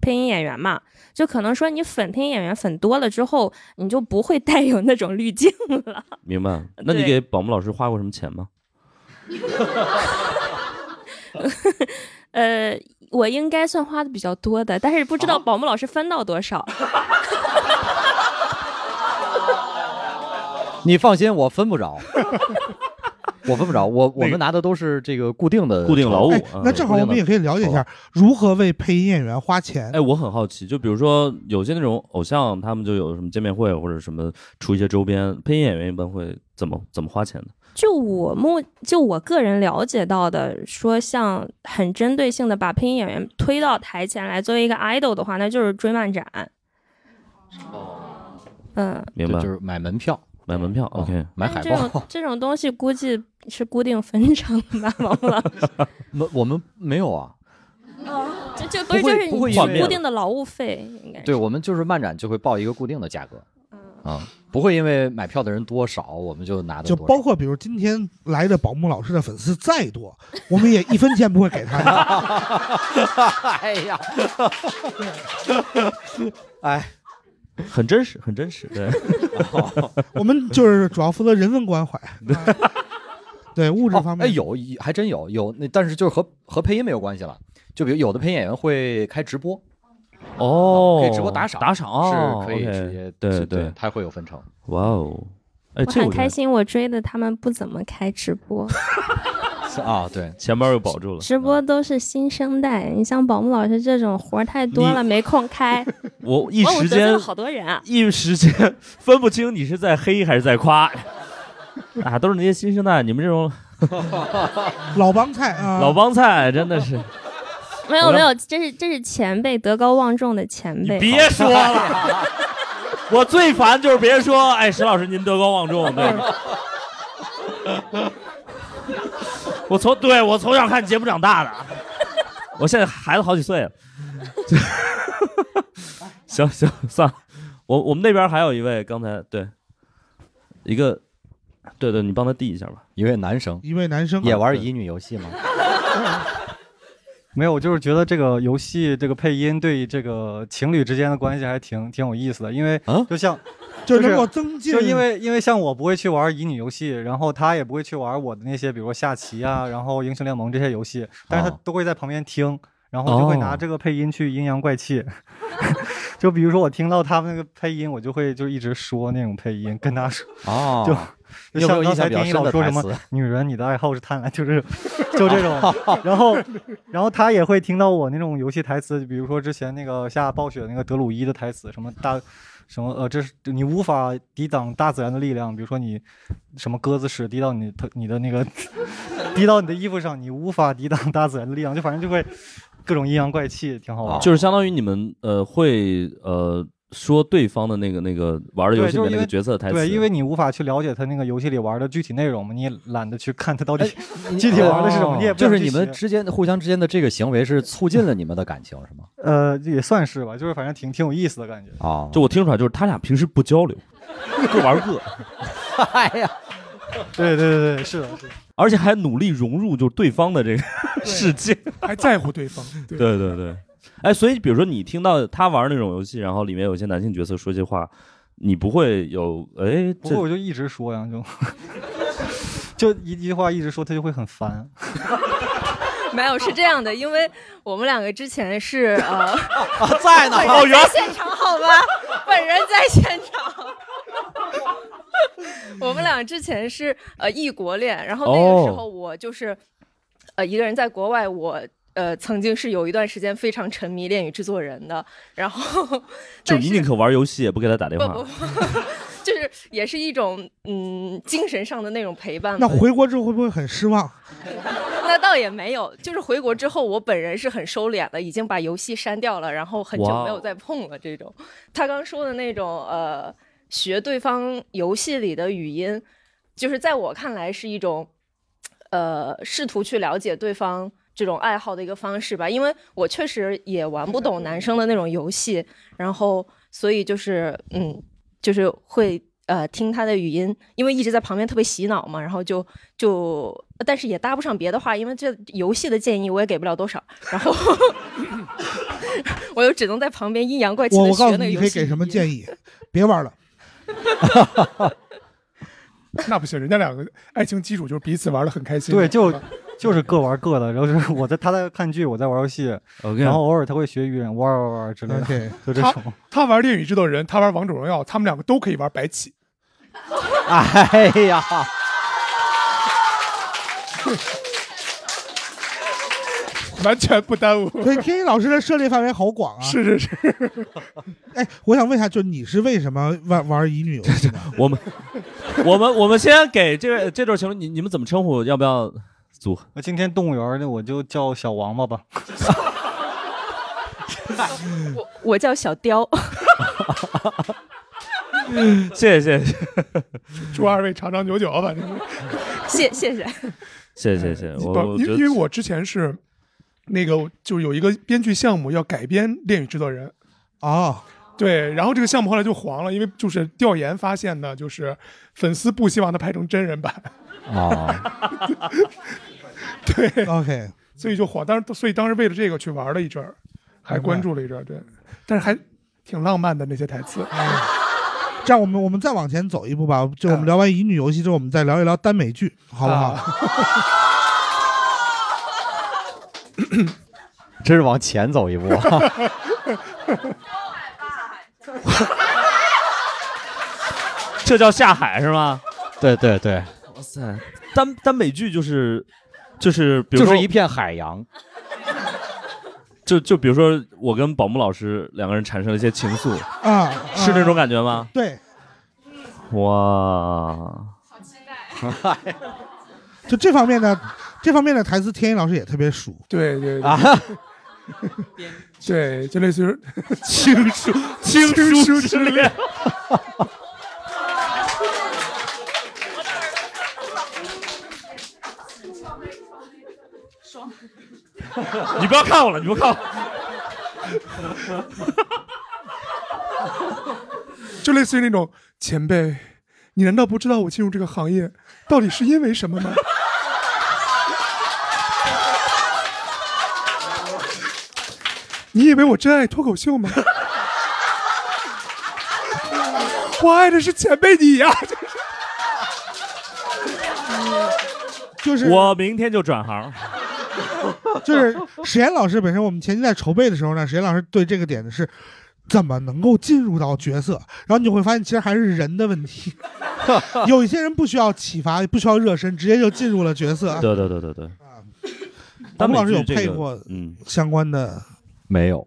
S11: 配音演员嘛，就可能说你粉配音演员粉多了之后，你就不会带有那种滤镜了。
S1: 明白了？那你
S11: 呃对
S1: 给宝木老师花过什么钱吗？
S11: 呃，我应该算花的比较多的，但是不
S1: 哦
S11: 知道宝木老师翻到多少。
S4: 你放心，我分不 着，我分不着，我我们拿的都是这个固定的
S1: 固定劳务
S4: 酬
S1: 哎
S2: 那正好我们也可以了解一下如何为配音演员花钱。
S1: 哎，我很好奇，就比如说有些那种偶像，他们就有什么见面会或者什么出一些周边，配音演员一般会怎么怎么花钱呢？
S11: 就我目就我个人了解到的，说像很针对性的把配音演员推到台前来作为一个 idol 的话，那就是追漫展。嗯，
S1: 明白？
S4: 就是买门票，啊
S1: 买门票，OK，
S4: 买海
S11: 这种
S4: 报。
S11: 这种东西估计是固定分成的吧，王老师？
S4: 没，我们没有啊。
S11: 这这不是
S4: 不 会
S11: 就是
S4: 不
S11: 你
S4: 会因为
S11: 固定的劳务费应该是。
S4: 对，我们就是漫展就会报一个固定的价格，啊，不会因为买票的人多少，我们就拿的
S2: 就
S4: 多少。
S2: 包括比如今天来的宝木老师的粉丝再多，我们也一分钱不会给他 的。
S4: 哎 呀，哎，
S1: 很真实，很真实， 对。
S2: 哦我们就是主要负责人文关怀，对物质方
S4: 哎，
S2: 面。
S4: 有一还真有有那，但是就是和和配音没有关系了。就比如有的配音演员会开直播，啊
S1: 哦，
S4: 可以直播打赏，
S1: 打赏
S4: 是
S1: 哦
S4: 可以
S1: OK，
S4: 直接
S1: 对
S4: 是
S1: 对
S4: 他会有分成。
S1: 哇哦，哎，
S11: 我
S1: 这
S11: 很
S1: 我觉
S11: 开
S1: 得
S11: 心，我追的他们不怎么开直 播，
S4: 啊，对，
S1: 钱包又保住了。嗯
S11: 直播都是新生代。你像宝木老师这种活儿太多了，
S1: 你
S11: 没空开。
S1: 我一
S11: 哇我得
S1: 时
S11: 罪
S1: 间
S11: 了好多人啊！
S1: 一时间 分不清你是在黑还是在夸，啊，都是那些新生代，你们这种
S2: 老帮菜啊，
S1: 老帮菜真的是。
S11: 没
S1: 我
S11: 有
S1: 让
S11: 没有，这是这是前辈，德高望重的前辈。
S1: 别说了，我最烦就是别说，哎，石老师您德高望重，对。 我从对我从小看节目长大的，我现在孩子好几岁了。行行，算了，我我们那边还有一位，刚才对，一个，对对，你帮他递一下吧。
S4: 一位男生，
S2: 一位男生
S1: 啊
S4: 也玩乙女游戏吗？
S10: 没有，我就是觉得这个游戏这个配音对这个情侣之间的关系还挺挺有意思的，因为
S4: 啊
S10: 就像、
S2: 就是能够增进
S10: 就因为因为像我不会去玩乙女游戏，然后他也不会去玩我的那些，比如说下棋啊，然后英雄联盟这些游戏，但
S4: 哦
S10: 是他都会在旁边听，然后就会拿这个配音去阴阳怪气。 就比如说我听到他们那个配音，我就会就一直说那种配音，跟他说
S4: 哦
S10: 就。
S4: 你
S10: 就
S4: 有
S10: 像
S4: 没有
S10: 刚
S4: 印象
S10: 才
S4: 比较
S10: 丁一老
S4: 深的
S10: 说
S4: 台
S10: 什么
S4: 词？
S10: 女人，你的爱好是贪婪，就是就这种。然后，然后他也会听到我那种游戏台词，比如说之前那个下暴雪那个德鲁伊的台词，什么大，什么呃，这是你无法抵挡大自然的力量，比如说你什么鸽子屎滴到你头你的那个滴到你的衣服上，你无法抵挡大自然的力量，就反正就会各种阴阳怪气，挺好玩。
S1: 哦就是相当于你们呃会呃说对方的那个那个玩的游
S10: 对，
S1: 戏
S10: 就是
S1: 里
S10: 因
S1: 面那个
S10: 为
S1: 角色的台词，
S10: 对，因为你无法去了解他那个游戏里玩的具体内容嘛，你也懒得去看他到底具体玩的是什么，你也不
S4: 哦就
S10: 想
S4: 是
S10: 去
S4: 你们
S10: 学
S4: 之间互相之间的这个行为是促进了你们的感情，是吗？
S10: 呃也算是吧，就是反正挺挺有意思的感觉。
S4: 啊，
S1: 就我听出来就是他俩平时不交流， 各 玩各，
S4: 哎呀，
S10: 对对对对，是的，是的。
S1: 而且还努力融入就是对方的这个世界，
S3: 还在乎对方。对
S1: 对对对，哎，所以比如说你听到他玩那种游戏，然后里面有一些男性角色说些话，你不会有哎，
S10: 不
S1: 这
S10: 过我就一直说呀，就就 一句话一直说，他就会很烦。
S12: 没有，是这样的，因为我们两个之前是呃，
S4: 在呢
S12: 本
S4: 哦
S12: 人
S4: 原
S12: 在现场好吗？本人在现场。 我们俩之前是呃异国恋，然后那个时候
S13: 哦
S12: 我就是、呃一个人在国外，我呃曾经是有一段时间非常沉迷《恋与制作人》的，然后
S1: 就是你宁可玩游戏也不给他打电
S12: 不
S1: 话
S12: 不。不， 就是也是一种嗯精神上的那种陪伴吧。
S2: 那回国之后会不会很失望？
S12: 那倒也没有，就是回国之后，我本人是很收敛的，已经把游戏删掉了，然后很久
S13: 哇哦
S12: 没有再碰了。这种，他刚说的那种，呃，学对方游戏里的语音，就是在我看来是一种，呃，试图去了解对方这种爱好的一个方式吧。因为我确实也玩不懂男生的那种游戏，然后所以就是，嗯，就是会呃听他的语音，因为一直在旁边特别洗脑嘛，然后就就，但是也搭不上别的话，因为这游戏的建议我也给不了多少，然后 我又只能在旁边阴阳怪气
S2: 我
S12: 的
S2: 我告
S12: 学
S2: 诉
S12: 那个
S2: 你，你
S12: 游
S2: 可以
S12: 戏
S2: 给。什么建议？别玩了。
S3: 那不行，人家两个爱情基础就是彼此玩的很开心。
S10: 对，就
S3: 吧
S10: 就是各玩各的，然后就是我在他在看剧，我在玩游戏
S1: OK
S10: 然后偶尔他会学语言，玩玩玩之类的
S3: OK
S10: 就这
S3: 他
S10: 种。
S3: 他玩《恋与制作人》，他玩《王者荣耀》，他们两个都可以玩白起。
S4: 哎 呀，
S3: 完全不耽误。
S2: 所以天一老师的涉猎范围好广啊！
S3: 是是是。
S2: 哎，我想问一下，就你是为什么玩玩乙女游戏呢？
S1: 我们我们我们先给这位这对情侣，你你们怎么称呼？要不要组？
S10: 那今天动物园呢，我就叫小王八吧。
S12: 我我叫小 雕，
S1: 谢谢谢谢
S3: 祝二位长长久久啊，反正。
S12: 谢谢谢。
S1: 谢谢谢谢，我
S3: 不
S1: 我，
S3: 因
S1: 觉
S3: 为
S1: 得
S3: 因为我之前是那个就是有一个编剧项目要改编《恋与制作人》
S2: 哦，
S3: 对，然后这个项目后来就黄了，因为就是调研发现呢，就是粉丝不希望它拍成真人版，
S4: 哦，
S3: 对
S2: ，OK，
S3: 所以就黄。当时所以当时为了这个去玩了一阵儿，还关注了一阵儿，对，但是还挺浪漫的那些台词。
S2: 哎这样，我们我们再往前走一步吧。就我们聊完乙女游戏之后，我们再聊一聊耽美剧，好不好？
S4: 真是往前走一步。啊
S1: 这叫下海是吗？
S4: 对对对，
S1: 哇塞，耽耽美剧就是就是，比如
S4: 就
S1: 说
S4: 是一片海洋。
S1: 就就比如说我跟宝木老师两个人产生了一些情愫，
S2: 啊，
S1: 是这种感觉吗？
S2: 对，
S1: 哇，
S4: 好期待。
S2: 就这方面呢，这方面的台词，天一老师也特别熟。
S3: 对对
S2: 啊，
S3: 对，就类似于
S1: 情书
S2: 情
S3: 书
S2: 书之恋。
S1: 你不要看我 了，你不要看我。
S3: 就类似于那种前辈，你难道不知道我进入这个行业到底是因为什么吗？ 你以为我真爱脱口秀吗？ 我爱的是前辈你呀、
S2: 就是
S1: 我明天就转行。
S2: 就是史岩老师本身，我们前期在筹备的时候呢，史岩老师对这个点是怎么能够进入到角色，然后你就会发现，其实还是人的 问题。有一些人不需要启发，不需要热身，直接就进入了角 色。
S1: 对对对对对。
S2: 我
S1: 耽美
S2: 们老师有
S1: 剧这
S2: 配
S1: 个
S2: 过
S1: 嗯
S2: 相关的，
S4: 没有。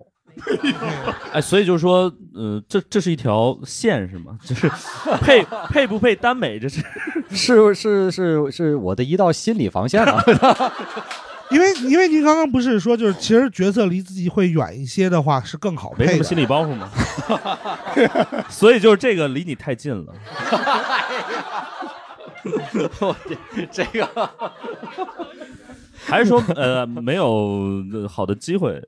S1: 哎，所以就是说，呃，这这是一条线是吗？就是 配 配不配耽美，这是
S4: 是是是是我的一道心理防线啊了。
S2: 因为因为您刚刚不是说，就是其实角色离自己会远一些的话是更好
S1: 没什
S2: 配
S1: 么
S2: 的。
S1: 心理包袱嘛。 所以就是这个离你太近了。
S4: 我天，这个
S1: 还是说呃没有呃好的机会，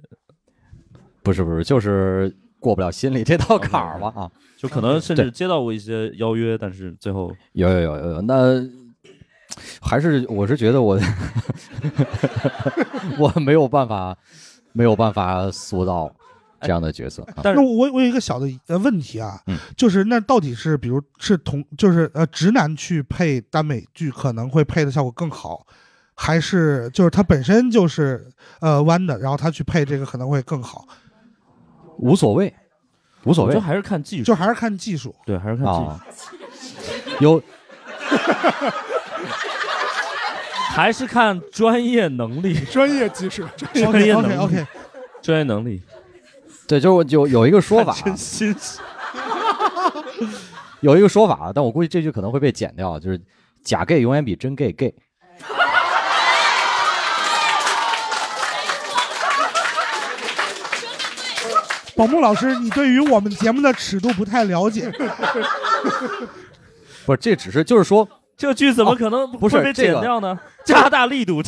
S4: 不是不是，就是过不了心里这道坎儿嘛啊。
S1: 就可能甚至
S4: 对
S1: 接到过一些邀约，但是最后
S4: 有有有有有，那还是我是觉得我 我没有办法，没有办法塑造这样的角色。啊
S1: 哎
S2: 那我我有一个小的呃问题啊，
S4: 嗯
S2: 就是那到底是比如是同就是呃直男去配耽美剧可能会配的效果更好，还是就是他本身就是呃弯的，然后他去配这个可能会更好，
S4: 无所谓，无所谓，
S2: 我觉得还
S1: 是看技术
S2: 就还是看技术。
S1: 对，还是看
S4: 啊，有
S1: 还是看专业能力、
S3: 专业技术、
S1: 专业能力、
S2: OK，OK，OK
S1: 专业能力。
S4: 对，就是我有有一个说法，啊
S1: 真心
S4: 有一个说法，但我估计这句可能会被剪掉，就是假 gay 永远比真 gay gay。
S2: 宝木老师，你对于我们节目的尺度不太了解，
S4: 不是，这只是就是说，哦
S1: 这句怎么可能
S4: 不
S1: 会
S4: 是
S1: 被
S4: 这
S1: 剪
S4: 个
S1: 掉呢？加大力度，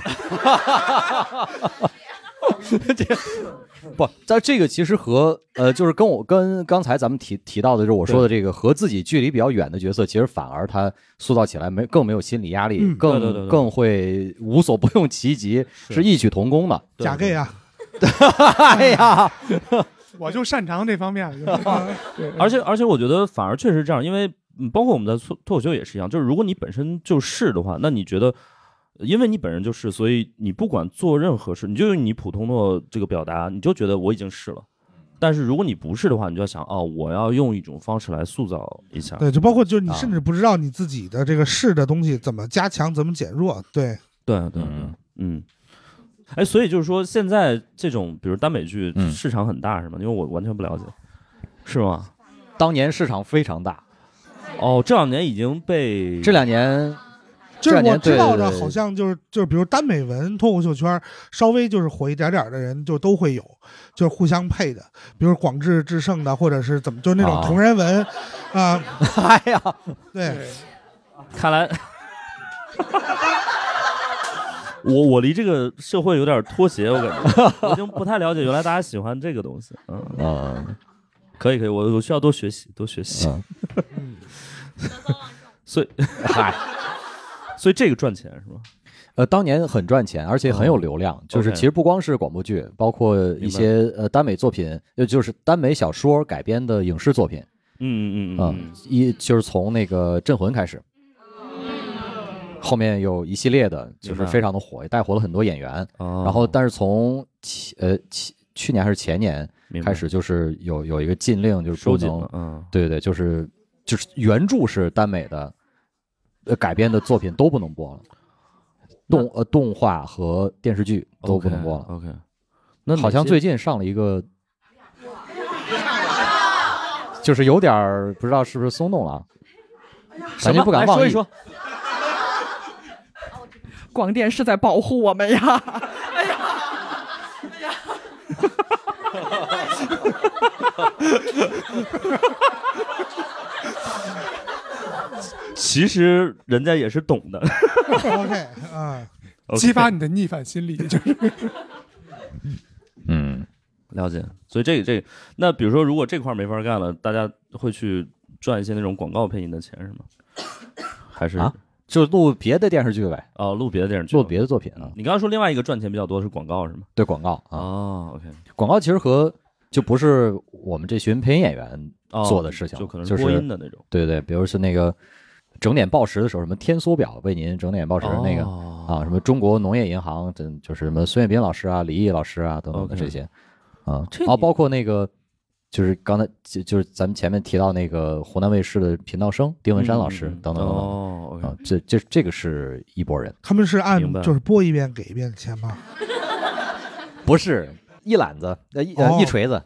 S4: 不，在这个其实和呃，就是跟我跟刚才咱们提提到的，就是我说的这个和自己距离比较远的角色，其实反而他塑造起来没更没有心理压力，
S2: 嗯
S4: 更
S2: 对对对对
S4: 更会无所不用其极，是异曲同工的。
S2: 假 gay 啊，
S4: 哎呀，
S3: 我就擅长这方面。就是 对
S1: 而且而且我觉得反而确实是这样，因为嗯包括我们在脱脱口秀也是一样，就是如果你本身就是的话，那你觉得，呃因为你本人就是，所以你不管做任何事，你就用你普通的这个表达，你就觉得我已经是了。但是如果你不是的话，你就要想哦，我要用一种方式来塑造一下。
S2: 对，就包括就是你
S1: 啊
S2: 甚至不知道你自己的这个是的东西怎么加强，怎么减弱，对，
S1: 对对对，嗯。哎，所以就是说，现在这种比如耽美剧市场很大是吗？因为我完全不了解，是吗？
S4: 当年市场非常大，
S1: 哦，这两年已经被
S4: 这两年，
S2: 就是我知道的，
S4: 对对对
S2: 好像就是就是比如耽美文脱口秀圈儿稍微就是火一点点儿的人就都会有，就是互相配的，比如广智制胜的，或者是怎么，就是那种
S1: 啊
S2: 同人文，啊，
S4: 哎呀，
S2: 对，
S1: 看来 我我离这个社会有点脱节，我感觉我已经不太了解原来大家喜欢这个东西。嗯
S4: 啊，
S1: 可以可以，我我需要多学习多学习。 所以
S4: 嗨，
S1: 所以这个赚钱是吗？
S4: 呃，当年很赚钱，而且很有流量。就是
S1: 哦 OK
S4: 其实不光是广播剧，包括一些呃耽美作品，呃，就是耽美小说改编的影视作品。
S1: 嗯嗯嗯
S4: 啊
S1: 嗯，
S4: 一就是从那个《镇魂》开始，后面有一系列的，就
S1: 明
S4: 是
S1: 白
S4: 非常的火，也带火了很多演员。
S1: 哦
S4: 然后，但是从前呃前去年还是前年
S1: 明白
S4: 开始，就是有有一个禁令，就是不
S1: 收紧
S4: 能
S1: 了，嗯，
S4: 对对对，就是就是原著是耽美的，呃改编的作品都不能播了。动呃动画和电视剧都不能播了。
S1: OK，, 那哪
S4: 好像
S1: 些
S4: 最近上了一个，就是有点儿不知道是不是松动了啊，咱就不敢
S1: 哎
S4: 妄 议。
S13: 说广电是在保护我们呀！哎呀，哎呀！
S1: 其实人家也是懂的。
S2: OK 啊，
S1: OK
S3: 激发你的逆反心理，就是
S4: 嗯，
S1: 了解。所以这个这个，那比如说，如果这块儿没法干了，大家会去赚一些那种广告配音的钱是吗？还是
S4: 啊，就录别的电视剧呗，
S1: 哦，录别的电视剧，
S4: 录别的作品啊，
S1: 你刚刚说另外一个赚钱比较多的是广告是吗？
S4: 对广告啊，
S1: 哦，OK，
S4: 广告其实和就不是我们这群配音演员
S1: 哦
S4: 做的事情了，
S1: 就可能是
S4: 是
S1: 播音的那种。
S4: 对对，比如是那个整点报时的时候，什么天梭表为您整点报时
S1: 哦
S4: 那个、啊，什么中国农业银行，这就是什么孙建斌老师啊、李毅老师啊等等的
S1: OK
S4: 这些啊
S1: 嗯这，
S4: 啊，包括那个就是刚才就就是咱们前面提到那个湖南卫视的频道生丁文山老师
S1: 嗯嗯嗯
S4: 等等等等、
S1: 哦，OK
S4: 啊，这这这个是一拨人，
S2: 他们是按
S4: 明白
S2: 就是播一遍给一遍钱吗？
S4: 不是一揽子呃一、
S2: 哦
S4: 呃一锤子，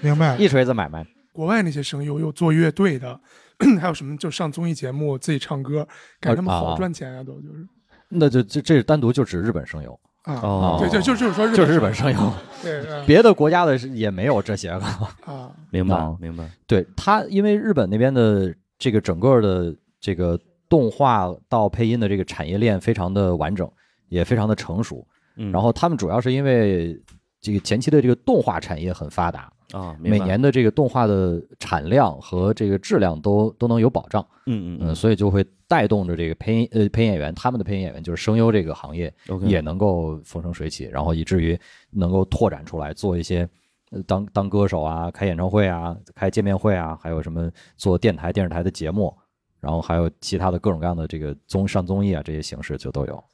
S2: 明白
S4: 一锤子买卖。
S3: 国外那些声优有做乐队的， 还有什么就上综艺节目自己唱歌，感觉他们
S4: 啊
S3: 好
S4: 啊
S3: 赚钱啊，都就是
S4: 那就这这单独就指日本声优
S3: 啊哦对就就就是说日本
S4: 就是日本声优，
S3: 对嗯
S4: 别的国家的是也没有这些个
S3: 啊，
S1: 明白
S4: 啊
S1: 明白。
S4: 对他，因为日本那边的这个整个的这个动画到配音的这个产业链非常的完整，也非常的成熟。
S1: 嗯
S4: 然后他们主要是因为这个前期的这个动画产业很发达
S1: 啊，明
S4: 每
S1: 白
S4: 年的这个动画的产量和这个质量都都能有保障。
S1: 嗯嗯
S4: 嗯，所以就会带动着这个配音呃配音演员，他们的配音演员就是声优这个行业
S1: OK
S4: 也能够风生水起，然后以至于能够拓展出来，做一些呃当当歌手啊，开演唱会啊，开见面会啊，还有什么做电台、电视台的节目，然后还有其他的各种各样的这个综上综艺啊这些形式就都有。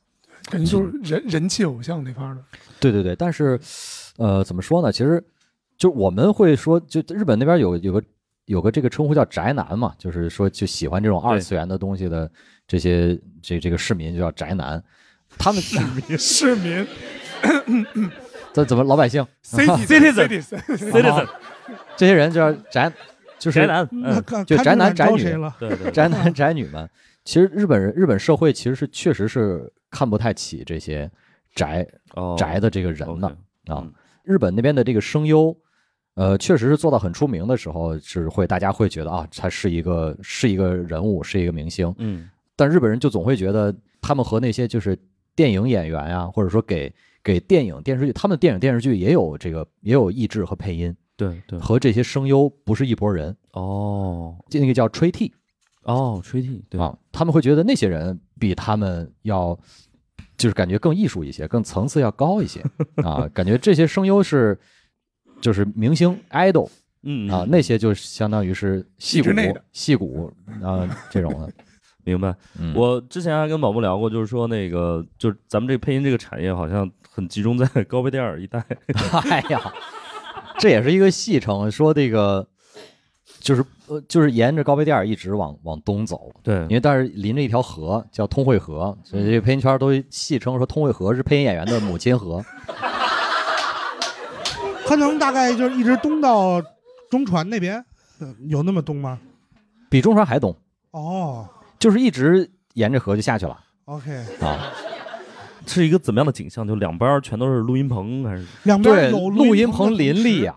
S3: 感觉就是人人气偶像那方的。
S4: 对对对，但是，呃，怎么说呢？其实，就我们会说，就日本那边有有个有个这个称呼叫宅男嘛，就是说就喜欢这种二次元的东西的这些这这个市民就叫宅男，他们市民
S3: 市民
S4: 这怎么老 百姓
S3: Citizen- Citizen
S4: 这些人就是宅，就是
S1: 宅男嗯那看
S4: 就
S1: 看
S4: 宅
S1: 日
S4: 男
S1: 本
S4: 宅
S1: 招
S4: 女
S1: 谁了，对对对
S4: 宅男宅女们。其实日本人日本社会其实是确实是看不太起这些宅、
S1: 哦
S4: 宅的这个人的啊。
S1: 嗯
S4: 日本那边的这个声优，呃，确实是做到很出名的时候，是会大家会觉得啊，他是一个是一个人物，是一个明星。
S1: 嗯，
S4: 但日本人就总会觉得他们和那些就是电影演员呀、或者说给给电影电视剧，他们的电影电视剧也有这个也有译制和配音，
S1: 对对，
S4: 和这些声优不是一拨人
S1: 哦，
S4: 就那个叫吹替
S1: 哦，吹替对
S4: 啊，他们会觉得那些人比他们要就是感觉更艺术一些，更层次要高一 些啊，感觉这些声优是就是明星 idol。
S1: 嗯
S4: 啊，那些就相当于是戏骨
S1: 体制内的、
S4: 戏骨啊这种的， 嗯
S1: 明白？我之前还跟宝木聊过，就是说那个，就是咱们这个配音这个产业好像很集中在高碑店儿一带。
S4: 哎呀，这也是一个戏称，说这个就是呃，就是沿着高碑店儿一直往往东走，
S1: 对
S4: 因为但是临着一条河叫通惠河，所以这个配音圈都戏称说通惠河是配音演员的母亲河。
S2: 它能大概就是一直东到中传那边，呃有那么东吗？
S4: 比中川还懂，
S2: 哦
S4: 就是一直沿着河就下去了
S2: ，OK，
S4: 啊。
S1: 是一个怎么样的景象？就两边儿全都是录音棚，还是
S2: 两边有
S4: 录音
S2: 棚
S4: 林立呀、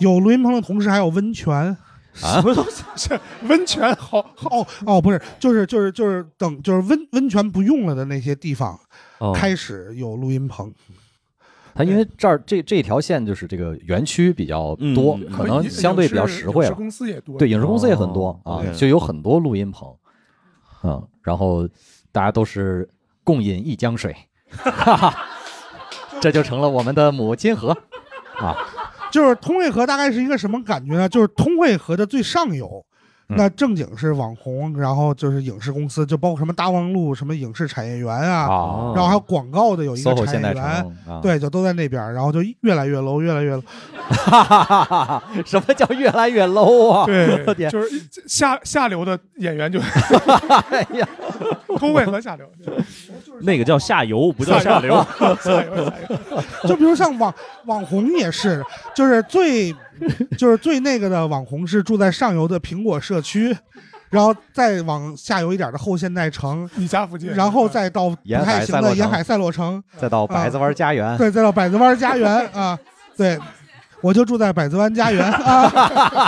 S2: 有录音棚的同时还有温泉。
S4: 什
S2: 么东西？
S3: 是温泉好
S2: 哦哦，不是，就是就是就是等就是温温泉不用了的那些地方，
S4: 哦
S2: 开始有录音棚。
S4: 它因为这儿这这条线就是这个园区比较多，
S3: 嗯
S4: 可能相对比较实惠了。
S3: 影视公司也多
S4: 对，影视公司也很多、
S1: 哦
S4: 啊，
S1: 对
S4: 就有很多录音棚，嗯，然后大家都是共饮一江水，哈哈，这就成了我们的母亲河啊。
S2: 就是通惠河大概是一个什么感觉呢？就是通惠河的最上游，
S4: 嗯
S2: 那正经是网红，然后就是影视公司，就包括什么大望路、什么影视产业园啊，
S4: 哦
S2: 然后还有广告的有一个
S4: SOHO
S2: 产业
S4: 现代
S2: 园，
S4: 城啊
S2: 对，就都在那边，然后就越来越 low，越来越 low。
S4: 什么叫越来越 low 啊？我
S3: 对，
S4: 天
S3: 就是下下流的演员就，
S4: 哎呀，
S3: 通惠和下流，。
S1: 那个叫下游，不叫下流
S3: 下游下游
S2: 就比如像网网红也是，就是最就是最那个的网红是住在上游的苹果社区，然后再往下游一点的后现代城，
S3: 你家附近，
S2: 然后再到不
S4: 沿海
S2: 太
S4: 赛
S2: 行
S4: 洛
S2: 的
S4: 城
S2: 沿海赛洛城，啊
S4: 再到百子湾家园，
S2: 对，再到百子湾家园啊，对，我就住在百子湾家园 啊，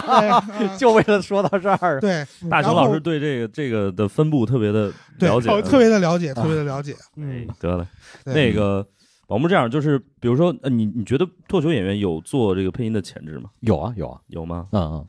S2: 哎呀
S4: 就为了说到这儿，嗯
S2: 对
S1: 大熊
S2: 然后
S1: 老师对这个这个的分布特别的
S2: 对
S1: 了解，，
S2: 特别的了解，
S1: 啊
S2: 特别的了解，嗯，
S1: 得了，
S2: 对
S1: 那个宝木这样，就是比如说，呃，你你觉得脱口演员有做这个配音的潜质吗？
S4: 有啊，有啊，
S1: 有吗？
S4: 嗯嗯，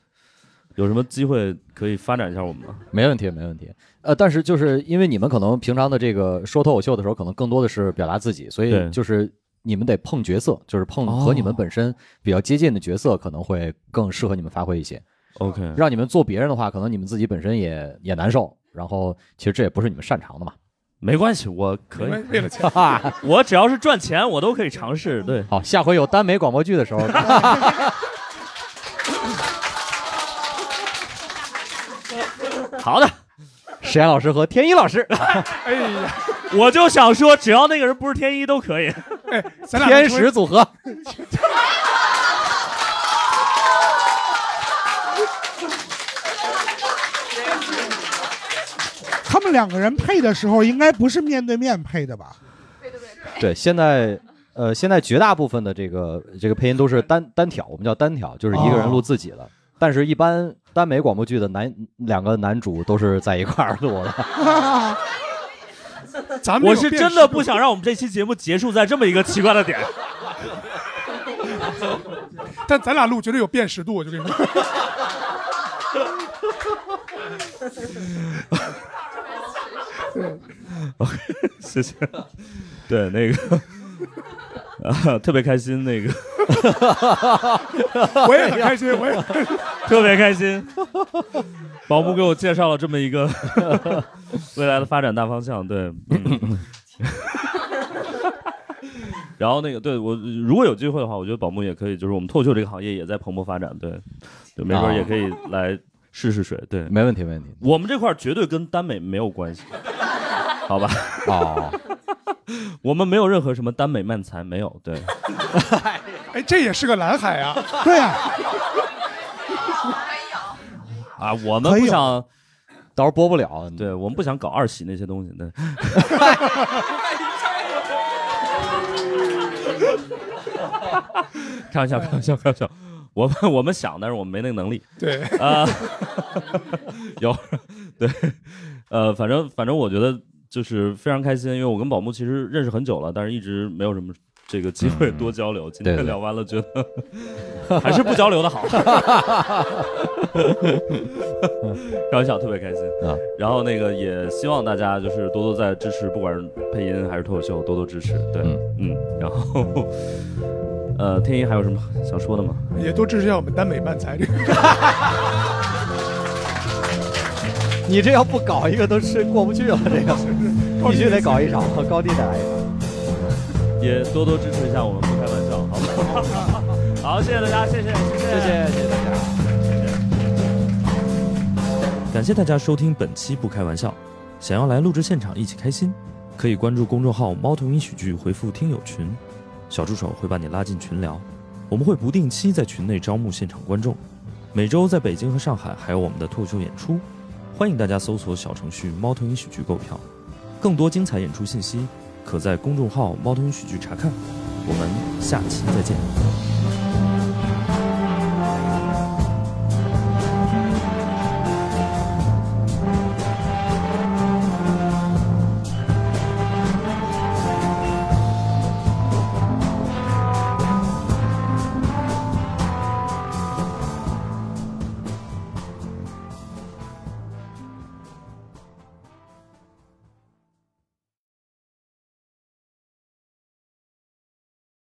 S1: 有什么机会可以发展一下我们吗？
S4: 没问题，没问题。呃，但是就是因为你们可能平常的这个说脱口秀的时候，可能更多的是表达自己，所以
S1: 对
S4: 就是你们得碰角色，就是碰
S1: 哦
S4: 和你们本身比较接近的角色，可能会更适合你们发挥一些。
S1: OK，
S4: 让你们做别人的话，可能你们自己本身也也难受，然后其实这也不是你们擅长的嘛。
S1: 没关系，我可以
S4: 没关系
S1: 为了钱， 我只要是赚钱，我都可以尝试。对，
S4: 好，下回有耽美广播剧的时候，好的，石岩老师和天一老师，
S3: 哎呀，
S1: 我就想说，只要那个人不是天一都可以。
S3: 哎，咱俩
S4: 天使组 合，
S2: 他们两个人配的时候应该不是面对面配的吧？
S4: 对，现在呃，现在绝大部分的这个这个配音都是单单挑，我们叫单挑，就是一
S1: 哦
S4: 个人录自己的。但是，一般耽美广播剧的男两个男主都是在一块儿录 的。
S3: 咱 们
S1: 我是真的不想让我们这期节目结束在这么一个奇怪的点。
S3: 但咱俩录绝对有辨识度，我就跟你说。，
S1: OK，谢 谢。对，那个 啊，特别开心，那个
S3: 我也很开心，我也很开心
S1: 特别开心。 保姆给我介绍了这么一 个未来的发展大方向，对。嗯 然后那个，对我如果有机会的话，我觉得保姆也可以，就是我们脱口秀这个行业也在蓬勃发展，对，对，没准儿
S4: 啊
S1: 也可以来试试水，对，
S4: 没问题，没问题。
S1: 我们这块儿绝对跟耽美没有关系，好吧？
S4: 哦，
S1: 我们没有任何什么耽美漫才，没有，对，
S3: 哎，这也是个蓝海啊！
S2: 对呀、
S1: 啊，我们不想，到时候播不了，对我们不想搞二喜那些东西， 对。开玩笑，开玩笑，开玩笑。我们我们想，但是我们没那个能力。
S3: 对
S1: 啊、有对，呃，反正反正我觉得就是非常开心，因为我跟宝木其实认识很久了，但是一直没有什么这个机会多交流。
S4: 嗯
S1: 今
S4: 对对
S1: 天聊完了，觉得 还是不交流的好。开玩笑，特别开心
S4: 啊！
S1: 然后那个也希望大家就是多多在支持，不管是配音还是脱口秀，多多支持。对，嗯，然后呃，天一还有什么想说的吗？
S3: 也多支持一下我们耽美漫才这个。
S4: 你这要不搞一个都是过不去了，这个 必须得搞一场，高地得来一场。
S1: 也多多支持一下我们，不开玩笑，好吧？ 好，谢谢大家，谢谢，谢
S4: 谢，谢谢大家。
S14: 感谢大家收听本期《不开玩笑》，想要来录制现场一起开心，可以关注公众号“猫头鹰喜剧”，回复“听友群”，小助手会把你拉进群聊。我们会不定期在群内招募现场观众，每周在北京和上海还有我们的脱口秀演出，欢迎大家搜索小程序“猫头鹰喜剧”购票。更多精彩演出信息，可在公众号“猫头鹰喜剧”查看。我们下期再见。